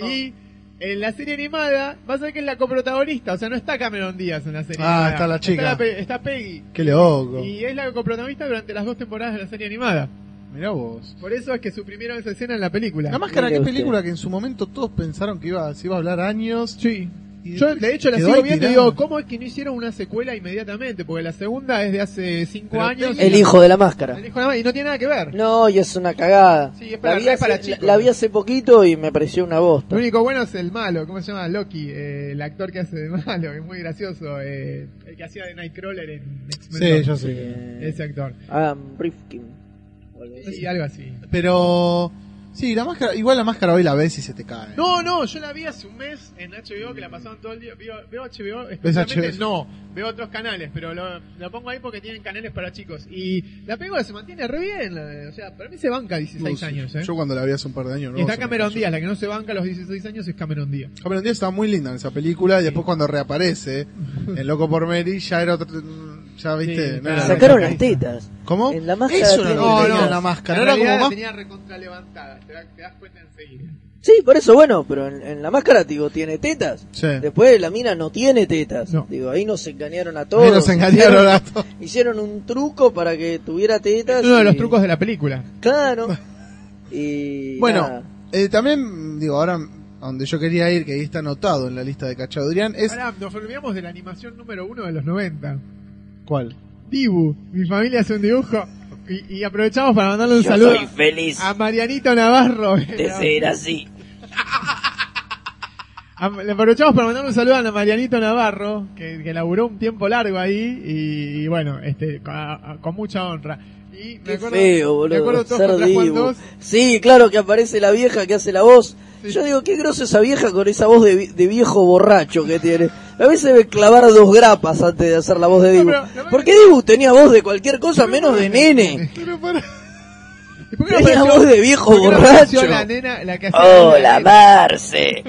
Speaker 3: Oh.
Speaker 4: Y en la serie animada, vas a ver que es la coprotagonista, o sea, no está Cameron Díaz en la serie
Speaker 3: Ah,
Speaker 4: animada.
Speaker 3: está la chica.
Speaker 4: Está, Pe- está Peggy.
Speaker 3: Qué loco.
Speaker 4: Y es la coprotagonista durante las dos temporadas de la serie animada.
Speaker 3: Mirá vos.
Speaker 4: Por eso es que suprimieron esa escena en la película.
Speaker 3: La máscara,
Speaker 5: Mire
Speaker 3: qué
Speaker 5: usted.
Speaker 3: película que en su momento todos pensaron que iba, se iba a hablar años.
Speaker 4: Sí.
Speaker 3: y-
Speaker 4: Yo, de hecho, la
Speaker 3: quedó
Speaker 4: sigo
Speaker 3: ahí
Speaker 4: viendo y
Speaker 3: tirada.
Speaker 4: digo, ¿cómo es que no hicieron una secuela inmediatamente? Porque la segunda es de hace cinco
Speaker 3: Pero
Speaker 4: años.
Speaker 3: te-
Speaker 5: El hijo de la máscara.
Speaker 4: El hijo nada más, y no tiene nada que ver.
Speaker 5: No, y es una cagada.
Speaker 4: Sí, es para-
Speaker 5: la, vi
Speaker 4: es
Speaker 5: hace,
Speaker 4: para
Speaker 5: la-
Speaker 4: chicos.
Speaker 5: la vi hace poquito y me pareció una bosta.
Speaker 4: Lo único bueno es el malo, ¿cómo se llama? Loki, eh, el actor que hace de malo, que es muy gracioso. eh, el que hacía de Nightcrawler en X-Men.
Speaker 3: Sí, yo sé.
Speaker 5: Eh,
Speaker 4: Ese actor.
Speaker 5: Adam Rifkin. o algo así.
Speaker 4: Sí, algo así.
Speaker 3: Pero. Sí, la máscara. Igual la máscara hoy la ves y se te cae.
Speaker 4: No, no, yo la vi hace un mes en HBO que la pasaban todo el día. Veo, veo HBO,
Speaker 3: ¿Ves
Speaker 4: especialmente
Speaker 3: HBO?
Speaker 4: no, veo otros canales, pero lo, lo pongo ahí porque tienen canales para chicos. Y la película se mantiene re bien, la de- o sea, para mí se banca 16
Speaker 3: No,
Speaker 4: años,
Speaker 3: sí.
Speaker 4: ¿eh?
Speaker 3: Yo cuando la vi hace un par de años. no,
Speaker 4: y está
Speaker 3: se me
Speaker 4: Cameron
Speaker 3: cayó.
Speaker 4: Díaz, la que no se banca a los 16 años es Cameron Díaz.
Speaker 3: Cameron Díaz está muy linda en esa película y después cuando reaparece en Loco por Mary ya era otro. Ya viste.
Speaker 4: Sí,
Speaker 3: no era-
Speaker 5: Sacaron las tetas.
Speaker 3: ¿Cómo?
Speaker 5: En la máscara
Speaker 3: Eso era-
Speaker 5: tiene
Speaker 3: no,
Speaker 5: tetas.
Speaker 3: no, la máscara.
Speaker 4: En
Speaker 3: Era
Speaker 4: realidad
Speaker 3: como
Speaker 4: la
Speaker 3: más.
Speaker 4: tenía recontra levantada, te, da- te das cuenta enseguida.
Speaker 5: Sí, por eso, bueno, pero en, en la máscara, digo, tiene tetas.
Speaker 3: Sí.
Speaker 5: Después la mina no tiene tetas.
Speaker 4: No.
Speaker 5: Digo, ahí nos engañaron a todos.
Speaker 3: Ahí nos engañaron a todos.
Speaker 5: Hicieron un truco para que tuviera tetas.
Speaker 4: Uno de los
Speaker 5: y-
Speaker 4: trucos de la película.
Speaker 5: Claro. Y.
Speaker 3: Bueno,
Speaker 5: nada.
Speaker 3: eh, también, digo, ahora a donde yo quería ir, que ahí está anotado en la lista de Cachadurian, es.
Speaker 4: Pará, nos olvidamos de la animación número uno de los 90.
Speaker 3: ¿Cuál?
Speaker 4: Dibu, mi familia hace un dibujo. Y, y aprovechamos para mandarle un saludo Ah,
Speaker 5: feliz
Speaker 4: a Marianita Navarro.
Speaker 5: así.
Speaker 4: A- Le aprovechamos para mandar un saludo a Marianito Navarro, que, que laburó un tiempo largo ahí, y, y bueno, este, con, a- con mucha honra. Y me
Speaker 5: Qué
Speaker 4: acuerdo,
Speaker 5: feo,
Speaker 4: me acuerdo
Speaker 5: boludo.
Speaker 4: todos
Speaker 5: ser
Speaker 4: contra Juan
Speaker 5: divo.
Speaker 4: dos,
Speaker 5: Sí, claro que aparece la vieja que hace la voz.
Speaker 4: Sí.
Speaker 5: Yo digo, qué grosa esa vieja con esa voz de, vi- de viejo borracho que tiene. A veces debe clavar dos grapas antes de hacer la voz de
Speaker 4: No,
Speaker 5: Dibu.
Speaker 4: pero, la verdad
Speaker 5: Porque
Speaker 4: que-
Speaker 5: Dibu tenía voz de cualquier cosa menos de nene.
Speaker 4: Pero para- ¿Y por qué no
Speaker 5: Tenía
Speaker 4: apareció-
Speaker 5: voz de viejo
Speaker 4: por qué no apareció
Speaker 5: borracho.
Speaker 4: la nena, la que hacía la
Speaker 5: Hola,
Speaker 4: nena?
Speaker 5: Marce.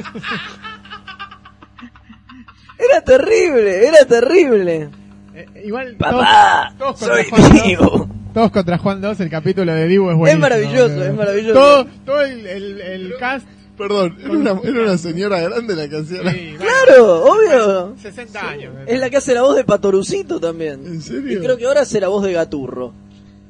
Speaker 5: Era terrible, era terrible.
Speaker 4: Eh, Igual,
Speaker 5: Papá,
Speaker 4: todos, todos
Speaker 5: soy
Speaker 4: contra Juan dos.
Speaker 5: Dibu.
Speaker 4: Todos contra Juan 2, el capítulo de Dibu es bueno.
Speaker 5: maravilloso, es maravilloso.
Speaker 4: Todo, todo el, el, el cast.
Speaker 3: Perdón, era una, era una señora grande la que hacía. la-
Speaker 4: sí, bueno,
Speaker 5: Claro, obvio.
Speaker 4: 60 años.
Speaker 5: Es la que hace la voz de Patorucito también.
Speaker 3: ¿En
Speaker 5: Y
Speaker 3: serio?
Speaker 5: creo que ahora hace la voz de Gaturro.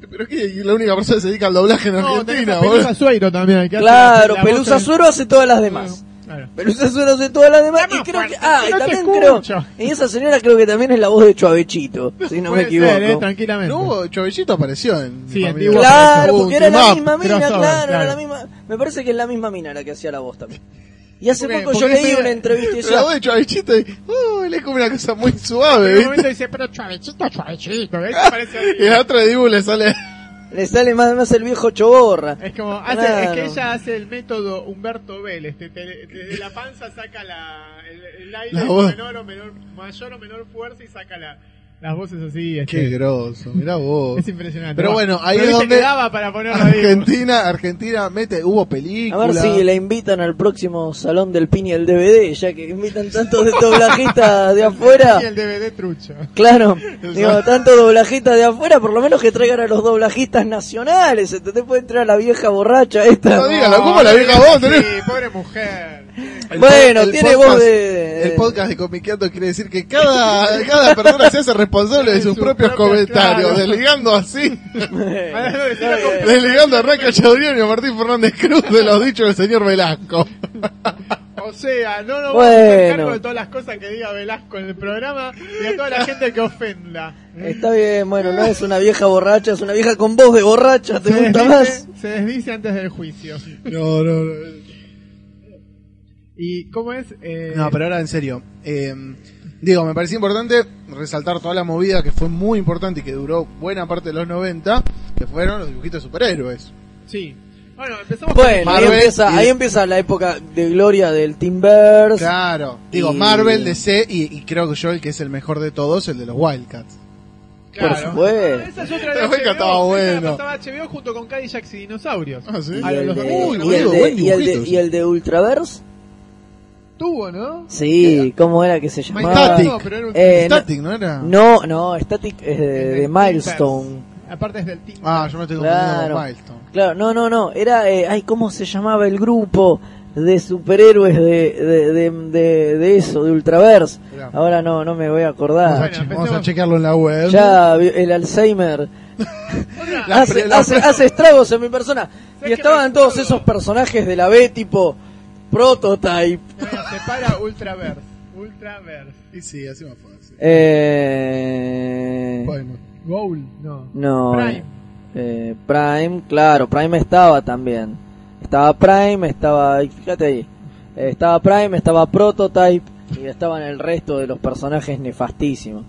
Speaker 3: Pero es que la única persona que se dedica al doblaje en
Speaker 4: No, tenés
Speaker 3: Argentina,
Speaker 4: a
Speaker 3: boludo.
Speaker 4: Pelusa Sueiro también. el que hace
Speaker 5: Claro,
Speaker 4: la- la voz
Speaker 5: Pelusa
Speaker 4: en-
Speaker 5: Suero hace todas las demás.
Speaker 4: Claro.
Speaker 5: Pelusa Suero hace todas las demás.
Speaker 4: Llama
Speaker 5: Y creo
Speaker 4: fuerte,
Speaker 5: que. Ah,
Speaker 4: que
Speaker 5: y
Speaker 4: no te
Speaker 5: también creo.
Speaker 4: escucho.
Speaker 5: Y esa señora creo que también es la voz de Chuavechito, si no me
Speaker 4: Puede
Speaker 5: equivoco.
Speaker 4: ser, eh, tranquilamente.
Speaker 3: No hubo, Chovellito apareció en.
Speaker 4: Sí,
Speaker 3: Mi
Speaker 4: en
Speaker 3: Familia.
Speaker 4: Dibu.
Speaker 5: Claro,
Speaker 4: Uh,
Speaker 5: porque era la
Speaker 4: team up,
Speaker 5: misma mina,
Speaker 4: crossover,
Speaker 5: claro, era
Speaker 4: claro.
Speaker 5: la misma. Me parece que es la misma mina la que hacía la voz también. Y hace
Speaker 4: Porque-
Speaker 5: poco yo
Speaker 4: porque
Speaker 5: leí
Speaker 4: ese-
Speaker 5: una entrevista
Speaker 3: Pero
Speaker 5: y
Speaker 3: la
Speaker 5: decía,
Speaker 3: voz de Chovellito, y, uh, él es como una cosa muy
Speaker 4: En
Speaker 3: suave,
Speaker 4: un momento
Speaker 3: ¿viste?
Speaker 4: dice, pero chavechito, chavechito. ¿eh? Que parece
Speaker 3: Y
Speaker 4: horrible.
Speaker 3: la otra de Dibu le sale.
Speaker 5: le sale más, más el viejo choborra.
Speaker 4: Es como, hace,
Speaker 5: Claro.
Speaker 4: es que ella hace el método Humberto Vélez. te- te- Desde la panza saca la, el, el aire
Speaker 3: La
Speaker 4: con
Speaker 3: voz.
Speaker 4: menor o menor, mayor o menor fuerza y saca la, las voces así. este,
Speaker 3: Qué groso, mirá vos.
Speaker 4: es impresionante.
Speaker 3: Pero bueno, ahí
Speaker 4: pero
Speaker 3: es
Speaker 4: viste que
Speaker 3: donde-
Speaker 4: daba para ponerlo ahí.
Speaker 3: Argentina, Argentina mete, hubo
Speaker 5: A
Speaker 3: película.
Speaker 5: ver si la invitan al próximo salón del PIN y el DVD, ya que invitan tantos de doblajistas de afuera.
Speaker 4: Y el DVD trucho.
Speaker 5: Claro, digo, tantos doblajistas de afuera, por lo menos que traigan a los doblajistas nacionales, ¿entendés? Puede entrar la vieja borracha
Speaker 3: No
Speaker 5: esta.
Speaker 3: dígalo, ¿cómo la vieja voz?
Speaker 4: Ah, Sí,
Speaker 3: tenés?
Speaker 4: pobre mujer.
Speaker 3: El
Speaker 5: Bueno,
Speaker 3: po- el
Speaker 5: tiene
Speaker 3: podcast-
Speaker 5: voz de...
Speaker 3: El podcast de Comiqueando quiere decir que cada, cada persona se hace responsable de
Speaker 4: De
Speaker 3: sus
Speaker 4: su
Speaker 3: propios
Speaker 4: propio-
Speaker 3: comentarios,
Speaker 4: claro.
Speaker 3: desligando así,
Speaker 4: Decilo con-
Speaker 3: desligando a Raca Chaudrión y a Martín Fernández Cruz de los dichos del señor Velasco.
Speaker 4: O sea, no nos vamos a hacer
Speaker 5: Bueno.
Speaker 4: cargo de todas las cosas que diga Velasco en el programa y a toda la gente que ofenda.
Speaker 5: Está bien, bueno, no es una vieja borracha, es una vieja con voz de borracha, ¿te gusta más?
Speaker 4: se desdice antes del juicio.
Speaker 3: No, no, no.
Speaker 4: ¿Y cómo es? Eh,
Speaker 3: No, pero ahora en serio. eh, digo, me pareció importante resaltar toda la movida que fue muy importante y que duró buena parte de los 90, que fueron los dibujitos de superhéroes.
Speaker 4: Sí. Bueno, empezamos
Speaker 5: Bueno, ahí
Speaker 3: Marvel
Speaker 5: empieza,
Speaker 3: y-
Speaker 5: ahí empieza la época de gloria del Timberverse.
Speaker 3: Claro. Digo,
Speaker 5: Y-
Speaker 3: Marvel, DC y, y creo que yo el que es el mejor de todos, el de los Wildcats.
Speaker 4: con...
Speaker 5: por supuezo.
Speaker 4: Ah, esa es otra
Speaker 3: Te
Speaker 4: de
Speaker 3: fue que
Speaker 4: HBO.
Speaker 3: estaba
Speaker 4: Esa
Speaker 3: bueno.
Speaker 4: la pasaba HBO junto con Cadillacs y Dinosaurios.
Speaker 3: Ah, ¿sí?
Speaker 5: Y
Speaker 4: A
Speaker 5: el
Speaker 4: los
Speaker 5: de-
Speaker 4: dos,
Speaker 5: y el
Speaker 3: boludo,
Speaker 5: de-
Speaker 3: buen
Speaker 5: y el de-
Speaker 3: dibujito,
Speaker 5: y el de Ultraverse.
Speaker 4: Tuvo, ¿no?
Speaker 5: Sí, ¿cómo era que se
Speaker 4: My
Speaker 5: llamaba?
Speaker 3: Static.
Speaker 4: No, pero era un...
Speaker 5: Eh, no-
Speaker 3: Static, ¿no era?
Speaker 5: No, no, Static es de, de Milestone.
Speaker 4: Aparte es del Team.
Speaker 3: Ah, yo me estoy confundiendo
Speaker 5: Claro.
Speaker 3: con Milestone.
Speaker 5: Claro, no, no, no, era, eh, ay, ¿cómo se llamaba el grupo de superhéroes de, de, de, de- de eso, de Ultraverse?
Speaker 3: Mirá.
Speaker 5: Ahora no, no me voy a acordar.
Speaker 3: Vamos a
Speaker 4: Bueno,
Speaker 3: che-
Speaker 4: empecemos.
Speaker 3: Vamos a chequearlo en la web.
Speaker 5: Ya, vi- el Alzheimer
Speaker 4: Otra,
Speaker 3: La
Speaker 5: hace,
Speaker 3: pre- la
Speaker 5: hace-
Speaker 3: pre-
Speaker 5: hace estragos en mi persona.
Speaker 4: ¿Sabes
Speaker 5: Y
Speaker 4: qué
Speaker 5: estaban
Speaker 4: me acuerdo?
Speaker 5: todos esos personajes de la B, tipo Prototype.
Speaker 4: mira, se para Ultraverse. Ultraverse.
Speaker 3: Y sí, así más fácil.
Speaker 5: Eh,
Speaker 3: Paimon.
Speaker 4: Goal, no.
Speaker 5: no.
Speaker 4: Prime.
Speaker 5: eh, Prime, claro, Prime estaba también. Estaba Prime, estaba. y Fíjate ahí. Eh, estaba Prime, estaba Prototype y estaban el resto de los personajes nefastísimos.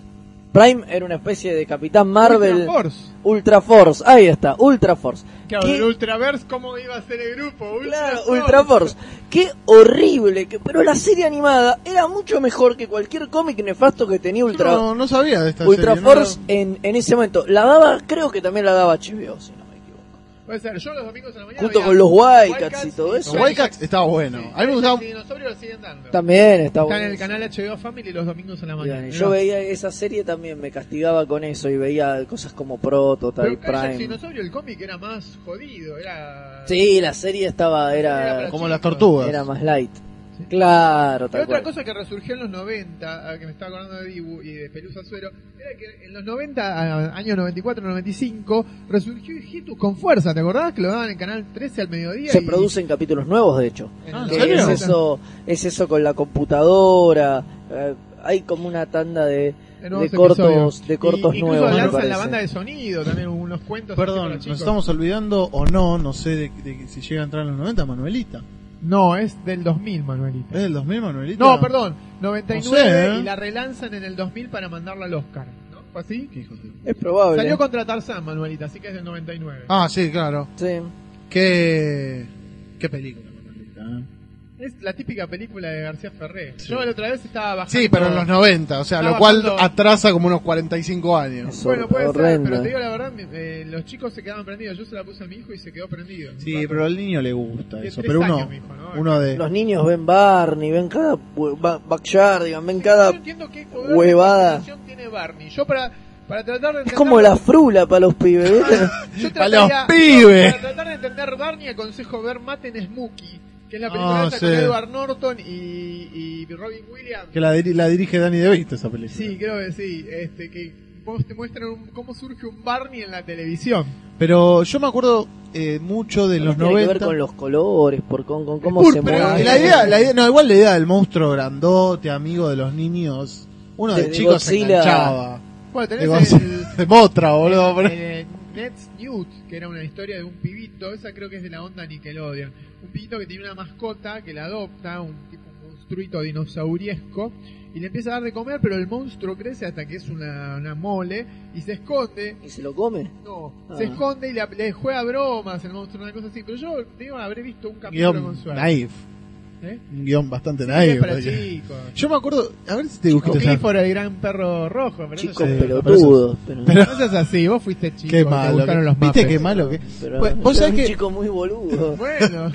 Speaker 5: Prime era una especie de Capitán Marvel.
Speaker 4: Ultra Force.
Speaker 5: Ultra Force, ahí está, Ultra Force.
Speaker 4: Claro,
Speaker 5: Qué-
Speaker 4: el Ultraverse, ¿cómo iba a ser el grupo? Ultra
Speaker 5: Claro,
Speaker 4: Force.
Speaker 5: Ultra Force. Qué horrible, que, pero la serie animada era mucho mejor que cualquier cómic nefasto que tenía Ultra,
Speaker 3: No, no sabía de esta
Speaker 5: Ultra
Speaker 3: serie, no
Speaker 5: Force en, en ese momento. La daba, creo que también la daba HBO, si no me equivoco.
Speaker 4: Puede ser, yo los domingos a la mañana.
Speaker 5: Junto
Speaker 4: veía
Speaker 5: con los Wildcats y todo
Speaker 3: Los
Speaker 5: eso.
Speaker 3: Wildcats estaba bueno. A mí me gustaba.
Speaker 4: Los dinosaurios lo siguen dando.
Speaker 5: También está
Speaker 4: Está en
Speaker 5: bueno
Speaker 4: el canal HBO Family los domingos a la
Speaker 5: Bien,
Speaker 4: mañana.
Speaker 5: Yo veía esa serie también, me castigaba con eso y veía cosas como Prototype,
Speaker 4: Pero el
Speaker 5: Prime.
Speaker 4: dinosaurio, el cómic era más jodido, era.
Speaker 5: Sí, la serie estaba,
Speaker 4: Era
Speaker 5: era,
Speaker 4: para
Speaker 3: Como las tortugas.
Speaker 5: era más light. Claro,
Speaker 4: Pero
Speaker 5: tal
Speaker 4: otra
Speaker 5: cual.
Speaker 4: cosa que resurgió en los 90, ah, que me estaba acordando de Dibu y de Pelusa Suero, era que en los 90, ah, años 94, 95, resurgió Hitus con fuerza. ¿Te acordás que lo daban en Canal 13 al mediodía?
Speaker 5: Se
Speaker 4: y-
Speaker 5: producen capítulos nuevos, de hecho.
Speaker 4: Ah, ¿en
Speaker 5: Que
Speaker 4: serio?
Speaker 5: es eso, es eso con la computadora. eh, hay como una tanda de,
Speaker 4: De
Speaker 5: de
Speaker 4: nuevos
Speaker 5: cortos,
Speaker 4: episodios.
Speaker 5: de cortos
Speaker 4: Y- Incluso
Speaker 5: nuevos. me
Speaker 4: lanzan la
Speaker 5: parece.
Speaker 4: banda de sonido, también unos cuentos. así
Speaker 3: Perdón,
Speaker 4: para
Speaker 3: nos
Speaker 4: chicos.
Speaker 3: estamos olvidando o no, no sé de, de si llega a entrar en los 90, Manuelita.
Speaker 4: No, es del 2000, Manuelita.
Speaker 3: ¿Es del 2000, Manuelita?
Speaker 4: No, perdón, 99
Speaker 3: No sé, ¿eh?
Speaker 4: y la relanzan en el 2000 para mandarla al Oscar. ¿No? ¿Fue así?
Speaker 3: Qué hijos de-
Speaker 5: Es probable.
Speaker 4: Salió contra Tarzán, Manuelita, así que es del 99.
Speaker 3: Ah, sí, claro.
Speaker 5: Sí.
Speaker 3: Qué, qué película, Manuelita. ¿eh?
Speaker 4: Es la típica película de García Ferré. Yo la otra vez estaba bajando.
Speaker 3: Sí, pero en los 90, o sea,
Speaker 4: Estaba
Speaker 3: lo cual
Speaker 4: bajando-
Speaker 3: atrasa como unos 45 años.
Speaker 5: Es
Speaker 4: Bueno, puede
Speaker 5: horrendo.
Speaker 4: ser, pero te digo la verdad, mi- eh, los chicos se quedaban prendidos. Yo se la puse a mi hijo y se quedó prendido.
Speaker 3: Sí, pero al niño le gusta
Speaker 4: De
Speaker 3: eso.
Speaker 4: tres
Speaker 3: Pero uno,
Speaker 4: años, mi hijo, ¿no?
Speaker 3: uno de...
Speaker 5: Los niños ven Barney, ven cada hue- ba- Backyardigan, ven cada...
Speaker 4: Yo no entiendo qué poder de
Speaker 5: huevada.
Speaker 4: concentración tiene Barney. Yo para, para tratar de
Speaker 5: Es
Speaker 4: entender...
Speaker 5: como la frula para los pibes, ¿viste?
Speaker 4: Yo
Speaker 3: ¡Para los
Speaker 4: trataría-
Speaker 3: pibes!
Speaker 4: Para tratar de entender Barney aconsejo ver Maten Smokey, que es la película
Speaker 3: Ah,
Speaker 4: esa con
Speaker 3: sí.
Speaker 4: Edward Norton y, y Robin Williams.
Speaker 3: Que la, diri- la dirige Danny DeVito esa película.
Speaker 4: Sí, creo que sí. Este, que vos te muestran un- cómo surge un Barney en la televisión.
Speaker 3: Pero yo me acuerdo eh, mucho de los
Speaker 5: Tiene que ver
Speaker 3: 90.
Speaker 5: con los colores, por con, con cómo
Speaker 3: Uh,
Speaker 5: se
Speaker 3: pero
Speaker 5: mueve.
Speaker 3: la idea, la idea- no, igual la idea del monstruo grandote, amigo de los niños. Uno de,
Speaker 5: De- de
Speaker 3: chicos se
Speaker 5: Godzilla.
Speaker 3: enganchaba.
Speaker 4: Bueno, tenés
Speaker 3: De, Godzilla-
Speaker 4: el...
Speaker 3: de Motra, boludo. pero-
Speaker 4: Eh, Ned's Newt, que era una historia de un pibito, esa creo que es de la onda Nickelodeon. Un pibito que tiene una mascota que la adopta, un tipo un monstruito dinosauriesco, y le empieza a dar de comer, pero el monstruo crece hasta que es una, una mole y se esconde.
Speaker 5: ¿Y se lo come?
Speaker 4: No,
Speaker 5: Ah.
Speaker 4: se esconde y le, le juega bromas el monstruo, una cosa así. Pero yo, digo, habré visto un capítulo con
Speaker 3: guión
Speaker 4: suerte.
Speaker 3: naive.
Speaker 4: ¿Eh?
Speaker 3: Un guión bastante
Speaker 4: Sí,
Speaker 3: naive.
Speaker 4: es para
Speaker 3: porque-
Speaker 4: chicos.
Speaker 3: Yo me acuerdo, a ver si te
Speaker 4: Chico
Speaker 3: gusta esa-
Speaker 4: Clifford, el gran perro rojo. Pero
Speaker 5: Chicos
Speaker 3: sé,
Speaker 5: pelotudos. Pero,
Speaker 4: Pero no seas así, vos fuiste chico.
Speaker 3: Qué
Speaker 4: te
Speaker 3: malo.
Speaker 4: gustaron
Speaker 3: que-
Speaker 4: los
Speaker 3: ¿Viste
Speaker 4: Muppets.
Speaker 3: qué malo que
Speaker 5: pero-
Speaker 4: Pues,
Speaker 3: Bueno, vos
Speaker 5: era
Speaker 3: sabés
Speaker 5: un
Speaker 3: que-
Speaker 5: chico muy boludo.
Speaker 4: Bueno.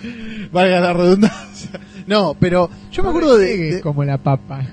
Speaker 3: valga la redundancia? No, pero yo me acuerdo de- de,
Speaker 4: como la papa.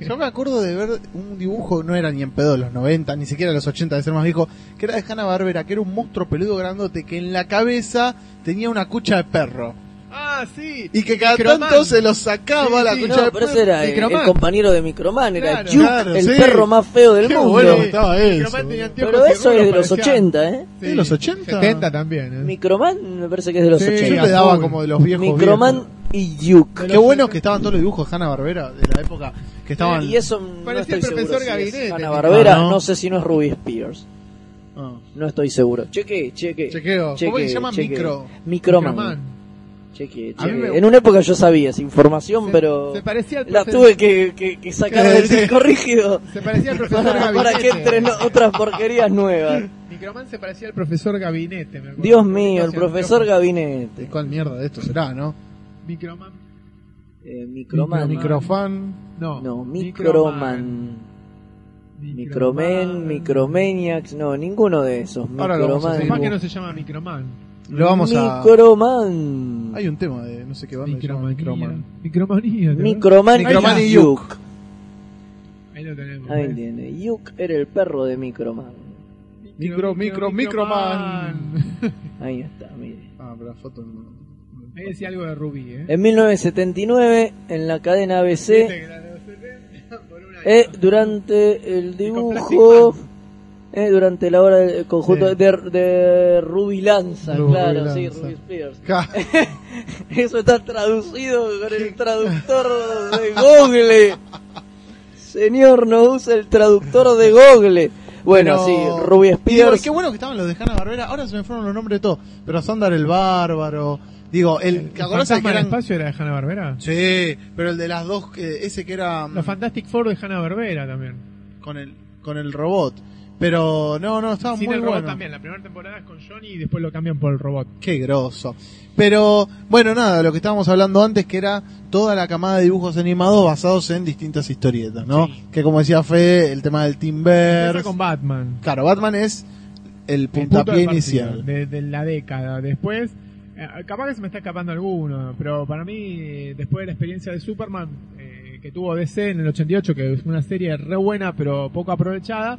Speaker 3: Yo me acuerdo de ver un dibujo, no era ni en pedo de los 90, ni siquiera de los 80 de ser más viejo, que era de Hanna Barbera, que era un monstruo peludo grandote que en la cabeza tenía una cucha de perro.
Speaker 4: ah, sí.
Speaker 3: Y que cada
Speaker 4: Microman.
Speaker 3: tanto se lo sacaba
Speaker 4: Sí,
Speaker 3: la
Speaker 4: sí,
Speaker 3: cucha
Speaker 5: No,
Speaker 3: de
Speaker 5: pero
Speaker 3: perro.
Speaker 5: ese era el,
Speaker 4: Microman.
Speaker 5: el compañero de Microman, era
Speaker 4: Claro,
Speaker 5: Duke,
Speaker 3: claro,
Speaker 5: el
Speaker 3: sí.
Speaker 5: perro más feo del
Speaker 3: Qué
Speaker 5: mundo.
Speaker 3: bueno que estaba eso.
Speaker 4: Microman tenía anteojos
Speaker 5: Pero
Speaker 4: y
Speaker 5: eso es de
Speaker 4: rulos,
Speaker 5: los
Speaker 4: parecía-
Speaker 5: 80, ¿eh?
Speaker 3: ¿Es de los 80?
Speaker 4: 70 también. ¿eh?
Speaker 5: Microman me parece que es de los
Speaker 4: Sí,
Speaker 3: Yo
Speaker 5: 80.
Speaker 3: le daba
Speaker 4: azul.
Speaker 3: como de los viejos
Speaker 5: Microman
Speaker 3: viejos.
Speaker 5: y Duke.
Speaker 3: Qué bueno que estaban todos los dibujos de Hanna Barbera de la época que estaban.
Speaker 5: Y eso no
Speaker 4: Parecía
Speaker 5: estoy
Speaker 4: el profesor
Speaker 5: seguro si
Speaker 4: Gabinete.
Speaker 5: es Hanna Barbera,
Speaker 3: Ah,
Speaker 5: ¿no?
Speaker 3: ¿no?
Speaker 5: sé si no es Ruby Spears.
Speaker 3: Ah.
Speaker 5: No estoy seguro. Cheque, cheque.
Speaker 3: Chequeo. ¿Cómo que se llama micro?
Speaker 5: Microman.
Speaker 4: Microman.
Speaker 5: Cheque,
Speaker 4: A mí
Speaker 5: cheque.
Speaker 4: me-
Speaker 5: En una época yo sabía esa información, pero
Speaker 4: Se parecía al
Speaker 5: la
Speaker 4: profesor.
Speaker 5: tuve que, que- que sacar del
Speaker 3: Sí.
Speaker 5: disco rígido
Speaker 4: Se parecía al profesor
Speaker 5: para,
Speaker 4: Gabinete.
Speaker 5: para que entren otras porquerías nuevas.
Speaker 4: Microman se parecía al profesor Gabinete. me acuerdo.
Speaker 5: Dios mío, el
Speaker 4: Hacía
Speaker 5: profesor
Speaker 4: micro-
Speaker 5: Gabinete.
Speaker 3: ¿Cuál mierda de esto será, no?
Speaker 4: Microman.
Speaker 5: Eh, Microman.
Speaker 3: Microfan.
Speaker 4: No.
Speaker 5: No, Microman. Micromen, Micromaniacs, no, ninguno de esos.
Speaker 3: Ahora lo vamos a
Speaker 5: Microman.
Speaker 4: Capaz que no se llama Microman.
Speaker 3: Lo vamos a.
Speaker 5: Microman.
Speaker 3: Hay un tema de no sé qué banda que se llama
Speaker 4: Micromanía.
Speaker 3: Microman.
Speaker 4: Micromanía. ¿no?
Speaker 5: Microman,
Speaker 3: Microman
Speaker 5: y
Speaker 3: y
Speaker 5: Yuk.
Speaker 4: Ahí lo tenemos.
Speaker 5: Ahí
Speaker 4: ¿eh?
Speaker 5: entiende. Yuk era el perro de Microman.
Speaker 3: Micro, micro, microman.
Speaker 5: Ahí está, mire.
Speaker 3: Ah, pero la foto no.
Speaker 4: Ahí decía algo de Rubí, ¿eh?
Speaker 5: En 1979, en la cadena ABC,
Speaker 4: Viste que la de los 70 por una-
Speaker 5: eh, durante el
Speaker 4: Y con
Speaker 5: dibujo, eh, durante la hora del conjunto
Speaker 3: Sí.
Speaker 5: de, de Ruby Lanza,
Speaker 3: Ruby
Speaker 5: claro,
Speaker 3: Lanza.
Speaker 5: sí, Ruby Spears. Eso está traducido con el traductor de Google. Señor, no usa el traductor de Google. Bueno,
Speaker 3: Pero-
Speaker 5: sí, Ruby
Speaker 3: Digo, y
Speaker 5: Spears.
Speaker 3: qué bueno que estaban los de Hanna Barbera. Ahora se me fueron los nombres de todos. Pero Sandar el Bárbaro. Digo, el. ¿Te
Speaker 4: ¿El
Speaker 3: acordás el
Speaker 4: fantasma
Speaker 3: que
Speaker 4: del
Speaker 3: eran-
Speaker 4: espacio era de Hanna-Barbera?
Speaker 3: Sí, pero el de las dos. eh, ese que era. mm,
Speaker 4: Los Fantastic Four de Hanna-Barbera también.
Speaker 3: con el con el robot. Pero no, no, estaba
Speaker 4: Sin
Speaker 3: muy
Speaker 4: el robot
Speaker 3: bueno.
Speaker 4: también. La primera temporada es con Johnny y después lo cambian por el robot.
Speaker 3: Qué grosso. Pero bueno, nada, lo que estábamos hablando antes que era toda la camada de dibujos animados basados en distintas historietas, ¿no? Que como decía Fe, el tema del
Speaker 4: Empieza
Speaker 3: Timber.
Speaker 4: con Batman.
Speaker 3: Claro, Batman es el
Speaker 4: El punto
Speaker 3: puntapié
Speaker 4: de partida,
Speaker 3: inicial.
Speaker 4: De, de la década. Después, eh, capaz que se me está escapando alguno, pero para mí, eh, después de la experiencia de Superman, eh, que tuvo DC en el 88, que es una serie re buena, pero poco aprovechada,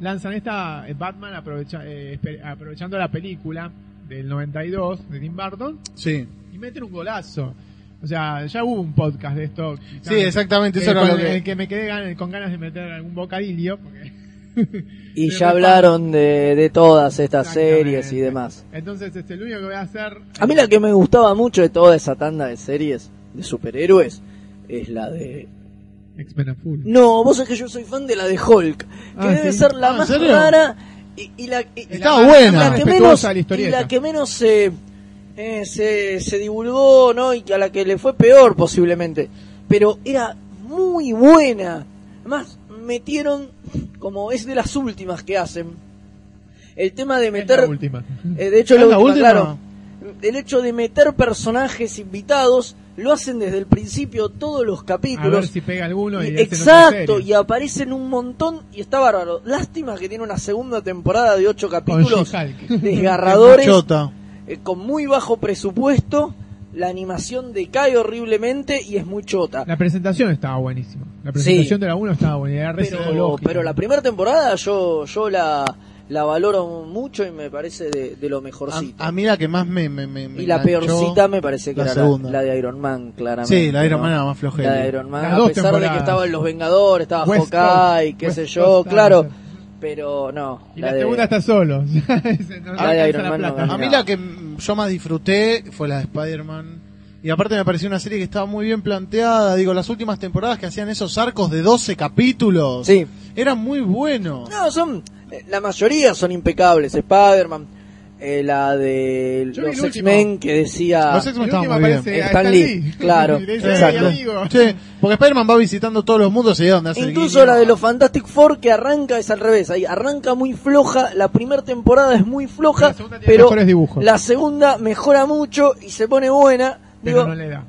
Speaker 4: lanzan esta eh, Batman aprovecha- eh, espe- aprovechando la película del 92 de Tim Burton
Speaker 3: Sí.
Speaker 4: y meten un golazo. O sea, ya hubo un podcast de esto. quizás,
Speaker 3: Sí, exactamente, eso
Speaker 4: eh,
Speaker 3: era
Speaker 4: con
Speaker 3: lo
Speaker 4: el-
Speaker 3: que-
Speaker 4: el que me quedé gan- con ganas de meter algún bocadillo, porque
Speaker 5: Y
Speaker 4: Pero
Speaker 5: ya
Speaker 4: me
Speaker 5: hablaron de, de todas estas
Speaker 4: Exactamente.
Speaker 5: series y demás.
Speaker 4: Entonces, este, lo único que voy a hacer.
Speaker 5: A mí la que me gustaba mucho de toda esa tanda de series de superhéroes es la de...
Speaker 4: X-Men a full.
Speaker 5: No, vos es que yo soy fan de la de Hulk, que
Speaker 4: Ah,
Speaker 5: debe
Speaker 4: ¿sí?
Speaker 5: ser la
Speaker 3: Ah, ¿en
Speaker 5: más
Speaker 3: serio?
Speaker 5: rara y, y la, y-
Speaker 3: Estaba
Speaker 5: la-
Speaker 3: buena.
Speaker 5: La que
Speaker 4: Respetuosa
Speaker 5: menos,
Speaker 4: de la
Speaker 5: y
Speaker 4: historieta.
Speaker 5: la que menos se, eh, se, se divulgó, ¿no? Y a la que le fue peor posiblemente. Pero era muy buena. Además, metieron, como es de las últimas que hacen, el tema de
Speaker 4: Es la
Speaker 5: meter
Speaker 4: última.
Speaker 5: eh, de hecho,
Speaker 3: ¿Es
Speaker 5: lo
Speaker 3: la última?
Speaker 5: claro, el hecho de meter personajes invitados lo hacen desde el principio todos los
Speaker 4: A ver
Speaker 5: capítulos.
Speaker 4: si pega alguno y
Speaker 5: Y-
Speaker 4: hacen otra
Speaker 5: Exacto,
Speaker 4: serie.
Speaker 5: y aparecen un montón y está bárbaro. Lástima que tiene una segunda temporada de ocho
Speaker 4: Con
Speaker 5: capítulos
Speaker 4: She-Hulk.
Speaker 5: desgarradores,
Speaker 3: Chota.
Speaker 5: eh, con muy bajo presupuesto. La animación decae horriblemente y es muy chota.
Speaker 4: La presentación estaba buenísima. La presentación
Speaker 5: Sí.
Speaker 4: de la 1 estaba buena. Era re
Speaker 5: pero,
Speaker 4: psicológica.
Speaker 5: pero la primera temporada yo, yo la, la valoro mucho y me parece de, de lo
Speaker 3: A,
Speaker 5: mejorcito.
Speaker 3: a mí la que más me. me, me- me
Speaker 5: Y la
Speaker 3: enganchó-
Speaker 5: peorcita me parece que
Speaker 3: la
Speaker 5: era la,
Speaker 3: segunda.
Speaker 5: la de Iron Man, claramente.
Speaker 3: Sí, la de Iron
Speaker 5: ¿no?
Speaker 3: Man era más flojera.
Speaker 5: La de Iron Man,
Speaker 4: Las
Speaker 5: a
Speaker 4: dos
Speaker 5: pesar de
Speaker 4: temporadas.
Speaker 5: que estaban los Vengadores, estaba
Speaker 4: West
Speaker 5: Hawkeye,
Speaker 4: Coast,
Speaker 5: qué sé
Speaker 4: West
Speaker 5: yo,
Speaker 4: Coast,
Speaker 5: claro.
Speaker 4: claro.
Speaker 5: Pero no,
Speaker 4: Y
Speaker 5: la,
Speaker 4: la,
Speaker 5: de-
Speaker 4: segunda está solo. Ese no le
Speaker 5: La de
Speaker 4: alcanza
Speaker 5: Iron Man no
Speaker 4: plata.
Speaker 5: gana.
Speaker 3: A mí
Speaker 5: Mirá.
Speaker 3: la que mm, yo más disfruté fue la de Spider-Man. Y aparte me pareció una serie que estaba muy bien planteada. Digo, las últimas temporadas que hacían esos arcos de 12 capítulos.
Speaker 5: Sí.
Speaker 3: Eran muy buenos.
Speaker 5: No, son. eh, La mayoría son impecables. Spider-Man, eh, la de
Speaker 4: Yo vi
Speaker 5: los
Speaker 4: el último.
Speaker 5: X-Men que decía.
Speaker 3: Los X-Men
Speaker 4: Ah, El último
Speaker 3: estaban muy bien.
Speaker 4: aparece a
Speaker 5: Stan Lee, claro,
Speaker 4: Y le dice, "Hey,
Speaker 5: exacto.
Speaker 4: amigo".
Speaker 3: Sí, porque Spider-Man va visitando todos los mundos y ahí es donde hace el
Speaker 5: Incluso
Speaker 3: guiño.
Speaker 5: la de los Fantastic Four que arranca es al revés, ahí arranca muy floja, la primera temporada es muy floja,
Speaker 4: La segunda tiene
Speaker 5: pero
Speaker 4: mejores dibujos.
Speaker 5: la segunda mejora mucho y se pone buena.
Speaker 4: Pero
Speaker 5: Digo,
Speaker 4: no le da.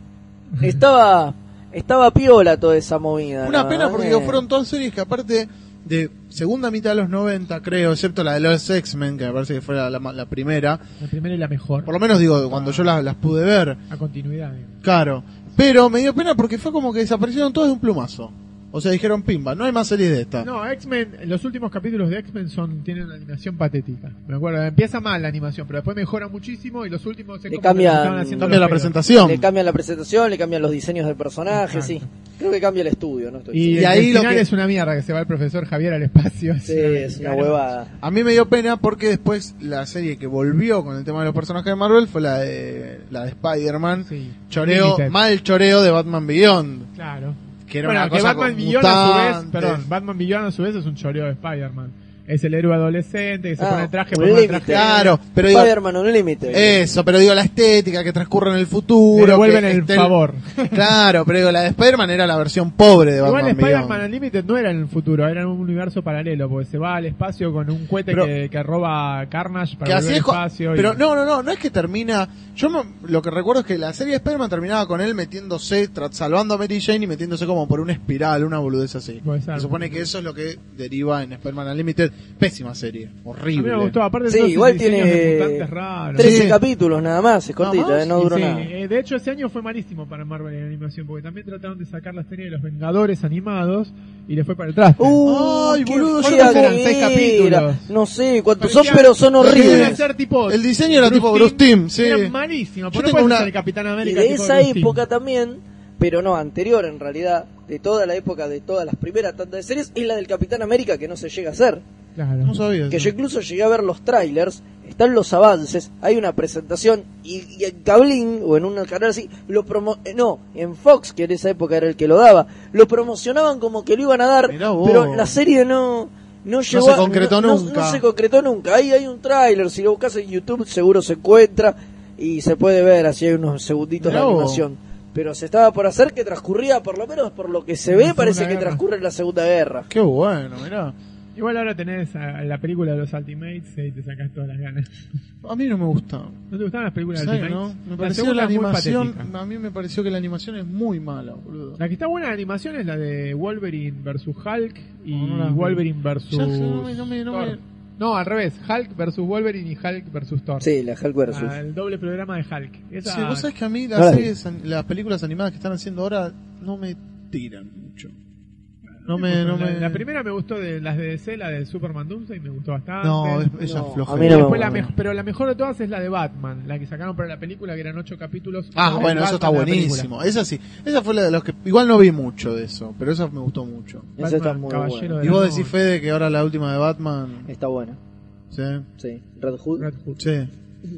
Speaker 5: estaba estaba piola toda esa movida. Eh,
Speaker 3: Una
Speaker 5: la
Speaker 3: pena
Speaker 5: verdad
Speaker 3: porque
Speaker 5: que-
Speaker 3: digo, fueron todas series que aparte de segunda mitad de los 90, creo, excepto la de los X-Men, que me parece que fue la, la ma- la primera.
Speaker 4: La primera y la mejor.
Speaker 3: Por lo menos digo, cuando yo las, las pude ver.
Speaker 4: A continuidad. digo.
Speaker 3: Claro. Pero me dio pena porque fue como que desaparecieron todos de un plumazo. O sea, dijeron, pimba, no hay más series de esta.
Speaker 4: No, X-Men, los últimos capítulos de X-Men son tienen una animación patética. Me acuerdo, empieza mal la animación, pero después mejora muchísimo y los últimos es
Speaker 5: Le
Speaker 4: como que nos
Speaker 5: cambian-
Speaker 4: estaban haciendo
Speaker 3: Cambia la
Speaker 4: los pelos.
Speaker 3: presentación.
Speaker 5: Le cambian la presentación, le cambian los diseños del personaje, sí.
Speaker 4: Exacto.
Speaker 5: Creo que cambia el estudio, no estoy
Speaker 4: Y,
Speaker 3: Y ahí
Speaker 4: ahí
Speaker 3: lo
Speaker 4: final
Speaker 3: que-
Speaker 4: es una mierda que se va el profesor Javier al espacio.
Speaker 5: seguro. Sí, es una huevada.
Speaker 3: A mí me dio pena porque después la serie que volvió con el tema de los personajes de Marvel fue la de, la de Spider-Man.
Speaker 4: Sí.
Speaker 3: Choreo,
Speaker 4: Limited.
Speaker 3: mal choreo de Batman Beyond.
Speaker 4: Claro.
Speaker 3: Que era
Speaker 4: bueno,
Speaker 3: una
Speaker 4: que
Speaker 3: cosa
Speaker 4: Batman
Speaker 3: con
Speaker 4: Beyond a su vez,
Speaker 3: mutantes.
Speaker 4: perdón, Batman Beyond a su vez es un choreo de Spider-Man. Es el héroe adolescente que se
Speaker 5: Ah,
Speaker 4: pone el traje,
Speaker 5: un
Speaker 4: pone el
Speaker 5: límite.
Speaker 4: traje.
Speaker 3: Claro, pero digo, eh,
Speaker 5: Spider-Man Unlimited.
Speaker 3: eso, pero digo la estética que transcurre en el futuro.
Speaker 4: Le devuelven
Speaker 3: que
Speaker 4: el
Speaker 5: este
Speaker 3: esté
Speaker 4: favor.
Speaker 3: Claro, pero digo, la de Spider-Man era la versión pobre de Batman
Speaker 4: Igual Spider-Man
Speaker 3: Beyond.
Speaker 4: Unlimited no era en el futuro, era en un universo paralelo, porque se va al espacio con un cohete
Speaker 3: Pero-
Speaker 4: que, que roba Carnage para
Speaker 3: que
Speaker 4: volver
Speaker 3: así
Speaker 4: al
Speaker 3: es co-
Speaker 4: espacio. y-
Speaker 3: pero no no no no es que termina yo me- lo que recuerdo es que la serie de Spider-Man terminaba con él metiéndose tra- salvando a Mary Jane y metiéndose como por una espiral una boludez así
Speaker 4: Puede ser.
Speaker 3: se supone que eso es lo que deriva en Spider-Man Unlimited pésima serie
Speaker 4: A mí
Speaker 3: horrible
Speaker 4: me gustó, aparte
Speaker 5: Sí,
Speaker 4: todos
Speaker 5: igual
Speaker 4: esos diseños
Speaker 5: tiene
Speaker 4: de mutantes raros.
Speaker 5: 13
Speaker 3: Sí.
Speaker 5: capítulos nada más, es cortita,
Speaker 3: Nada más,
Speaker 5: eh, no
Speaker 4: Y
Speaker 5: duró
Speaker 4: sí,
Speaker 5: nada.
Speaker 4: eh, de hecho, ese año fue malísimo para Marvel en animación, porque también trataron de sacar la serie de los Vengadores animados y le fue para el traste.
Speaker 5: Uh,
Speaker 3: Ay,
Speaker 5: qué
Speaker 3: boludo,
Speaker 4: yo
Speaker 5: fea
Speaker 4: no puedo-
Speaker 5: que
Speaker 4: seis
Speaker 5: era.
Speaker 4: capítulos.
Speaker 5: No sé cuántos son,
Speaker 4: Parecía-
Speaker 5: pero son
Speaker 3: Debe
Speaker 4: Debe
Speaker 5: horribles.
Speaker 4: ser tipo.
Speaker 3: El diseño era tipo Bruce Timm, sí.
Speaker 4: Era malísimo.
Speaker 3: Yo
Speaker 4: Pero no
Speaker 3: tengo
Speaker 4: puede
Speaker 3: una-
Speaker 4: ser el Capitán
Speaker 5: Y
Speaker 4: América.
Speaker 5: de
Speaker 4: tipo
Speaker 5: esa
Speaker 4: Bruce Timm.
Speaker 5: época también, pero no, anterior en realidad, de toda la época de todas las primeras tantas de series es la del Capitán América que no se llega a hacer.
Speaker 4: Claro.
Speaker 3: No sabía.
Speaker 5: Que
Speaker 3: eso.
Speaker 5: yo incluso llegué a ver los trailers, están los avances, hay una presentación y, y en Cablín o en un canal así, lo promo eh, no, en Fox, que en esa época era el que lo daba, lo promocionaban como que lo iban a dar,
Speaker 3: Mirá vos.
Speaker 5: pero la serie no no llegó
Speaker 3: se
Speaker 5: a-
Speaker 3: concretó
Speaker 5: no- no-
Speaker 3: nunca.
Speaker 5: no se concretó nunca. Ahí hay un tráiler, si lo buscas en YouTube seguro se encuentra y se puede ver, así hay unos segunditos
Speaker 3: Mirá
Speaker 5: de
Speaker 3: vos.
Speaker 5: animación. Pero se estaba por hacer que transcurría, por lo menos por lo que se ve,
Speaker 4: Segunda
Speaker 5: parece que
Speaker 4: Guerra.
Speaker 5: transcurre en la Segunda Guerra.
Speaker 3: Qué bueno, mirá.
Speaker 4: Igual ahora tenés a- a la película de los Ultimates y ahí te sacás todas las ganas.
Speaker 3: A mí no me gusta.
Speaker 4: ¿No te gustaban las películas de
Speaker 3: ¿Sabes,
Speaker 4: Ultimates?
Speaker 3: no? Me
Speaker 4: La
Speaker 3: pareció
Speaker 4: segunda
Speaker 3: la
Speaker 4: es muy
Speaker 3: animación.
Speaker 4: patética.
Speaker 3: A mí me pareció que la animación es muy mala, boludo.
Speaker 4: La que está buena de animación es la de Wolverine versus Hulk y
Speaker 3: No, no la vi.
Speaker 4: Wolverine versus
Speaker 3: Ya sé, no me- no me- no me-
Speaker 4: Thor. No, al revés, Hulk versus Wolverine y Hulk versus Thor.
Speaker 5: Sí, la Hulk versus.
Speaker 4: Ah, el doble programa de Hulk. Esa-
Speaker 3: Sí, vos sabés que a mí las,
Speaker 5: Ahora sí.
Speaker 3: series, an- las películas animadas que están haciendo ahora no me tiran mucho. No me. No
Speaker 4: la,
Speaker 3: me...
Speaker 4: la primera me gustó de las de DC, la de Superman Doomsday, me gustó bastante.
Speaker 3: No, es- esa
Speaker 5: No,
Speaker 3: es floja.
Speaker 5: a mí no me
Speaker 4: Fue la
Speaker 5: Ah.
Speaker 4: mej- pero la mejor de todas es la de Batman, la que sacaron para la película, que eran ocho capítulos.
Speaker 3: Ah,
Speaker 4: El
Speaker 3: bueno, eso está
Speaker 4: Batman de la
Speaker 3: buenísimo. Esa sí. Esa fue la de los que. Igual no vi mucho de eso, pero esa me gustó mucho.
Speaker 4: película.
Speaker 5: Esa está
Speaker 4: Batman,
Speaker 5: muy
Speaker 4: Caballero
Speaker 5: buena.
Speaker 4: de
Speaker 3: Y
Speaker 4: la
Speaker 3: vos
Speaker 4: Noche.
Speaker 3: decís, Fede, que ahora la última de Batman.
Speaker 5: Está buena,
Speaker 3: Sí.
Speaker 5: sí. Red Hood.
Speaker 4: Red Hood.
Speaker 3: Sí.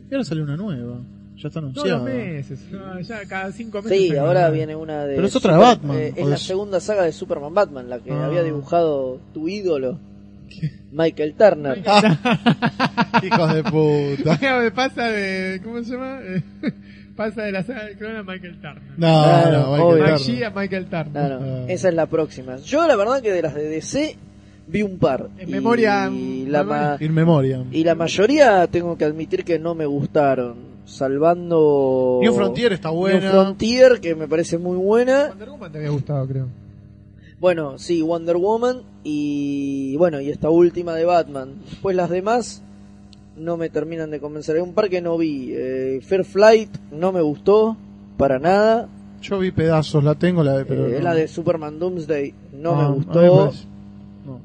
Speaker 3: Y ahora salió una nueva. Ya está
Speaker 4: Todos
Speaker 3: anunciada.
Speaker 4: los meses, no, ya cada cinco meses.
Speaker 5: Sí,
Speaker 4: sacan
Speaker 5: ahora
Speaker 4: una.
Speaker 5: viene una de.
Speaker 3: Pero es otra de Batman,
Speaker 5: eh, es
Speaker 3: o
Speaker 5: la
Speaker 3: es-
Speaker 5: segunda saga de Superman Batman, la que
Speaker 3: Ah.
Speaker 5: había dibujado tu ídolo, Michael Turner.
Speaker 3: Ah. Hijos de puta.
Speaker 4: Me pasa de. ¿Cómo se llama? Eh, pasa de la saga del clon a Michael Turner.
Speaker 3: No,
Speaker 5: Claro,
Speaker 3: no, hay que
Speaker 5: obvio.
Speaker 3: evitarlo.
Speaker 4: Maggi a Michael Turner.
Speaker 5: No, no,
Speaker 3: Ah.
Speaker 5: esa es la próxima. Yo, la verdad, que de las de DC vi un par.
Speaker 4: En memoria,
Speaker 5: Y
Speaker 4: en
Speaker 5: la,
Speaker 4: memoria.
Speaker 5: ma-
Speaker 3: In memoriam.
Speaker 5: y la mayoría tengo que admitir que no me gustaron. Salvando.
Speaker 3: New Frontier está buena.
Speaker 5: New Frontier, que me parece muy buena.
Speaker 4: Wonder Woman te había gustado, creo.
Speaker 5: Bueno, sí, Wonder Woman y bueno, y esta última de Batman. Después las demás no me terminan de convencer. Hay un par que no vi. Eh, Fair Flight no me gustó para nada.
Speaker 3: Yo vi pedazos, la tengo la de. Pero
Speaker 5: Eh,
Speaker 3: no.
Speaker 5: La de Superman Doomsday no,
Speaker 3: Ah,
Speaker 5: me
Speaker 3: a mí me
Speaker 5: gustó.
Speaker 3: parece- no,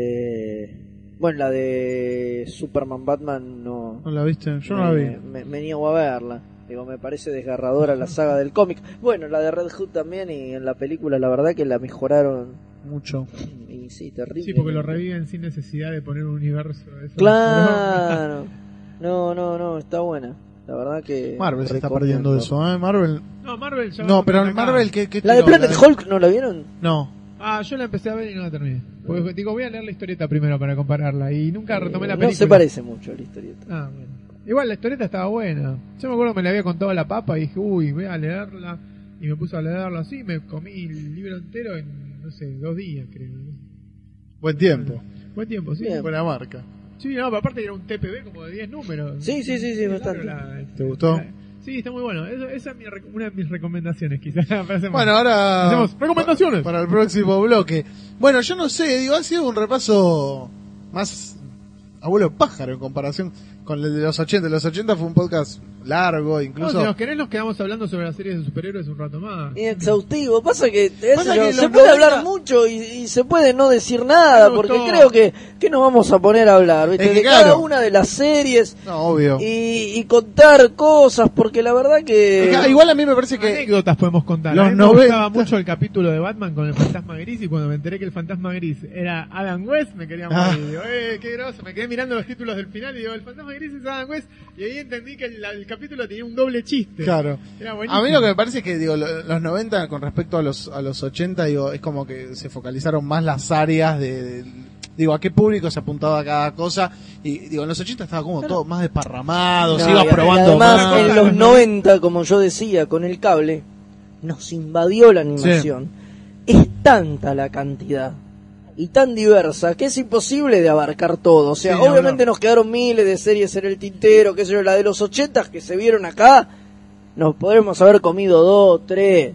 Speaker 5: Eh, bueno, la de Superman Batman no.
Speaker 3: no la viste, yo no la vi.
Speaker 5: me, me- me niego a verla. Digo, me parece desgarradora la saga del cómic. Bueno, la de Red Hood también y en la película la verdad que la mejoraron.
Speaker 3: Mucho.
Speaker 5: eh, Y sí, terrible.
Speaker 4: Sí, porque lo reviven sin necesidad de poner un universo. eso.
Speaker 5: Claro. No, no, no, está buena. La verdad que.
Speaker 3: Marvel se está
Speaker 5: recomiendo.
Speaker 3: perdiendo eso, ¿eh? Marvel.
Speaker 4: No, Marvel ya
Speaker 3: No,
Speaker 4: va
Speaker 3: pero
Speaker 4: acá.
Speaker 3: Marvel, ¿qué, qué
Speaker 5: La de
Speaker 3: tiró?
Speaker 5: Planet Hulk, ¿no la vieron?
Speaker 3: No.
Speaker 4: Ah, yo la empecé a ver y no la terminé. Porque digo, voy a leer la historieta primero para compararla. Y nunca retomé la
Speaker 5: Eh,
Speaker 4: película.
Speaker 5: No se parece mucho a la historieta.
Speaker 4: Ah, bueno. Igual la historieta estaba buena. Yo me acuerdo que me la había contado la papa y dije, uy, voy a leerla. Y me puse a leerla así. Me comí el libro entero en, no sé, dos días, creo.
Speaker 3: Buen tiempo.
Speaker 4: Buen tiempo, sí.
Speaker 5: Bien.
Speaker 3: Buena marca.
Speaker 4: Sí, no, pero aparte era un TPB como de 10 números.
Speaker 5: Sí, sí, sí, sí,
Speaker 4: Claro,
Speaker 5: bastante.
Speaker 4: la-
Speaker 3: ¿Te gustó?
Speaker 4: Sí, está muy bueno. Eso- esa es mi rec- una de mis recomendaciones, quizás. para esa
Speaker 3: Bueno,
Speaker 4: semana.
Speaker 3: ahora.
Speaker 4: Hacemos recomendaciones.
Speaker 3: Para el próximo bloque. Bueno, yo no sé, digo, ha sido un repaso más abuelo pájaro en comparación con el de los 80. Los 80 fue un podcast largo,
Speaker 4: No,
Speaker 3: incluso.
Speaker 4: si nos querés, nos quedamos hablando sobre las series de superhéroes un rato más.
Speaker 5: Inexhaustivo. Pasa que,
Speaker 3: Pasa
Speaker 5: eso,
Speaker 3: que
Speaker 5: se
Speaker 3: los
Speaker 5: puede
Speaker 3: 90
Speaker 5: hablar mucho y, y se puede no decir nada,
Speaker 4: Me
Speaker 5: porque
Speaker 4: gustó.
Speaker 5: creo que, que nos vamos a poner a hablar, ¿viste?
Speaker 3: Es que
Speaker 5: de cada
Speaker 3: claro.
Speaker 5: una de las series
Speaker 3: No, obvio.
Speaker 5: y, y contar cosas, porque la verdad que.
Speaker 3: Acá, Igual a mí me parece que.
Speaker 4: anécdotas podemos contar.
Speaker 3: Los
Speaker 4: a mí me
Speaker 3: 90.
Speaker 4: gustaba mucho el capítulo de Batman con el fantasma gris y cuando me enteré que el fantasma gris era Adam West me quería morir.
Speaker 3: Ah.
Speaker 4: Digo, eh, qué groso. Me quedé mirando los títulos del final y digo, el fantasma gris es Adam West y ahí entendí que el, el capítulo tenía un doble chiste.
Speaker 3: Claro.
Speaker 4: Era buenísimo.
Speaker 3: A mí lo que me parece es que digo, lo- los 90 con respecto a los, a los 80, digo, es como que se focalizaron más las áreas de, de- digo, a qué público se apuntaba cada cosa. Y digo, en los 80 estaba como todo más desparramado,
Speaker 5: No,
Speaker 3: se iba
Speaker 5: y
Speaker 3: probando
Speaker 5: además,
Speaker 3: más.
Speaker 5: en los 90, como yo decía, con el cable, nos invadió la animación. Es tanta la cantidad y tan diversa que es imposible de abarcar todo. O sea,
Speaker 3: Sí, ni
Speaker 5: obviamente nos quedaron miles de series en el tintero, qué sé yo, la de los 80 que se vieron acá, nos podremos haber comido dos, tres,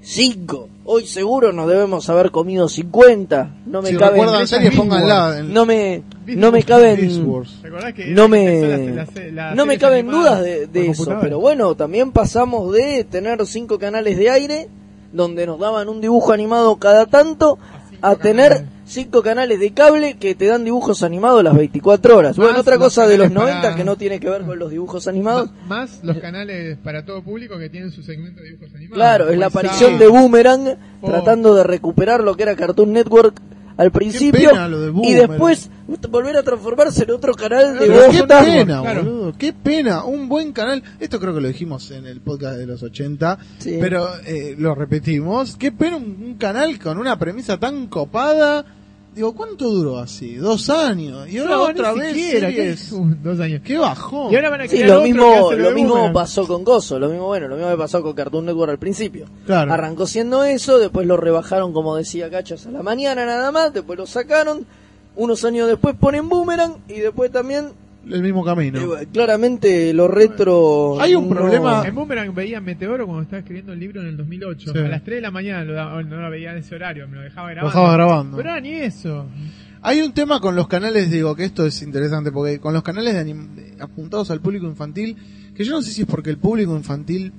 Speaker 5: cinco. Hoy seguro nos debemos haber comido 50. No me
Speaker 3: Si
Speaker 5: caben-
Speaker 3: recuerdan series, pónganla. en-
Speaker 5: No me, no me
Speaker 3: Beast
Speaker 5: caben
Speaker 3: Wars.
Speaker 4: ¿Te acordás que
Speaker 5: no
Speaker 4: las-
Speaker 5: me,
Speaker 4: las- las- las
Speaker 5: no me
Speaker 4: series
Speaker 5: caben
Speaker 4: animadas
Speaker 5: dudas de, de
Speaker 4: por
Speaker 5: eso,
Speaker 4: computadora?
Speaker 5: pero bueno, también pasamos de tener cinco canales de aire donde nos daban un dibujo animado cada tanto a tener cinco canales de cable que te dan dibujos animados las 24 horas. Bueno,
Speaker 4: Más
Speaker 5: otra
Speaker 4: los
Speaker 5: cosa de los
Speaker 4: canales
Speaker 5: 90
Speaker 4: para-
Speaker 5: que no tiene que ver con los dibujos
Speaker 4: Ma-
Speaker 5: animados.
Speaker 4: Más los canales para todo público que tienen su segmento de dibujos animados.
Speaker 5: Claro, es la
Speaker 4: Pues,
Speaker 5: aparición
Speaker 4: ah,
Speaker 5: de Boomerang
Speaker 4: Oh.
Speaker 5: tratando de recuperar lo que era Cartoon Network al principio
Speaker 3: pena lo de
Speaker 5: y
Speaker 3: Boomerang.
Speaker 5: después volver a transformarse en otro canal de
Speaker 4: Pero
Speaker 3: Pero
Speaker 4: vos
Speaker 3: qué
Speaker 5: bosta.
Speaker 4: estás-
Speaker 3: pena,
Speaker 4: Claro.
Speaker 3: boludo, qué pena. Un buen canal. Esto creo que lo dijimos en el podcast de los 80,
Speaker 5: Sí.
Speaker 3: pero eh, lo repetimos. Qué pena un, un canal con una premisa tan copada. Digo, ¿cuánto duró así? Dos años. Y ahora
Speaker 4: No, ni
Speaker 3: otra vez.
Speaker 4: siquiera,
Speaker 3: series.
Speaker 4: que- uh, dos años.
Speaker 3: Qué bajón.
Speaker 4: Y ahora van a
Speaker 5: Sí,
Speaker 4: crear
Speaker 5: lo
Speaker 4: otro que
Speaker 5: mismo,
Speaker 4: hace
Speaker 5: lo
Speaker 4: de
Speaker 5: mismo
Speaker 4: Boomerang.
Speaker 5: pasó con Gozo, lo mismo bueno, lo mismo que pasó con Cartoon Network al principio.
Speaker 3: Claro.
Speaker 5: Arrancó siendo eso, después lo rebajaron como decía Cachas a la mañana nada más, después lo sacaron, unos años después ponen Boomerang y después también
Speaker 3: El mismo camino.
Speaker 5: eh, claramente lo retro
Speaker 3: Hay un
Speaker 5: no-
Speaker 3: problema-
Speaker 4: En Boomerang veía Meteoro cuando estaba escribiendo el libro en el 2008.
Speaker 3: Sí.
Speaker 4: A las 3 de la mañana lo daba- no lo veía en ese horario, me lo dejaba
Speaker 3: Lo
Speaker 4: grabando.
Speaker 3: estaba grabando.
Speaker 4: Pero era ni eso.
Speaker 3: Hay un tema con los canales, digo que esto es interesante, porque con los canales de anim- de- apuntados al público infantil, que yo no sé si es porque el público infantil,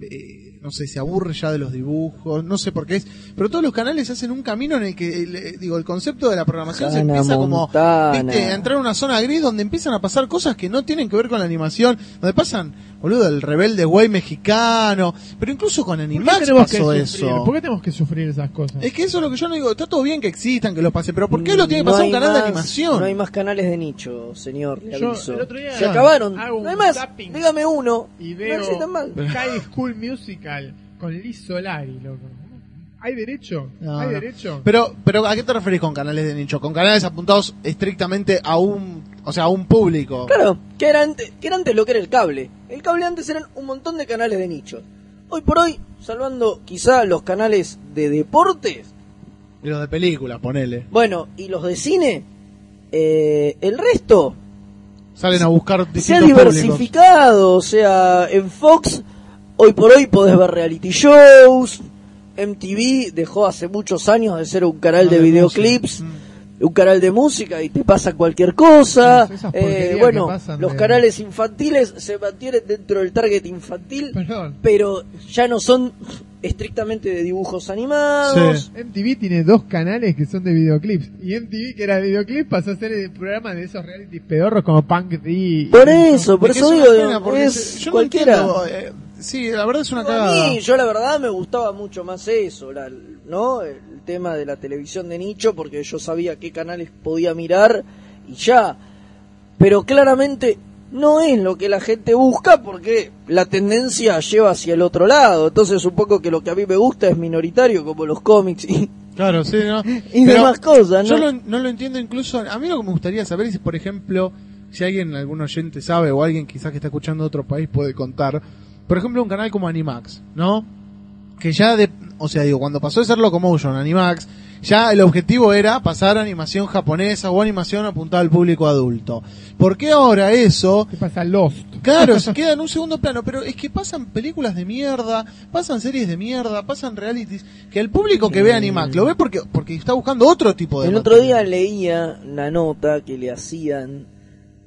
Speaker 3: eh, no sé, se aburre ya de los dibujos, no sé por qué es, pero todos los canales hacen un camino en el que, el, eh, digo, el concepto de la programación se
Speaker 5: Hannah
Speaker 3: empieza
Speaker 5: Montana.
Speaker 3: como, viste, a entrar a una zona gris donde empiezan a pasar cosas que no tienen que ver con la animación, donde pasan, boludo, el rebelde güey mexicano, pero incluso con Animax pasó
Speaker 4: sufrir?
Speaker 3: eso.
Speaker 4: ¿Por qué tenemos que sufrir esas cosas?
Speaker 3: Es que eso es lo que yo no digo. Está todo bien que existan, que los pasen, pero ¿por qué lo tiene que pasar
Speaker 5: No
Speaker 3: un
Speaker 5: hay
Speaker 3: canal de
Speaker 5: más-
Speaker 3: animación?
Speaker 5: No hay más canales de nicho, señor. le
Speaker 4: Yo,
Speaker 5: aviso.
Speaker 4: el otro día
Speaker 5: Se acabaron.
Speaker 4: hago
Speaker 5: No hay
Speaker 4: un
Speaker 5: más.
Speaker 4: zapping.
Speaker 5: Dígame uno.
Speaker 4: y
Speaker 5: No
Speaker 4: veo
Speaker 5: existen más.
Speaker 4: High School Musical con Liz Solari, loco. ¿Hay derecho?
Speaker 3: No,
Speaker 4: ¿Hay
Speaker 3: no.
Speaker 4: derecho?
Speaker 3: Pero, pero ¿a qué te referís con canales de nicho? Con canales apuntados estrictamente a un, o sea, a un público.
Speaker 5: Claro, que era, antes, que era antes lo que era el cable. El cable antes eran un montón de canales de nicho. Hoy por hoy, salvando quizá los canales de deportes,
Speaker 3: Y los de películas, ponele.
Speaker 5: bueno, y los de cine, eh, el resto
Speaker 3: Salen a buscar
Speaker 5: se ha
Speaker 3: distintos públicos.
Speaker 5: diversificado, o sea, en Fox hoy por hoy podés ver reality shows, MTV dejó hace muchos años de ser un canal
Speaker 3: Ah,
Speaker 5: de
Speaker 3: de
Speaker 5: videoclips, un canal de música y te pasa cualquier cosa,
Speaker 4: Sí, esas
Speaker 5: Eh,
Speaker 4: porquerías que
Speaker 5: bueno,
Speaker 4: pasan
Speaker 5: los
Speaker 4: de-
Speaker 5: canales infantiles se mantienen dentro del target infantil,
Speaker 4: Perdón.
Speaker 5: pero ya no son estrictamente de dibujos animados.
Speaker 3: Sí.
Speaker 4: MTV tiene dos canales que son de videoclips. Y MTV, que era de videoclips, pasó a ser el programa de esos reality pedorros como Punk D. y-
Speaker 5: Por eso, por
Speaker 3: Es que
Speaker 5: eso
Speaker 3: es una
Speaker 5: digo,
Speaker 3: pena, porque
Speaker 5: es
Speaker 3: se- yo no
Speaker 5: cualquiera.
Speaker 3: entiendo, eh, sí, la verdad es una
Speaker 5: A
Speaker 3: cagada.
Speaker 5: mí, yo la verdad me gustaba mucho más eso, la- ¿no? El tema de la televisión de nicho, porque yo sabía qué canales podía mirar y ya. Pero claramente no es lo que la gente busca porque la tendencia lleva hacia el otro lado. Entonces un poco que lo que a mí me gusta es minoritario, como los cómics y,
Speaker 3: Claro, sí, ¿no?
Speaker 5: y
Speaker 3: Pero-
Speaker 5: demás cosas,
Speaker 3: Yo
Speaker 5: ¿no?
Speaker 3: lo, no lo entiendo incluso. A mí lo que me gustaría saber es, por ejemplo, si alguien, algún oyente sabe o alguien quizás que está escuchando de otro país puede contar. Por ejemplo, un canal como Animax, ¿no? Que ya de, o sea, digo, cuando pasó de ser Locomotion a Animax, ya el objetivo era pasar a animación japonesa o animación apuntada al público adulto. ¿Por qué ahora eso
Speaker 4: ¿Qué pasa? Lost.
Speaker 3: Claro, se queda en un segundo plano, pero es que pasan películas de mierda, pasan series de mierda, pasan realities, que el público que ve Animax lo ve porque porque está buscando otro tipo de
Speaker 5: Eh. El otro día
Speaker 3: material.
Speaker 5: leía una nota que le hacían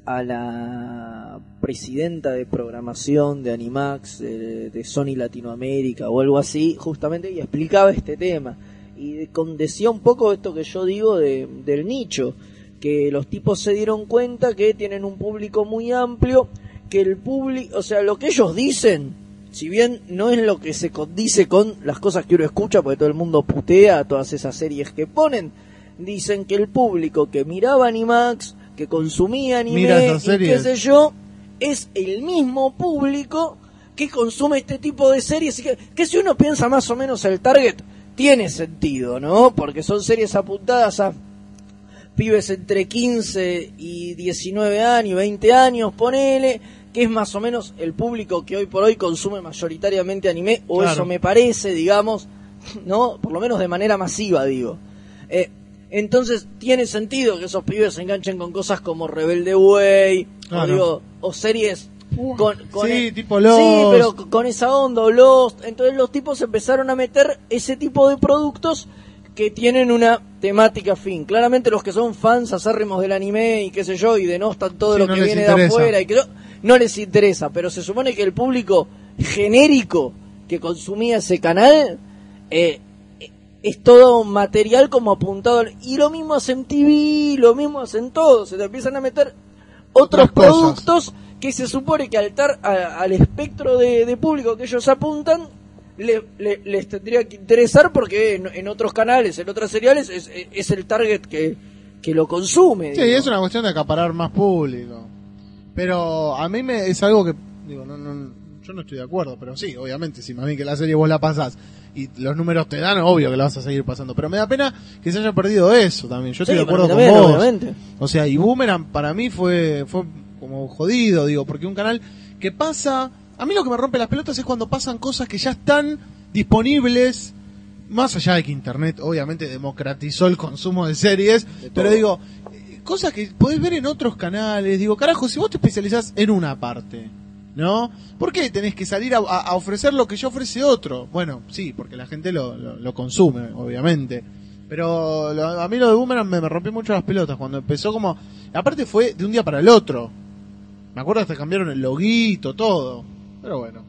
Speaker 5: a la presidenta de programación de Animax, eh, de Sony Latinoamérica o algo así, justamente, y explicaba este tema. Y de- con- decía un poco esto que yo digo de- del nicho, que los tipos se dieron cuenta que tienen un público muy amplio, que el público, o sea, lo que ellos dicen, si bien no es lo que se condice con las cosas que uno escucha, porque todo el mundo putea a todas esas series que ponen, dicen que el público que miraba Animax, que consumía anime,
Speaker 3: Mira esas
Speaker 5: y qué
Speaker 3: series.
Speaker 5: sé yo, es el mismo público que consume este tipo de series, y que, que si uno piensa más o menos el target, tiene sentido, ¿no? Porque son series apuntadas a pibes entre 15 y 19 años, 20 años, ponele, que es más o menos el público que hoy por hoy consume mayoritariamente anime, o eso me parece, digamos, ¿no? Por lo menos de manera masiva, digo. Eh, entonces, tiene sentido que esos pibes se enganchen con cosas como Rebelde Way, o,
Speaker 3: Claro.
Speaker 5: digo, o series con, con
Speaker 3: Sí,
Speaker 5: e-
Speaker 3: tipo Lost.
Speaker 5: Sí, pero c- con esa onda, o Lost. Entonces los tipos empezaron a meter ese tipo de productos que tienen una temática fin. Claramente los que son fans acérrimos del anime y qué sé yo, y denostan todo
Speaker 3: Sí,
Speaker 5: lo
Speaker 3: no
Speaker 5: que
Speaker 3: les
Speaker 5: viene de
Speaker 3: interesa.
Speaker 5: afuera y que no, no les interesa, pero se supone que el público genérico que consumía ese canal eh, es todo un material como apuntado. Y lo mismo hacen TV, lo mismo hacen todo. Se te empiezan a meter otros
Speaker 3: Otras cosas.
Speaker 5: productos que se supone que al, tar- a- al espectro de, de público que ellos apuntan, le- le- les tendría que interesar porque en, en otros canales, en otras seriales, es, es el target que, que lo consume.
Speaker 3: Sí,
Speaker 5: digo.
Speaker 3: es una cuestión de acaparar más público. Pero a mí me, es algo que, digo, no, no, yo no estoy de acuerdo, pero sí, obviamente, si más bien que la serie vos la pasás y los números te dan, obvio que la vas a seguir pasando. Pero me da pena que se haya perdido eso también. Yo estoy de
Speaker 5: Sí,
Speaker 3: acuerdo
Speaker 5: pero
Speaker 3: con
Speaker 5: también,
Speaker 3: vos.
Speaker 5: obviamente.
Speaker 3: O sea, y Boomerang para mí fue, fue como jodido, digo, porque un canal que pasa... A mí lo que me rompe las pelotas es cuando pasan cosas que ya están disponibles, más allá de que Internet obviamente democratizó el consumo de series, pero digo, eh, cosas que podés ver en otros canales, digo, carajo, si vos te especializás en una parte, ¿no? ¿Por qué tenés que salir a, a- a ofrecer lo que ya ofrece otro? Bueno, sí, porque la gente lo, lo- lo consume, obviamente. Pero lo- a mí lo de Boomerang me, me rompió mucho las pelotas cuando empezó como... Aparte fue de un día para el otro. Me acuerdo hasta cambiaron el loguito, todo. Pero bueno.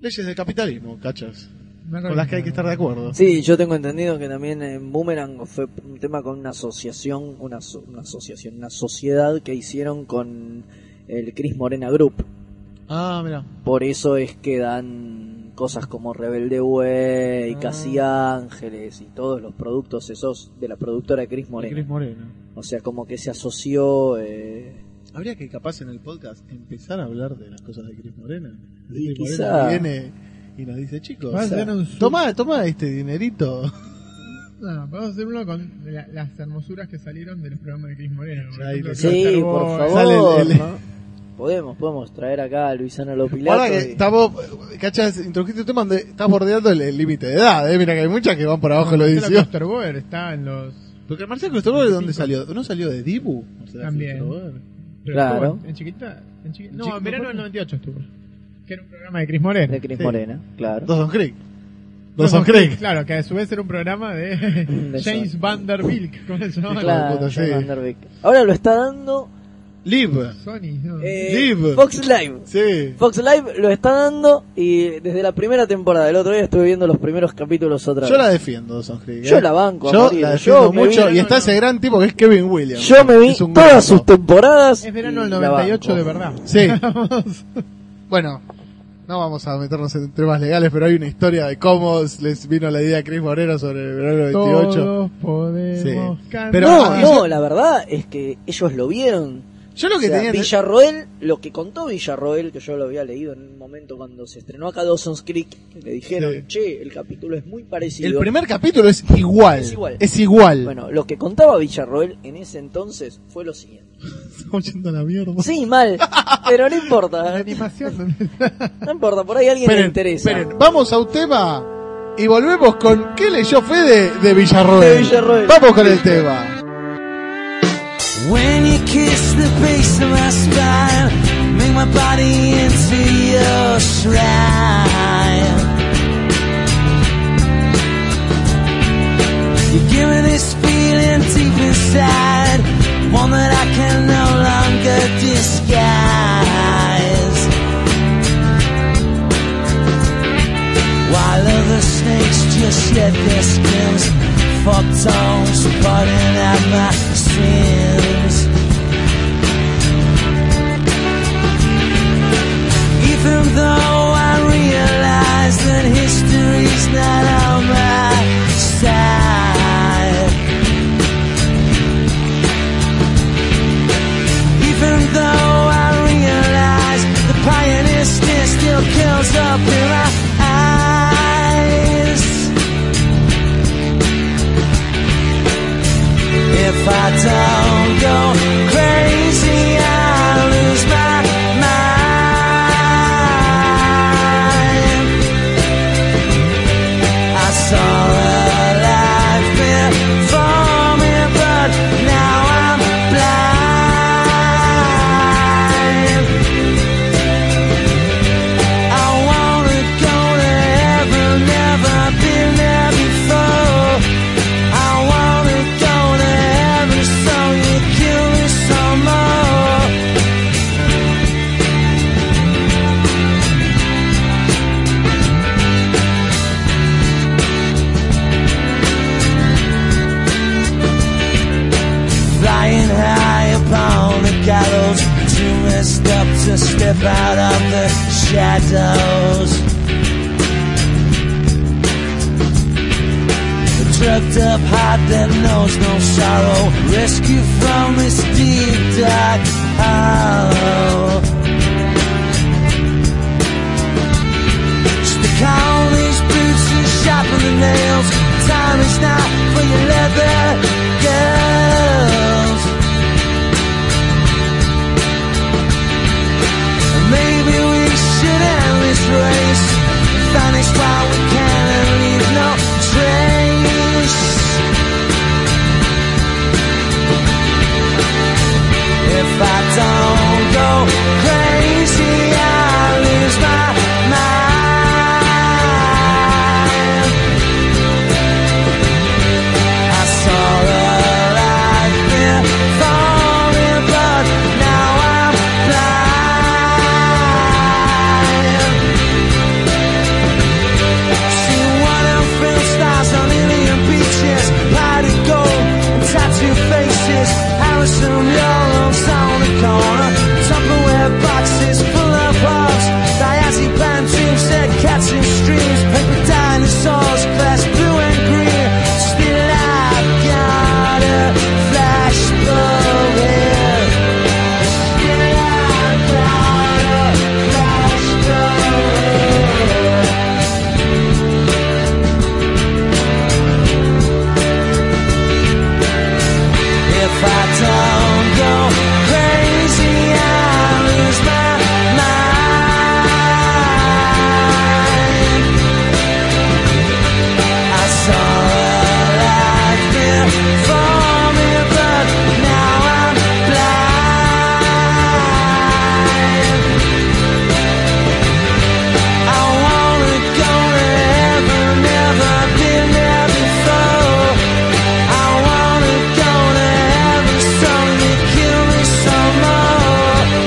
Speaker 3: Leyes del capitalismo, cachas. Con las que hay que estar de acuerdo.
Speaker 5: Sí, yo tengo entendido que también en Boomerang fue un tema con una asociación, una, aso- una asociación, una sociedad que hicieron con el Cris Morena Group.
Speaker 3: Ah, mira.
Speaker 5: Por eso es que dan cosas como Rebelde Way, Casi Ángeles y todos los productos esos de la productora Cris Morena.
Speaker 3: Moreno.
Speaker 5: O sea, como que se asoció... eh,
Speaker 3: Habría que capaz en el podcast empezar a hablar de las cosas de Cris Morena.
Speaker 5: Y
Speaker 3: Cris
Speaker 5: quizá-
Speaker 3: Morena viene y nos dice, chicos,
Speaker 4: Vas a
Speaker 3: tomá
Speaker 4: hacer un su-
Speaker 3: toma, toma este dinerito.
Speaker 4: No, vamos a hacerlo con la- las hermosuras que salieron de los programas de Cris Morena. por
Speaker 3: Ahí
Speaker 4: ejemplo,
Speaker 3: te
Speaker 4: Cluster
Speaker 5: Sí, por
Speaker 4: Boy.
Speaker 5: favor.
Speaker 3: sale el- el-
Speaker 5: ¿no? Podemos, podemos traer acá a Luisana Lopilato.
Speaker 3: Guarda que
Speaker 5: y-
Speaker 3: estamos, cachas, introdujiste un tema donde estás bordeando el el límite de edad, eh. Mira que hay muchas que van por abajo de los
Speaker 4: Marcelo
Speaker 3: 18.
Speaker 4: Cluster Boy está en los...
Speaker 3: Porque Marcelo Cristobal, ¿de dónde salió? ¿No salió de Dibu? Marcelo
Speaker 4: También.
Speaker 3: Cristobal.
Speaker 4: pero
Speaker 5: Claro.
Speaker 4: estuvo En, en chiquita... En chiqui- no,
Speaker 3: chiquita,
Speaker 4: en verano
Speaker 3: ¿no?
Speaker 4: del 98 estuvo. Que era un programa de Cris Morena.
Speaker 5: De Cris
Speaker 3: Sí.
Speaker 5: Morena, claro.
Speaker 3: Dawson Creek.
Speaker 4: Dos
Speaker 3: Dawson Creek.
Speaker 4: Claro, que a su vez era un programa de James Vanderbilt. ¿Cómo se llamaba?
Speaker 5: Claro,
Speaker 3: puta,
Speaker 5: John
Speaker 3: sí.
Speaker 5: Vanderbeek. Ahora lo está dando
Speaker 3: Live.
Speaker 4: Sony, no.
Speaker 5: eh,
Speaker 3: Live.
Speaker 5: Fox Live.
Speaker 3: Sí.
Speaker 5: Fox Live lo está dando y desde la primera temporada, el otro día estuve viendo los primeros capítulos otra
Speaker 3: Yo
Speaker 5: vez.
Speaker 3: la defiendo, Dawson Creek.
Speaker 5: Yo
Speaker 3: eh.
Speaker 5: la banco a
Speaker 3: Yo
Speaker 5: morir.
Speaker 3: la
Speaker 5: Yo
Speaker 3: defiendo
Speaker 5: me
Speaker 3: mucho.
Speaker 5: vi-
Speaker 3: y está ese gran tipo que es Kevin Williams.
Speaker 5: Yo me vi
Speaker 3: Es un
Speaker 5: todas
Speaker 3: grosso.
Speaker 5: sus temporadas.
Speaker 4: Es verano del
Speaker 5: y la
Speaker 4: 98 de
Speaker 5: banco.
Speaker 4: verdad.
Speaker 3: Sí. bueno, no vamos a meternos en temas legales, pero hay una historia de cómo les vino la idea a Chris Moreno sobre el verano del 28.
Speaker 4: Todos podemos
Speaker 3: Sí.
Speaker 4: cantar.
Speaker 3: Pero-
Speaker 5: no,
Speaker 3: ah,
Speaker 5: no,
Speaker 3: yo-
Speaker 5: la verdad es que ellos lo vieron.
Speaker 3: Yo lo que
Speaker 5: O sea,
Speaker 3: tenía.
Speaker 5: Villarroel, lo que contó Villarroel, que yo lo había leído en un momento cuando se estrenó acá Dawson's Creek, que le dijeron,
Speaker 3: Sí.
Speaker 5: che, el capítulo es muy parecido.
Speaker 3: el primer capítulo es igual.
Speaker 5: Es igual.
Speaker 3: Es igual.
Speaker 5: Bueno, lo que contaba Villarroel en ese entonces fue lo siguiente.
Speaker 3: Estamos yendo a la mierda.
Speaker 5: Sí, mal, pero no importa.
Speaker 4: Animación.
Speaker 5: No importa, por ahí a alguien le
Speaker 3: Esperen,
Speaker 5: interesa.
Speaker 3: esperen, vamos a un tema y volvemos con ¿Qué leyó Fede de Villarroel?
Speaker 5: De Villarroel.
Speaker 3: Vamos con el tema.
Speaker 2: When you kiss the base of my spine, make my body into your shrine. You give me this feeling deep inside, one that I can no longer disguise. While other snakes just shed their skins, fuck tongues putting out my sins. Even though I realize that history's not on my side. Even though I realize the pioneer stare still kills up in my eyes. If I don't go crazy, I lose my mind. I saw a life before me, but now I'm blind. I wanna go to heaven, never been there before. I wanna go to heaven, so
Speaker 10: to step out of the shadows. Drugged up heart that knows no sorrow, rescued from its deep dark hollow. Stick on these boots and sharpen the nails. Time is now for your leather girls. Maybe we should end this race. Vanish while we can and leave no trace. If I don't go crazy, I'll lose my mind. I saw the light there falling, but now I'm blind. See one and film stars on Indian beaches, party gold, tattoo faces, Harrison Yellow's on the corner, Tupperware boxes full of hogs, diazepam dreams, dead cats in streams, paper dinosaurs, glass blue and green, still I've got a flash bulb here. Still I've got a flash bulb here. If I don't go crazy, I lose my mind. I saw a light before me, but now I'm blind. I wanna go to heaven, never been there before. I wanna go to heaven, so you kill me some more.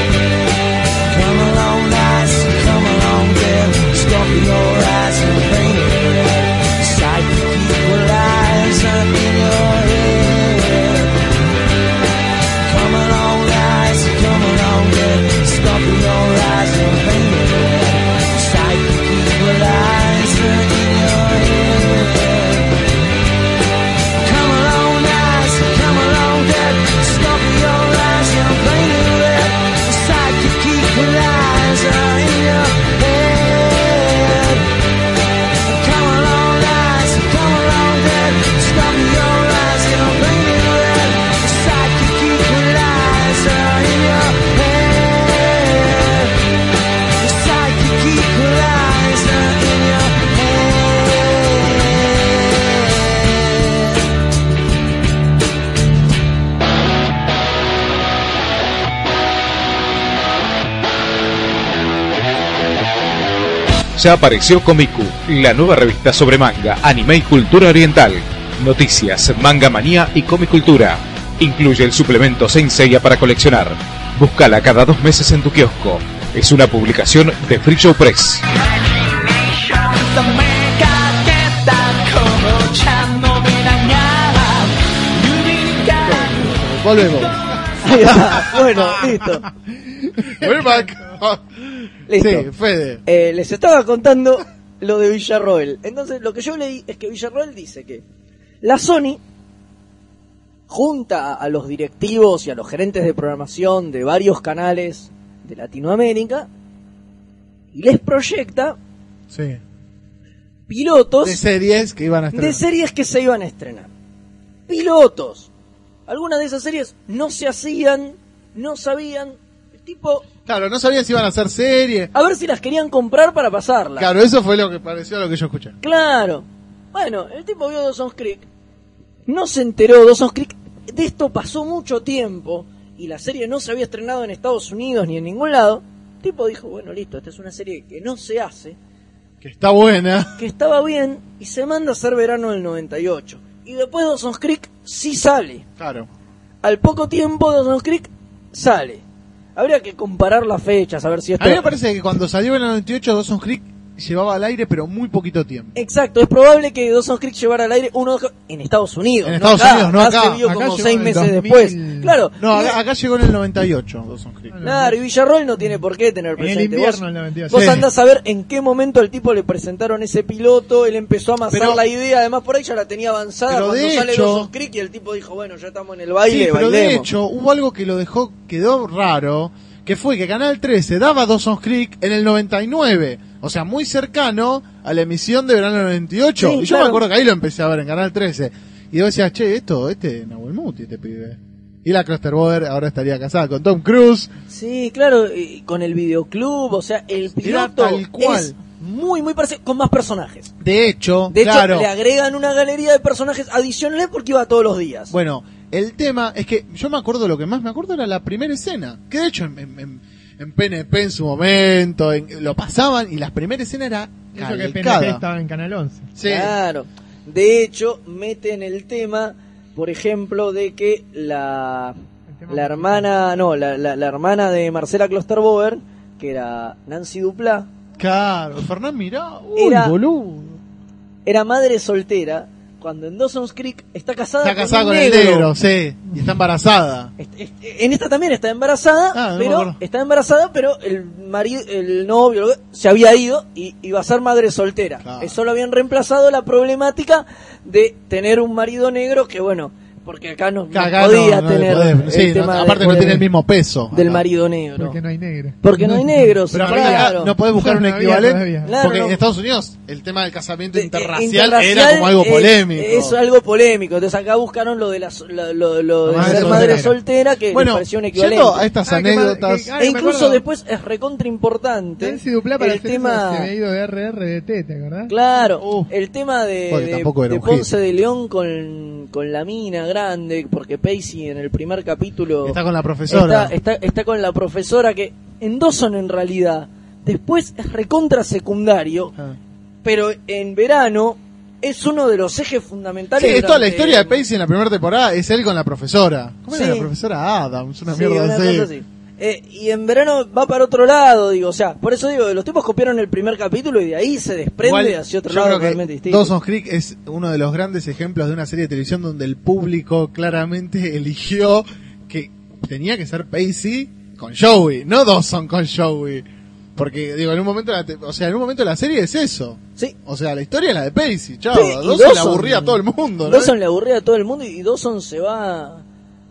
Speaker 10: Come along, nice, come along, then. Scorpio your eyes and paint it red. Psychic equalize up in your head. Come along, nice, come along, then. Scorpio your eyes and paint it red. Psychic equalize up in your head. Come along, nice, come along, dead. Stop your eyes and paint it red. Psychic equalizer in your head. Come along, nice, come along, dead. Stop your eyes and paint it red. Psychic equalizer in your head. Psychic equalizer in your head.
Speaker 11: Ya apareció Komiku, la nueva revista sobre manga, anime y cultura oriental. Noticias, manga manía y comicultura. Incluye el suplemento Senseiya para coleccionar. Búscala cada dos meses en tu kiosco. Es una publicación de Free Show Press.
Speaker 3: Volvemos.
Speaker 5: Ahí va. bueno, listo.
Speaker 3: We're back.
Speaker 5: Listo.
Speaker 3: Sí, Fede.
Speaker 5: Eh, les estaba contando lo de Villarroel. Entonces, lo que yo leí es que Villarroel dice que la Sony junta a los directivos y a los gerentes de programación de varios canales de Latinoamérica y les proyecta
Speaker 3: Sí.
Speaker 5: pilotos
Speaker 3: De series que iban a estar.
Speaker 5: de series que se iban a estrenar. Pilotos. Algunas de esas series no se hacían, no sabían. El tipo,
Speaker 3: Claro, no sabían si iban a hacer serie.
Speaker 5: a ver si las querían comprar para pasarlas.
Speaker 3: Claro, eso fue lo que pareció a lo que yo escuché.
Speaker 5: Claro. Bueno, el tipo vio Dawson's Creek. No se enteró Dawson's Creek. De esto pasó mucho tiempo y la serie no se había estrenado en Estados Unidos ni en ningún lado. El tipo dijo, bueno, listo, esta es una serie que no se hace.
Speaker 3: Que está buena.
Speaker 5: que estaba bien y se manda a hacer verano del 98. Y después Dawson's Creek sí sale.
Speaker 3: Claro.
Speaker 5: Al poco tiempo Dawson's Creek sale. Habría que comparar las fechas, a ver si esto...
Speaker 3: A mí me parece que cuando salió en el 98 Dawson's Creek llevaba al aire pero muy poquito tiempo.
Speaker 5: Exacto, es probable que Dawson's Creek llevara al aire uno en Estados Unidos.
Speaker 3: En
Speaker 5: no
Speaker 3: Estados
Speaker 5: acá.
Speaker 3: Unidos, no
Speaker 5: Acá
Speaker 3: acá.
Speaker 5: se vio
Speaker 3: Acá
Speaker 5: como
Speaker 3: llegó
Speaker 5: seis
Speaker 3: en el
Speaker 5: meses
Speaker 3: 2000.
Speaker 5: después. Claro,
Speaker 3: No,
Speaker 5: y-
Speaker 3: acá, acá llegó en el 98 Dawson's Creek.
Speaker 5: claro, y Villarroel no tiene por qué tener
Speaker 4: En el
Speaker 5: presente.
Speaker 4: invierno
Speaker 5: Vos-
Speaker 4: del 98.
Speaker 5: Vos
Speaker 3: Sí.
Speaker 5: andás a ver en qué momento al tipo le presentaron ese piloto, él empezó a amasar
Speaker 3: Pero-
Speaker 5: la idea, además por ahí ya la tenía avanzada
Speaker 3: Pero
Speaker 5: cuando
Speaker 3: de
Speaker 5: sale
Speaker 3: hecho-
Speaker 5: Dawson's Creek y el tipo dijo, bueno, ya estamos en el baile,
Speaker 3: sí, pero de
Speaker 5: bailemos.
Speaker 3: hecho hubo algo que lo dejó, quedó raro, que fue que Canal 13 daba Dawson's Creek en el 99, o sea, muy cercano a la emisión de verano del 98.
Speaker 5: Sí,
Speaker 3: y yo
Speaker 5: claro.
Speaker 3: me acuerdo que ahí lo empecé a ver en Canal 13. Y yo decía, che, esto, este Nahuel Muti, este pibe. Y la Clusterboer ahora estaría casada con Tom Cruise.
Speaker 5: Sí, claro, y con el videoclub, o sea, el piloto
Speaker 3: tal cual.
Speaker 5: es muy, muy parecido, con más personajes.
Speaker 3: De hecho,
Speaker 5: De hecho,
Speaker 3: claro.
Speaker 5: le agregan una galería de personajes adicionales porque iba todos los días.
Speaker 3: Bueno, el tema es que yo me acuerdo, lo que más me acuerdo era la primera escena. Que de hecho en, en- en- en PNP en su momento, en- lo pasaban y la primera escena era
Speaker 4: Eso que
Speaker 3: calcada.
Speaker 4: PNT estaba en Canal 11.
Speaker 3: Sí.
Speaker 5: Claro. De hecho, meten el tema, por ejemplo, de que la,
Speaker 4: tema
Speaker 5: la hermana, no, la, la- la hermana de Marcela Klosterboer, que era Nancy Duplá,
Speaker 3: Claro, Fernán mirá, uy,
Speaker 5: Era-
Speaker 3: boludo.
Speaker 5: era madre soltera cuando en Dawson's Creek está casada,
Speaker 3: Está casada
Speaker 5: un
Speaker 3: con el negro, sí. Y está embarazada.
Speaker 5: Est- est- En esta también está embarazada,
Speaker 3: Ah, no me
Speaker 5: pero
Speaker 3: acuerdo.
Speaker 5: está embarazada, pero el marido, el novio lo- se había ido y iba a ser madre soltera.
Speaker 3: Claro.
Speaker 5: Eso lo habían reemplazado la problemática de tener un marido negro que bueno, porque acá no, no
Speaker 3: Acá no-
Speaker 5: podía
Speaker 3: no le
Speaker 5: tener
Speaker 3: podés-
Speaker 5: el
Speaker 3: sí, no-
Speaker 5: tema de-
Speaker 3: aparte no
Speaker 5: del-
Speaker 3: tiene el mismo peso.
Speaker 5: del
Speaker 3: acá.
Speaker 5: marido negro.
Speaker 4: Porque no hay negra.
Speaker 5: Porque no hay negros,
Speaker 3: Pero aparte acá
Speaker 5: claro.
Speaker 3: no podés buscar un
Speaker 4: No había
Speaker 3: equivalente.
Speaker 4: todavía.
Speaker 5: Claro,
Speaker 3: porque
Speaker 5: no.
Speaker 3: en Estados Unidos el tema del casamiento
Speaker 5: De-
Speaker 3: interracial,
Speaker 5: Eh, interracial
Speaker 3: era como algo
Speaker 5: es-
Speaker 3: polémico.
Speaker 5: Es, algo polémico. Entonces acá buscaron lo de, la, so- lo, lo- lo de
Speaker 3: La madre
Speaker 5: ser madre
Speaker 3: soltera.
Speaker 5: soltera que les
Speaker 3: bueno,
Speaker 5: pareció un equivalente.
Speaker 3: yendo a este estas
Speaker 4: Ah, qué mal-
Speaker 3: anécdotas.
Speaker 4: qué- ah,
Speaker 5: e
Speaker 4: me
Speaker 5: incluso
Speaker 4: acuerdo.
Speaker 5: después es recontra importante
Speaker 4: Nancy Duplá para
Speaker 5: el
Speaker 4: hacer
Speaker 5: tema
Speaker 4: eso se había ido de RRDT, ¿te acordás?
Speaker 5: claro
Speaker 3: este, Uh.
Speaker 5: el tema de,
Speaker 3: Porque
Speaker 5: de-
Speaker 3: tampoco era
Speaker 5: de
Speaker 3: un
Speaker 5: Ponce de León con, con la mina grande porque Pacey en el primer capítulo
Speaker 3: Está con la profesora.
Speaker 5: está, está- está con la profesora que en Dawson en realidad después es recontra secundario
Speaker 3: Ah.
Speaker 5: pero en verano es uno de los ejes fundamentales
Speaker 3: Sí, es toda la
Speaker 5: durante-
Speaker 3: historia de Pacey en la primera temporada es él con la profesora. ¿Cómo
Speaker 5: Sí.
Speaker 3: era la profesora Adams? Una
Speaker 5: Sí,
Speaker 3: mierda
Speaker 5: una
Speaker 3: así.
Speaker 5: cosa así. Eh, y en verano va para otro lado, digo, o sea, por eso digo, los tipos copiaron el primer capítulo y de ahí se desprende
Speaker 3: Igual,
Speaker 5: hacia otro
Speaker 3: yo
Speaker 5: lado
Speaker 3: creo que
Speaker 5: totalmente distinto.
Speaker 3: Dawson's Creek es uno de los grandes ejemplos de una serie de televisión donde el público claramente eligió que tenía que ser Pacey con Joey, no Dawson con Joey. Porque, digo, en un momento, la te- o sea, en un momento la serie es eso.
Speaker 5: Sí.
Speaker 3: O sea, la historia es la de Pacey, chao.
Speaker 5: Sí, y
Speaker 3: Dawson, la
Speaker 5: Dawson-
Speaker 3: aburría a todo el mundo, ¿no?
Speaker 5: Dawson le aburría a todo el mundo y Dawson se va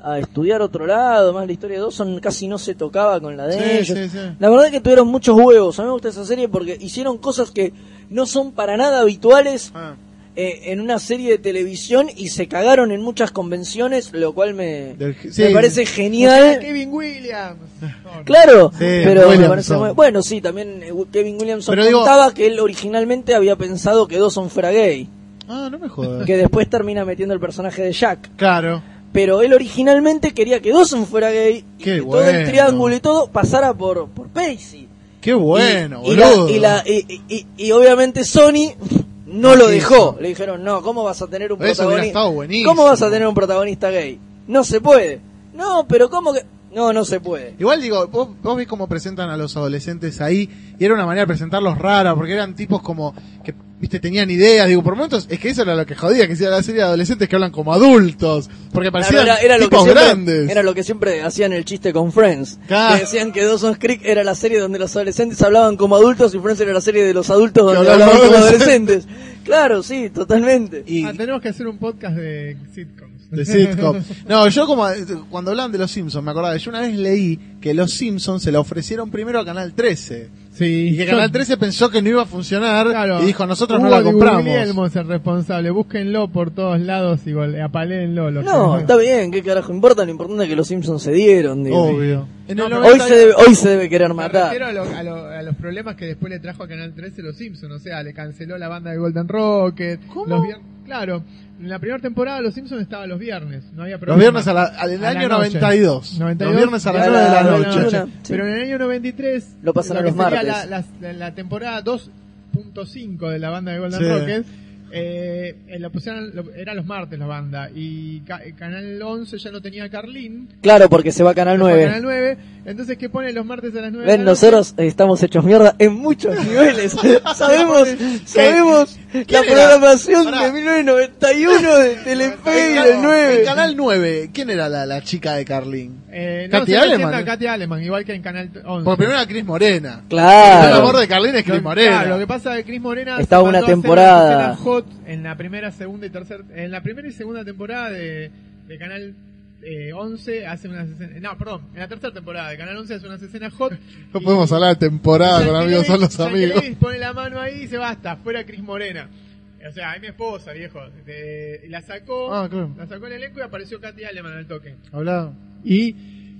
Speaker 5: a estudiar otro lado, más la historia de Dawson casi no se tocaba con la de
Speaker 3: Sí,
Speaker 5: ellos.
Speaker 3: sí, sí.
Speaker 5: La verdad que tuvieron muchos huevos, a mí me gusta esa serie porque hicieron cosas que no son para nada habituales
Speaker 3: Ah.
Speaker 5: eh, en una serie de televisión y se cagaron en muchas convenciones, lo cual me,
Speaker 3: Del-
Speaker 5: me
Speaker 3: sí.
Speaker 5: parece genial.
Speaker 4: Kevin Williams. No, no.
Speaker 5: Claro,
Speaker 3: Sí,
Speaker 5: pero me
Speaker 3: Williamson.
Speaker 5: parece muy- bueno, sí, también eh, Kevin Williamson
Speaker 3: Pero digo-
Speaker 5: contaba que él originalmente había pensado que Dawson fuera gay,
Speaker 3: Ah, no me jodas.
Speaker 5: que después termina metiendo el personaje de Jack,
Speaker 3: Claro.
Speaker 5: pero él originalmente quería que Dawson fuera gay y
Speaker 3: Qué
Speaker 5: que todo el
Speaker 3: bueno.
Speaker 5: triángulo y todo pasara por por Pacey.
Speaker 3: Qué bueno,
Speaker 5: y, y la-
Speaker 3: boludo.
Speaker 5: y, la- y- y- y obviamente Sony no lo dejó. Le dijeron, no, ¿cómo vas a tener un
Speaker 3: Eso hubiera
Speaker 5: protagonista?
Speaker 3: estado buenísimo.
Speaker 5: ¿Cómo vas a tener un protagonista gay? No se puede. No, pero ¿cómo que...? No, no se puede.
Speaker 3: Igual digo, vos, vos ves cómo presentan a los adolescentes ahí, y era una manera de presentarlos rara, porque eran tipos como que, viste, tenían ideas, digo, por momentos, es que eso era lo que jodía, que hacía la serie de adolescentes que hablan como adultos, porque
Speaker 5: Claro,
Speaker 3: parecían
Speaker 5: era, era lo que
Speaker 3: tipos
Speaker 5: siempre,
Speaker 3: grandes.
Speaker 5: era lo que siempre hacían el chiste con Friends.
Speaker 3: Claro.
Speaker 5: Que decían que Dawson's Creek era la serie donde los adolescentes hablaban como adultos y Friends era la serie de los adultos
Speaker 3: Que
Speaker 5: donde
Speaker 3: hablaban
Speaker 5: hablaban como
Speaker 3: como
Speaker 5: adolescentes. Claro, sí, totalmente.
Speaker 3: Y-
Speaker 4: Ah, tenemos que hacer un podcast de sitcoms.
Speaker 3: de sitcom. No, yo como eh, cuando hablan de los Simpsons, me acordaba, yo una vez leí que los Simpsons se la ofrecieron primero a Canal 13.
Speaker 4: Sí.
Speaker 3: Y que Canal 13 pensó que no iba a funcionar
Speaker 4: Claro.
Speaker 3: y dijo, nosotros no
Speaker 4: Hugo
Speaker 3: la
Speaker 4: Di
Speaker 3: compramos.
Speaker 4: Guglielmo es el responsable. Búsquenlo por todos lados y gol- apaléenlo. los
Speaker 5: No,
Speaker 4: que-
Speaker 5: está bien, ¿qué carajo importa? Lo importante es que los Simpsons se dieron. digo.
Speaker 3: Obvio. En el
Speaker 5: Hoy,
Speaker 3: 90
Speaker 5: se debe, hoy se debe querer
Speaker 4: Me
Speaker 5: matar.
Speaker 4: refiero a, lo- a lo- a los problemas que después le trajo a Canal 13 los Simpsons. O sea, le canceló la banda de Golden Rocket.
Speaker 3: ¿Cómo?
Speaker 4: los vier- Claro. En la primera temporada los Simpsons estaba los viernes. No había
Speaker 3: Los
Speaker 4: problema.
Speaker 3: viernes a la- al el
Speaker 4: A la
Speaker 3: año
Speaker 4: noche.
Speaker 3: 92.
Speaker 4: 92.
Speaker 3: Los viernes a las
Speaker 5: A
Speaker 3: 9 de la
Speaker 5: la
Speaker 3: noche.
Speaker 5: luna. Sí.
Speaker 4: Pero en el año 93
Speaker 5: Lo pasaron
Speaker 4: que
Speaker 5: los
Speaker 4: sería
Speaker 5: martes.
Speaker 4: La, la- la temporada punto 5 de la banda de Golden
Speaker 3: Sí.
Speaker 4: Rockets. Eh, eh, la pusieron, lo- era los martes la banda y ca- eh, Canal 11 ya no tenía Carlín.
Speaker 5: Claro, porque se va a Canal
Speaker 4: fue
Speaker 5: 9.
Speaker 4: Canal 9. Entonces, ¿qué pone los martes a las 9?
Speaker 5: Ven, nosotros estamos hechos mierda en muchos niveles. sabemos, sabemos la
Speaker 3: era?
Speaker 5: programación
Speaker 3: Pará.
Speaker 5: de 1991 de Telefe y del 9.
Speaker 3: El canal 9. ¿Quién era la, la chica de Carlín?
Speaker 4: Eh, no,
Speaker 3: Katy
Speaker 4: se presenta
Speaker 3: Aleman.
Speaker 4: Katy Aleman, igual que en Canal 11.
Speaker 3: Por primera, Cris Morena. El amor
Speaker 5: Claro.
Speaker 3: de Carlín es
Speaker 4: Lo-
Speaker 3: Cris Morena.
Speaker 4: claro, lo que pasa es que Cris Morena se
Speaker 5: Estaba una
Speaker 4: mandó a hacer
Speaker 5: temporada.
Speaker 4: una escena hot en la primera, segunda y tercera en la primera y segunda temporada de, de Canal eh, 11 hace unas escenas, no, perdón, en la tercera temporada de Canal 11 hace una escena hot.
Speaker 3: No
Speaker 4: y-
Speaker 3: podemos hablar de temporada con amigos, son los
Speaker 4: Jack
Speaker 3: amigos.
Speaker 4: Davis pone la mano ahí y se basta, fuera Cris Morena. O sea, es mi esposa, viejo. Este, y la sacó,
Speaker 3: Ah, claro.
Speaker 4: la sacó el elenco y apareció Katy Aleman al toque.
Speaker 3: Hablaba.
Speaker 4: Y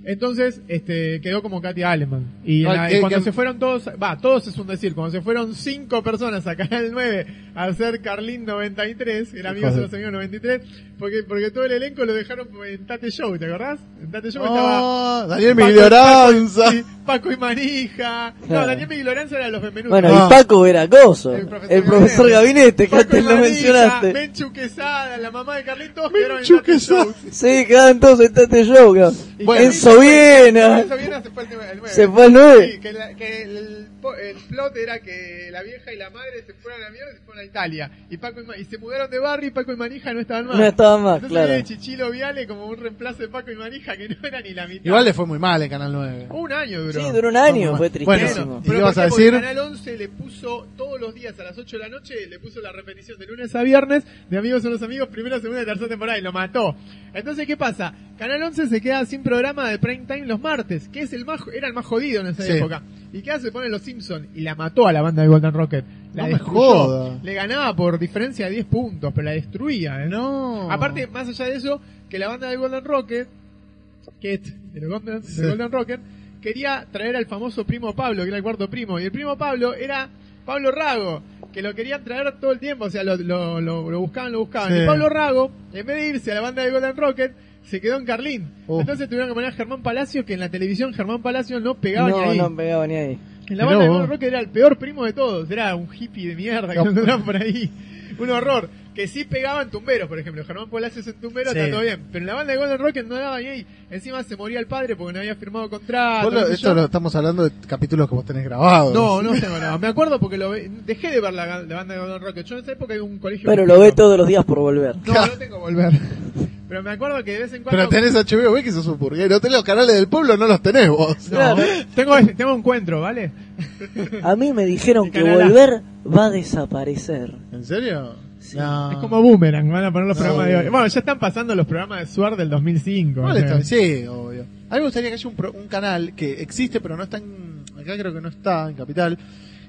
Speaker 4: entonces este, quedó como Katy Aleman. Y
Speaker 3: Ah,
Speaker 4: la-
Speaker 5: eh,
Speaker 3: qué-
Speaker 4: cuando
Speaker 3: qué-
Speaker 4: se fueron todos, va, todos es un decir, cuando se fueron cinco personas a Canal 9 a hacer Carlín 93, que era amigo de los amigos 93, porque, porque todo el elenco lo dejaron en Tate Show, ¿te acordás? En Tate Show estaba
Speaker 3: Oh, Daniel
Speaker 4: Paco-
Speaker 3: Miglioranza.
Speaker 4: sí, Paco y Manija. No,
Speaker 5: Claro.
Speaker 4: Daniel Migueloranza era los Benvenutos.
Speaker 5: Ah. Bueno,
Speaker 3: Ah.
Speaker 5: y Paco era gozo.
Speaker 4: El profesor
Speaker 5: El profesor Gabinete, que
Speaker 4: Paco y
Speaker 5: antes lo
Speaker 4: Manija,
Speaker 5: mencionaste.
Speaker 4: Menchu Quesada, la mamá de Carlitos,
Speaker 3: Menchu
Speaker 4: Menchu
Speaker 3: Quesada.
Speaker 4: Quesada.
Speaker 5: Sí, quedaban todos en Tate Show, cabrón.
Speaker 4: Bueno,
Speaker 5: Enzo Viena.
Speaker 4: Enzo Viena se fue el nueve- el nueve.
Speaker 5: Se fue el nueve.
Speaker 4: Sí, que, la- que el, po- el plot era que la vieja y la madre se fueron a la mierda y se fueron a Italia. Y Paco y, Ma- y se mudaron de barrio y Paco y Manija no estaban más.
Speaker 5: No estaban más,
Speaker 4: Entonces
Speaker 5: claro.
Speaker 4: viene Chichilo Viale como un reemplazo de Paco y Manija que no era ni la mitad.
Speaker 3: Igual le fue muy mal en Canal 9.
Speaker 4: Un año duró.
Speaker 5: Sí, duró un año, fue
Speaker 3: Bueno,
Speaker 5: tristísimo.
Speaker 3: ¿y
Speaker 4: Pero
Speaker 3: qué vas
Speaker 4: ¿por
Speaker 3: a
Speaker 4: qué? Porque
Speaker 3: decir?
Speaker 4: Canal 11 le puso todos los días a las 8 de la noche, le puso la repetición de lunes a viernes de Amigos son los Amigos, primera, segunda y tercera temporada y lo mató. Entonces, ¿qué pasa? Canal 11 se queda sin programa de prime time los martes, que es el más, era el más jodido en esa
Speaker 3: Sí.
Speaker 4: época. ¿Y qué hace? Pone los Simpsons y la mató a la banda de Golden Rocket. La
Speaker 3: No me
Speaker 4: destruyó.
Speaker 3: joda.
Speaker 4: Le ganaba por diferencia de 10 puntos, pero la destruía. ¿eh?
Speaker 3: No.
Speaker 4: Aparte, más allá de eso, que la banda de Golden Rocket, Ket, de los Golden, de
Speaker 3: Sí.
Speaker 4: Golden Rocket, quería traer al famoso primo Pablo, que era el cuarto primo. Y el primo Pablo era Pablo Rago, que lo querían traer todo el tiempo, o sea, lo, lo, lo- lo buscaban, lo buscaban.
Speaker 3: Sí.
Speaker 4: Y Pablo Rago, en vez de irse a la banda de Golden Rocket, se quedó en Carlín.
Speaker 3: Uh.
Speaker 4: Entonces tuvieron que poner a Germán Palacio, que en la televisión Germán Palacio no pegaba ni
Speaker 5: No,
Speaker 4: ahí.
Speaker 5: no pegaba ni ahí.
Speaker 4: En la
Speaker 3: Mirá
Speaker 4: banda de
Speaker 3: vos.
Speaker 4: Golden Rocket era el peor primo de todos, era un hippie de mierda que
Speaker 3: No.
Speaker 4: andaban por ahí. Un horror. Que sí pegaban tumberos, por ejemplo. Germán Palacios en tumbero
Speaker 3: Sí.
Speaker 4: está todo bien. Pero en la banda de Golden Rocket no daba ni ahí. Encima se moría el padre porque no había firmado contrato.
Speaker 3: Vos lo-
Speaker 4: no sé
Speaker 3: esto
Speaker 4: yo.
Speaker 3: lo estamos hablando de capítulos que vos tenés grabados.
Speaker 4: No, no se moraba. Me acuerdo porque lo ve- dejé de ver la, ga- la banda de Golden Rocket. Yo en esa época iba a un colegio.
Speaker 5: Pero
Speaker 4: público.
Speaker 5: lo ve todos los días por volver.
Speaker 4: No, no tengo que volver. Pero me acuerdo que de vez en cuando.
Speaker 3: Pero tenés HBO, ves que sos un burguero. Tenés los canales del pueblo, no los tenés vos.
Speaker 4: No, tengo, tengo encuentro, ¿vale?
Speaker 5: A mí me dijeron
Speaker 4: El
Speaker 5: que
Speaker 4: canal A.
Speaker 5: volver va a desaparecer.
Speaker 3: ¿En serio? No.
Speaker 4: Es como boomerang, van a poner los programas de hoy. Bueno, ya están pasando los programas de Suar del 2005.
Speaker 3: No
Speaker 4: o
Speaker 3: le
Speaker 4: sea.
Speaker 3: está- Sí, obvio. A mí me gustaría que haya un, pro- un canal que existe, pero no está en. Acá creo que no está, en Capital.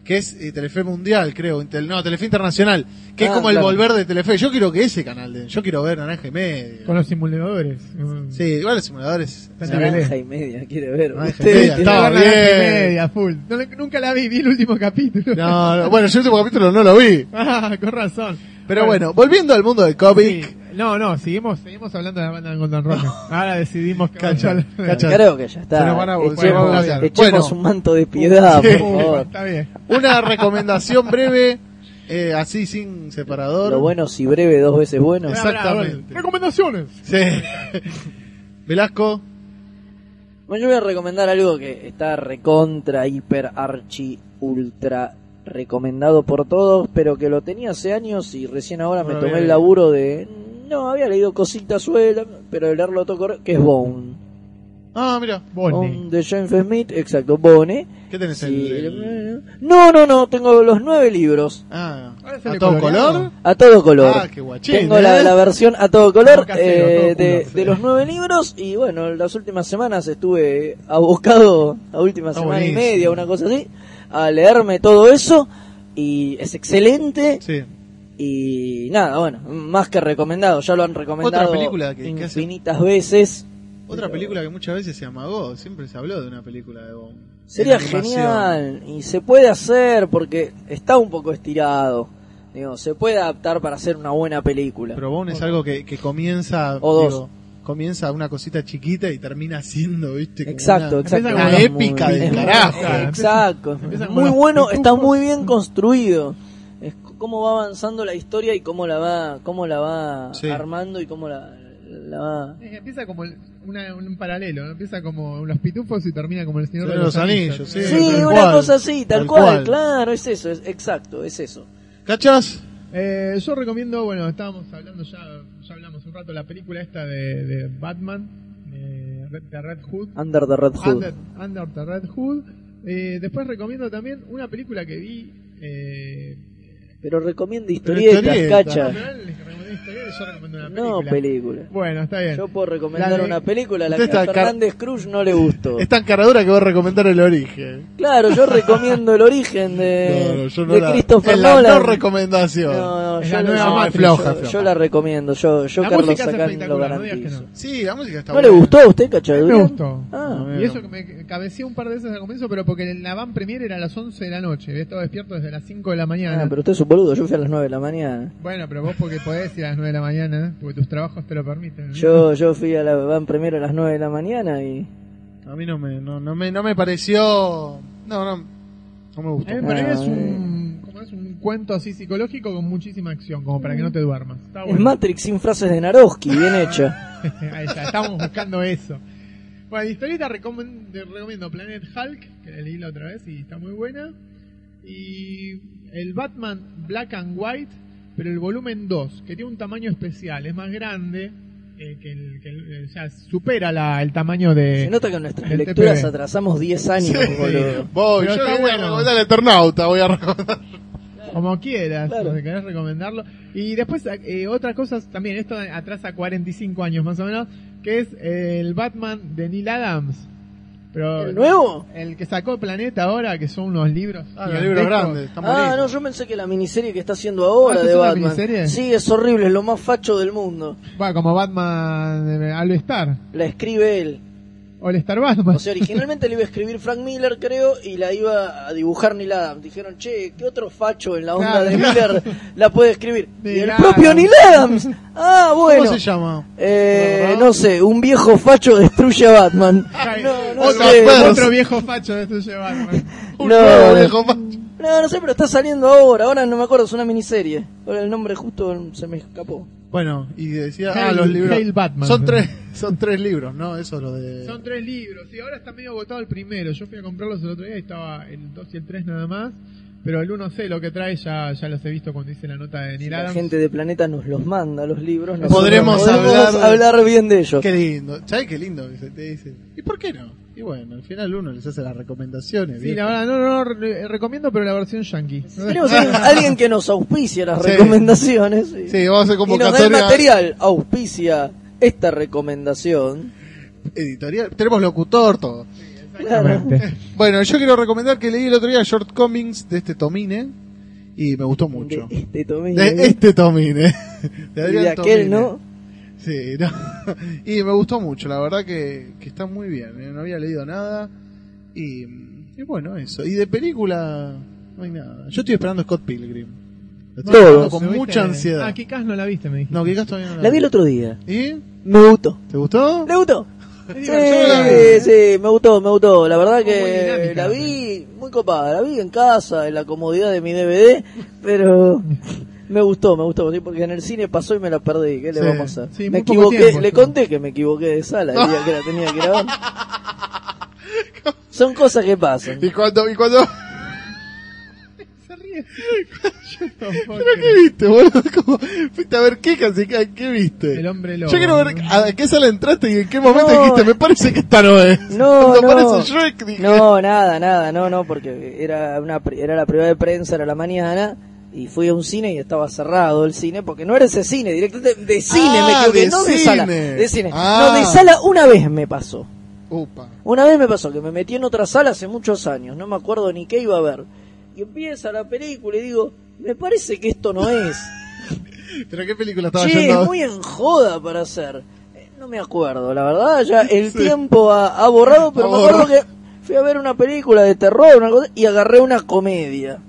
Speaker 3: Que es eh, Telefe Mundial, creo. Intel- no, Telefe Internacional. Que es
Speaker 5: Ah,
Speaker 3: como el
Speaker 5: claro.
Speaker 3: volver de Telefe. Yo quiero que ese canal. de- yo quiero ver Naranja y Media.
Speaker 4: Con los simuladores. Mm.
Speaker 3: Sí, igual los simuladores.
Speaker 4: Está en la
Speaker 3: Naranja-
Speaker 4: tele.
Speaker 5: Naranja y media, quiere ver.
Speaker 3: Naranja y
Speaker 5: Ustedes
Speaker 3: media,
Speaker 5: tienen-
Speaker 3: estaba
Speaker 4: Estaba la
Speaker 3: bien.
Speaker 4: media, full. No le- nunca la vi, vi el último capítulo.
Speaker 3: No, no, bueno, yo el último capítulo no lo vi.
Speaker 4: Ah, con razón.
Speaker 3: Pero bueno, volviendo al mundo del cómic.
Speaker 4: sí. No, no, seguimos, seguimos hablando de la banda de Golden Rock. Ahora decidimos que
Speaker 3: Cacha,
Speaker 4: vamos a-
Speaker 3: cacha.
Speaker 5: Creo que ya está.
Speaker 3: Se nos van a-
Speaker 5: echemos
Speaker 3: se nos van a olvidar.
Speaker 5: echemos
Speaker 3: Bueno.
Speaker 5: un manto de piedad,
Speaker 3: Sí.
Speaker 5: por favor.
Speaker 4: Está bien.
Speaker 3: Una recomendación breve, eh, así sin separador.
Speaker 5: Lo bueno si breve, dos veces bueno.
Speaker 3: Exacto. Exactamente.
Speaker 4: Ahora, ahora, Recomendaciones.
Speaker 3: Sí. Velasco.
Speaker 5: Bueno, yo voy a recomendar algo que está recontra, hiper, archi, ultra recomendado por todos, pero que lo tenía hace años y recién ahora me
Speaker 3: Bueno,
Speaker 5: tomé
Speaker 3: bien.
Speaker 5: el laburo de... No, había leído cositas suela, pero de leerlo todo correcto, que es Bone.
Speaker 3: Ah, mira.
Speaker 4: Bonnie.
Speaker 5: Bone de James Smith, exacto, Bone.
Speaker 3: ¿Qué tenés
Speaker 5: Sí,
Speaker 3: el, el-
Speaker 5: No, no, no, tengo los nueve libros
Speaker 3: Ah,
Speaker 4: Ahora
Speaker 3: ¿a
Speaker 4: sale
Speaker 3: todo
Speaker 4: coloreado.
Speaker 3: color?
Speaker 5: a todo color.
Speaker 3: Ah, qué guachín.
Speaker 5: Tengo
Speaker 3: ¿eh?
Speaker 5: la, la versión a todo color
Speaker 4: Como casero,
Speaker 5: eh,
Speaker 4: todo
Speaker 5: de,
Speaker 4: culo.
Speaker 5: de los nueve libros y bueno, las últimas semanas estuve abocado, la última
Speaker 3: Está
Speaker 5: semana y
Speaker 3: buenísimo.
Speaker 5: media, una cosa así, a leerme todo eso y es excelente
Speaker 3: Sí.
Speaker 5: y nada, bueno, más que recomendado, ya lo han recomendado
Speaker 3: Otra película que- que hace-
Speaker 5: infinitas veces.
Speaker 3: Otra película que muchas veces se amagó, siempre se habló de una película de Bond.
Speaker 5: Sería
Speaker 3: En animación.
Speaker 5: genial y se puede hacer porque está un poco estirado. Digo, se puede adaptar para hacer una buena película.
Speaker 3: Pero Bond es algo que, que comienza.
Speaker 5: O dos.
Speaker 3: digo, comienza una cosita chiquita y termina siendo, ¿viste? Como
Speaker 5: Exacto,
Speaker 3: una-
Speaker 5: exacto.
Speaker 3: una
Speaker 5: Muy-
Speaker 3: épica del
Speaker 5: es-
Speaker 3: carajo.
Speaker 5: Exacto.
Speaker 4: Empiezan con
Speaker 5: Muy
Speaker 4: los
Speaker 5: bueno, está
Speaker 4: pitufos.
Speaker 5: muy bien construido. Es c- cómo va avanzando la historia y cómo la va, cómo la va
Speaker 3: Sí.
Speaker 5: armando y cómo la, la va.
Speaker 4: Es que Empieza como el- una- un paralelo, ¿no? empieza como los pitufos y termina como el señor
Speaker 3: Señor
Speaker 4: de los,
Speaker 3: de los
Speaker 4: anillos.
Speaker 3: Anillos,
Speaker 5: Sí,
Speaker 3: Sí, tal
Speaker 5: una
Speaker 3: cual.
Speaker 5: cosa así, tal,
Speaker 3: Tal
Speaker 5: cual,
Speaker 3: cual.
Speaker 5: claro, es eso, es exacto, es eso.
Speaker 3: ¿Cachas?
Speaker 4: Eh, yo recomiendo, bueno, estábamos hablando ya, ya hablamos un rato, la película esta de, de Batman, eh, Red- de Red Hood.
Speaker 5: Under the Red Hood.
Speaker 4: Under, Under the Red Hood. Eh, después recomiendo también una película que vi. Eh,
Speaker 5: Pero recomienda historietas,
Speaker 3: historieta.
Speaker 5: cacha.
Speaker 4: pero les recomendé esta idea y yo recomiendo una
Speaker 5: No
Speaker 4: película.
Speaker 5: película.
Speaker 4: Bueno, está bien.
Speaker 5: Yo puedo recomendar
Speaker 4: La de-
Speaker 5: una película a la que
Speaker 3: Usted
Speaker 5: a
Speaker 3: está car-
Speaker 5: Fernández Cruz no le gustó.
Speaker 3: Es tan caradura que voy a recomendar el origen.
Speaker 5: Claro, yo recomiendo el origen de,
Speaker 3: No, no, yo no
Speaker 5: Eh, de
Speaker 3: la,
Speaker 5: Christopher
Speaker 3: es la
Speaker 5: Nolan.
Speaker 3: no recomendación.
Speaker 5: No, no,
Speaker 4: Es
Speaker 5: yo,
Speaker 4: la
Speaker 5: no-
Speaker 4: nueva
Speaker 5: yo-
Speaker 4: Matrix.
Speaker 3: Floja,
Speaker 5: yo-
Speaker 3: floja.
Speaker 5: yo la recomiendo, yo, yo
Speaker 4: la
Speaker 5: Carlos
Speaker 4: música es
Speaker 5: Sacán lo
Speaker 4: espectacular, no digas
Speaker 5: garantizo.
Speaker 4: que no.
Speaker 5: no.
Speaker 3: Sí, la música está
Speaker 5: le
Speaker 3: buena.
Speaker 5: gustó a usted, cachado?
Speaker 4: Me gustó.
Speaker 5: Ah,
Speaker 4: y eso que me cabeceé un par de veces al comienzo, pero porque en la van premier era a las 11 de la noche. Había estado despierto desde las 5 de la mañana.
Speaker 5: Ah, pero usted es un boludo, yo fui a las 9 de la mañana.
Speaker 4: Bueno, pero vos porque podés ir a las 9 de la mañana, porque tus trabajos te lo permiten. ¿no?
Speaker 5: Yo, yo fui a la van primero a las 9 de la mañana y...
Speaker 3: A mí no me, no, no me, no me pareció. No, no. No me gustó.
Speaker 4: A mí me parece que es
Speaker 5: Ah,
Speaker 4: un, como es un cuento así psicológico con muchísima acción, como para que no te duermas. Está
Speaker 5: Es
Speaker 4: bueno.
Speaker 5: Matrix sin frases de Naroski, bien hecha.
Speaker 4: Eh, Ahí está, estamos buscando eso. Bueno, de historieta recomen- te recomiendo Planet Hulk, que la leí la otra vez y está muy buena. Y el Batman Black and White, pero el volumen 2, que tiene un tamaño especial, es más grande, eh, que el, que el- eh, o sea, supera la- el tamaño de...
Speaker 5: Se nota que en nuestras
Speaker 4: El
Speaker 5: lecturas
Speaker 4: TPB.
Speaker 5: atrasamos 10 años, boludo.
Speaker 3: Voy,
Speaker 4: Pero
Speaker 3: yo
Speaker 4: está
Speaker 3: voy
Speaker 4: bueno.
Speaker 3: a recomendar el Eternauta, voy a recomendar.
Speaker 4: Como quieras,
Speaker 5: Claro.
Speaker 4: si querés recomendarlo. Y después, eh, otras cosas también, esto atrasa 45 años más o menos, que es eh, el Batman de Neil Adams. Pero
Speaker 5: ¿El nuevo?
Speaker 4: El que sacó Planeta ahora, que son unos libros.
Speaker 3: Ah, los libros
Speaker 4: gigantescos.
Speaker 3: grandes, están
Speaker 5: Ah, no,
Speaker 3: buenísimos.
Speaker 5: yo pensé que la miniserie que está haciendo ahora
Speaker 4: Ah, ¿esta
Speaker 5: de
Speaker 4: es una
Speaker 5: Batman.
Speaker 4: miniserie?
Speaker 5: Sí, es horrible, es lo más facho del mundo.
Speaker 4: Va, como Batman eh, All Star.
Speaker 5: La escribe él.
Speaker 4: All Star Batman.
Speaker 5: O sea, originalmente le iba a escribir Frank Miller, creo, y la iba a dibujar Neil Adams. Dijeron, che, ¿qué otro facho en la onda
Speaker 4: Claro.
Speaker 5: de Miller la puede escribir?
Speaker 4: Neil
Speaker 5: Y el
Speaker 4: Adams.
Speaker 5: propio Neil Adams. Ah,
Speaker 3: ¿Cómo
Speaker 5: bueno.
Speaker 3: se llama?
Speaker 5: Eh, no sé, un viejo facho destruye a Batman. No, no
Speaker 4: otro,
Speaker 5: sé.
Speaker 3: bueno,
Speaker 4: otro viejo facho de este Batman.
Speaker 3: Un
Speaker 5: No.
Speaker 3: nuevo viejo macho.
Speaker 5: No, no sé, pero está saliendo ahora. Ahora no me acuerdo, es una miniserie. Ahora el nombre justo se me escapó.
Speaker 3: Bueno, y decía, ah,
Speaker 4: Hail-
Speaker 3: los libros.
Speaker 4: Hail Batman.
Speaker 3: Son tres, son tres libros, ¿no? Eso es lo de.
Speaker 4: Son tres libros, y ahora está medio agotado el primero. Yo fui a comprarlos el otro día y estaba el 2 y el 3 nada más. Pero el 1 sé lo que trae, ya, ya los he visto cuando hice la nota de Neil
Speaker 5: La
Speaker 4: Adams.
Speaker 5: gente de Planeta nos los manda, los libros. nosotros
Speaker 3: Podremos hablar-
Speaker 5: hablar bien de ellos.
Speaker 3: Qué lindo. ¿Sabes qué lindo? Que se te dice. ¿Y por qué no? Y bueno, al final uno les hace las recomendaciones.
Speaker 4: Sí,
Speaker 3: viejo.
Speaker 4: la verdad, no, no, no, re- recomiendo, pero la versión yankee.
Speaker 5: Tenemos alguien- alguien que nos auspicia las
Speaker 3: Sí.
Speaker 5: recomendaciones. sí.
Speaker 3: Sí, vamos a hacer
Speaker 5: y nos da el
Speaker 3: convocatoria
Speaker 5: material, auspicia esta recomendación.
Speaker 3: editorial. Tenemos locutor, todo.
Speaker 5: Claro.
Speaker 3: Bueno, yo quiero recomendar que leí el otro día Short Comings de este Tomine y me gustó mucho.
Speaker 5: De este
Speaker 4: Eh,
Speaker 5: Tommy,
Speaker 3: De este Tomine. De,
Speaker 5: y
Speaker 3: Adrián
Speaker 5: de
Speaker 3: Tomine.
Speaker 5: aquel, ¿no?
Speaker 3: Sí, no. y me gustó mucho, la verdad que, que está muy bien. ¿eh? No había leído nada y, y bueno, eso. Y de película no hay nada. Yo estoy esperando Scott Pilgrim. Lo estoy
Speaker 5: Todos.
Speaker 3: esperando con
Speaker 4: ¿Subiste?
Speaker 3: mucha ansiedad.
Speaker 4: Ah, Kikás no la viste, me dijiste.
Speaker 3: No, que todavía no
Speaker 5: La vi el otro día.
Speaker 3: ¿Y?
Speaker 5: Me gustó.
Speaker 3: ¿Te gustó?
Speaker 5: ¿Le gustó? Sí,
Speaker 3: divertida.
Speaker 5: sí, me gustó, me gustó. La verdad
Speaker 4: Muy
Speaker 5: que
Speaker 4: dinámica.
Speaker 5: la vi muy copada, la vi en casa, en la comodidad de mi DVD, pero me gustó, me gustó, sí, porque en el cine pasó y me la perdí, ¿qué le
Speaker 3: Sí,
Speaker 5: vamos a hacer?
Speaker 4: sí,
Speaker 5: me
Speaker 4: muy poco
Speaker 5: equivoqué,
Speaker 4: tiempo,
Speaker 5: le
Speaker 4: sí.
Speaker 5: conté que me equivoqué de sala el día que la tenía que grabar. Son cosas que pasan.
Speaker 3: ¿Y cuando, y cuando,
Speaker 4: Se ríe. Yo tampoco.
Speaker 3: pero qué viste, boludo? Como, fuiste a ver qué casi, qué qué viste?
Speaker 4: El hombre lobo.
Speaker 3: Yo quiero ver
Speaker 4: ¿no?
Speaker 3: a qué sala entraste y en qué momento
Speaker 5: No.
Speaker 3: dijiste, me parece que esta no es.
Speaker 5: No,
Speaker 3: Cuando
Speaker 5: no.
Speaker 3: aparece Shrek dije,
Speaker 5: No, nada, nada, no, no, porque era una pri- era la prueba de prensa, era la mañana y fui a un cine y estaba cerrado el cine porque no era ese cine, directamente de cine
Speaker 3: Ah,
Speaker 5: me equivoqué,
Speaker 3: de
Speaker 5: no de
Speaker 3: cine.
Speaker 5: sala, de cine.
Speaker 3: Ah.
Speaker 5: No, de sala una vez me pasó.
Speaker 3: upa.
Speaker 5: Una vez me pasó que me metí en otra sala hace muchos años, no me acuerdo ni qué iba a ver. Y empieza la película y digo, me parece que esto no es.
Speaker 3: Pero qué película estaba
Speaker 5: Che,
Speaker 3: yendo.
Speaker 5: es muy en joda para hacer. Eh, No me acuerdo, la verdad, ya el tiempo ha, ha borrado, pero
Speaker 3: Ha
Speaker 5: me
Speaker 3: borrado.
Speaker 5: acuerdo que fui a ver una película de terror una cosa, y agarré una comedia.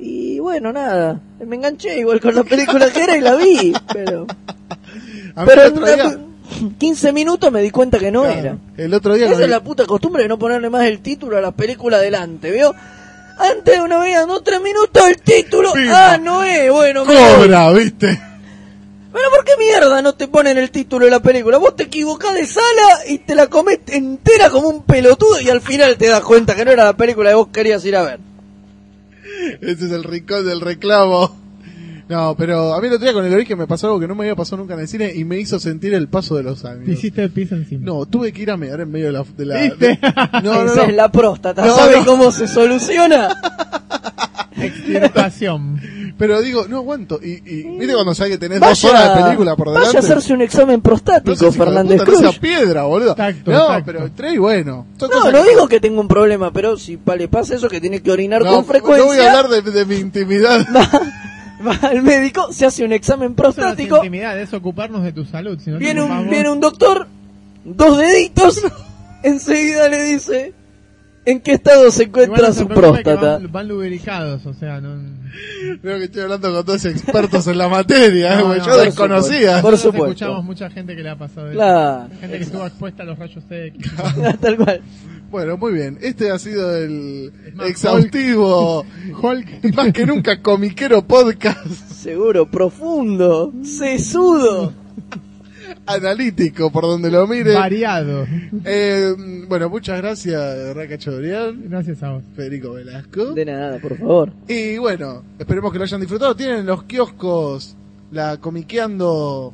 Speaker 5: Y bueno, nada, me enganché igual con la película que era y la vi, pero...
Speaker 3: A mí
Speaker 5: pero
Speaker 3: el otro
Speaker 5: una-
Speaker 3: día
Speaker 5: 15 minutos me di cuenta que no era.
Speaker 3: El otro día.
Speaker 5: Esa
Speaker 3: cuando-
Speaker 5: es la puta costumbre de no ponerle más el título a las películas adelante, ¿vio? Antes uno veía dos, tres minutos el título.
Speaker 3: Pimba.
Speaker 5: Ah, no es, bueno, me voy.
Speaker 3: Cobra, ¿viste?
Speaker 5: Pero ¿por qué mierda no te ponen el título de la película? Vos te equivocás de sala y te la comés entera como un pelotudo y al final te das cuenta que no era la película que vos querías ir a ver.
Speaker 3: Ese es el rincón del reclamo. No, pero a mí el otro día con el origen me pasó algo que no me había pasado nunca en el cine y me hizo sentir el paso de los años.
Speaker 4: Te hiciste el piso encima.
Speaker 3: No, tuve que ir a mirar en medio de la... de la-
Speaker 4: ¿Viste?
Speaker 3: No, no,
Speaker 5: Esa es
Speaker 3: no.
Speaker 5: la próstata.
Speaker 3: No,
Speaker 5: ¿Sabes
Speaker 3: no.
Speaker 5: cómo se soluciona?
Speaker 4: Extirpación.
Speaker 3: Pero digo, no aguanto. Y, y viste cuando sabes que tenés dos horas de película por delante.
Speaker 5: Vaya a hacerse un examen prostático,
Speaker 3: No seas hijo de
Speaker 5: Fernández
Speaker 3: puta,
Speaker 5: Cruz.
Speaker 3: No sea piedra, boludo.
Speaker 4: Tacto,
Speaker 3: no,
Speaker 4: tacto.
Speaker 3: pero tres y bueno. Son
Speaker 5: No,
Speaker 3: cosas
Speaker 5: no
Speaker 3: que-
Speaker 5: digo que tengo un problema, pero si pa- le pasa eso que tiene que orinar
Speaker 3: No,
Speaker 5: con frecuencia,
Speaker 3: No voy a hablar de, de mi intimidad.
Speaker 5: va, va al médico, se hace un examen
Speaker 4: Eso no es
Speaker 5: prostático,
Speaker 4: intimidad, es ocuparnos de tu salud. Si no te
Speaker 5: viene
Speaker 4: ocupás
Speaker 5: un,
Speaker 4: vos-
Speaker 5: viene un doctor, dos deditos, enseguida le dice en qué estado se
Speaker 4: Igual
Speaker 5: encuentra
Speaker 4: no se
Speaker 5: su
Speaker 4: preocupe que
Speaker 5: próstata.
Speaker 4: Van, van lubricados, o sea, no.
Speaker 3: Creo que estoy hablando con dos expertos en la materia,
Speaker 4: No,
Speaker 3: güey.
Speaker 4: no,
Speaker 3: yo
Speaker 4: por
Speaker 3: desconocía.
Speaker 5: Por
Speaker 4: Nosotros
Speaker 5: supuesto.
Speaker 4: Escuchamos mucha gente que le ha pasado eso.
Speaker 5: Claro,
Speaker 4: Gente que estuvo expuesta a los rayos X.
Speaker 5: tal cual.
Speaker 3: Bueno, muy bien. Este ha sido el
Speaker 4: más,
Speaker 3: exhaustivo,
Speaker 4: Hulk.
Speaker 3: más que nunca comiquero podcast
Speaker 5: Seguro, profundo, sesudo.
Speaker 3: analítico, por donde lo mire.
Speaker 4: Variado.
Speaker 3: Eh, bueno, muchas gracias, Raca Chodrián,
Speaker 4: Gracias a vos.
Speaker 3: Federico Velasco.
Speaker 5: De nada, por favor.
Speaker 3: Y bueno, esperemos que lo hayan disfrutado. Tienen en los kioscos la comiqueando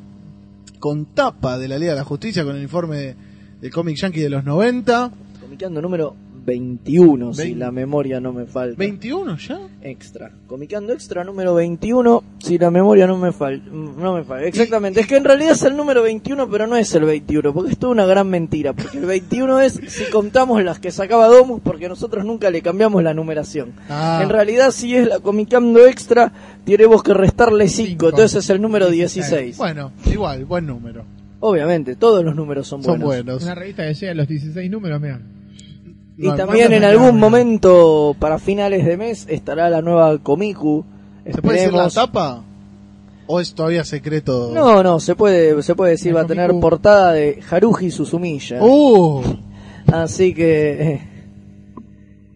Speaker 3: con tapa de la Liga de la Justicia con el informe de, de Comic Yankee de los 90.
Speaker 5: Comiqueando número 21, si
Speaker 3: Vein-
Speaker 5: la memoria no me falta.
Speaker 3: ¿21 ya?
Speaker 5: Extra. Comicando Extra número 21, si la memoria no me falla. No me falla. Exactamente. Es que en realidad es el número 21, pero no es el 21, porque es toda una gran mentira. Porque el 21 es si contamos las que sacaba Domus, porque nosotros nunca le cambiamos la numeración.
Speaker 3: Ah.
Speaker 5: En realidad, si es la Comicando Extra, tenemos que restarle 5,
Speaker 4: Cinco.
Speaker 5: entonces es el número 16.
Speaker 3: Eh, Bueno, igual, buen número.
Speaker 5: Obviamente, todos los números son buenos.
Speaker 3: Son buenos.
Speaker 4: Una revista que llega a los 16 números, mira.
Speaker 5: Y
Speaker 3: No,
Speaker 5: también
Speaker 3: ¿cuántos
Speaker 5: en
Speaker 3: me
Speaker 5: algún
Speaker 3: quedan?
Speaker 5: momento, para finales de mes, estará la nueva Comiku.
Speaker 3: ¿Se puede decir la
Speaker 5: Esperemos.
Speaker 3: tapa? ¿O es todavía secreto?
Speaker 5: No, no, se puede, se puede decir,
Speaker 4: La
Speaker 5: va a tener
Speaker 4: Comic-Con.
Speaker 5: portada de Haruji Suzumiya.
Speaker 3: ¡Uh!
Speaker 5: Así que eh,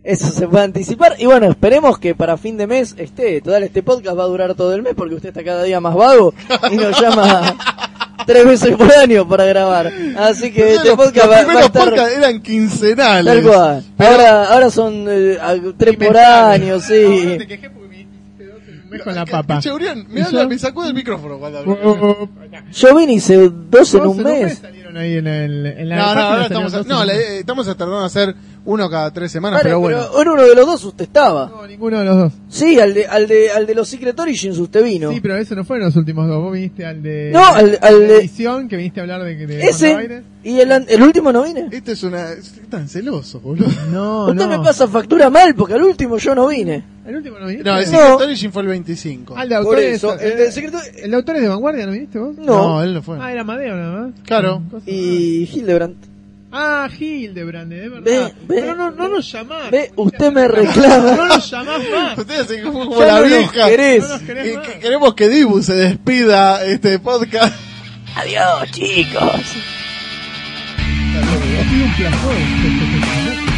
Speaker 5: eso se puede anticipar. Y bueno, esperemos que para fin de mes esté. Total, este podcast va a durar todo el mes porque usted está cada día más vago y nos llama tres veces por año para grabar. Así que este
Speaker 3: los, los
Speaker 5: podcast va, va a
Speaker 3: primeros
Speaker 5: estar...
Speaker 3: podcasts eran quincenales.
Speaker 5: Tal cual.
Speaker 3: Pero-
Speaker 5: Ahora, ahora son eh, a- tres por año, sí.
Speaker 4: No, no te quejé porque me hiciste dos en un mes con la papa.
Speaker 3: Chaurián, mirá,
Speaker 4: ¿Y yo?
Speaker 3: la- me sacó del micrófono cuando
Speaker 4: Uh,
Speaker 3: habló.
Speaker 4: uh, uh. Acá.
Speaker 5: Yo vine y hice dos en
Speaker 4: Dos
Speaker 5: un mes.
Speaker 4: salieron ahí en, el, en la
Speaker 3: No, no,
Speaker 4: página salieron
Speaker 3: ahora estamos, a-
Speaker 4: dos
Speaker 3: no,
Speaker 4: en un mes.
Speaker 3: le- eh, estamos tardando en hacer uno cada tres semanas,
Speaker 5: Vale,
Speaker 3: Ah, pero bueno.
Speaker 5: pero en uno de los dos usted estaba.
Speaker 4: No, ninguno de los dos.
Speaker 5: Sí, al de, al de, al de los Secret Origins usted vino.
Speaker 4: Sí, pero eso no fueron los últimos dos. Vos viniste al de.
Speaker 5: No, al- al de-
Speaker 4: Edición, que viniste a hablar de. de
Speaker 5: Ese
Speaker 4: coronavirus.
Speaker 5: y el, an- el último no vine.
Speaker 3: Este es una. es tan celoso, boludo.
Speaker 4: No,
Speaker 5: Usted
Speaker 4: no.
Speaker 5: me pasa factura mal porque al último yo no vine.
Speaker 4: El último no viniste.
Speaker 3: No, el
Speaker 5: No.
Speaker 3: Secret Origin fue el 25.
Speaker 4: Ah, el de
Speaker 5: Por
Speaker 4: autores.
Speaker 5: eso,
Speaker 4: eh,
Speaker 5: el de secreto-
Speaker 4: el de autores de vanguardia, ¿no viniste vos?
Speaker 5: No.
Speaker 3: No, él no fue.
Speaker 4: Ah, era Madeo nada más.
Speaker 3: Claro.
Speaker 4: Cosa-
Speaker 5: Y Hildebrand.
Speaker 4: Ah, Hildebrand, de verdad.
Speaker 5: Ve, ve.
Speaker 4: Pero no, no nos llamás.
Speaker 5: Ve, usted me
Speaker 4: No
Speaker 5: reclama.
Speaker 4: nos llamás más.
Speaker 3: Ustedes se como
Speaker 5: Ya
Speaker 3: la
Speaker 5: no nos
Speaker 3: vieja.
Speaker 5: querés.
Speaker 4: No nos
Speaker 3: Que-
Speaker 4: querés más.
Speaker 3: que- queremos que Dibu se despida este podcast.
Speaker 5: Adiós, chicos.
Speaker 4: Ha sido un placer.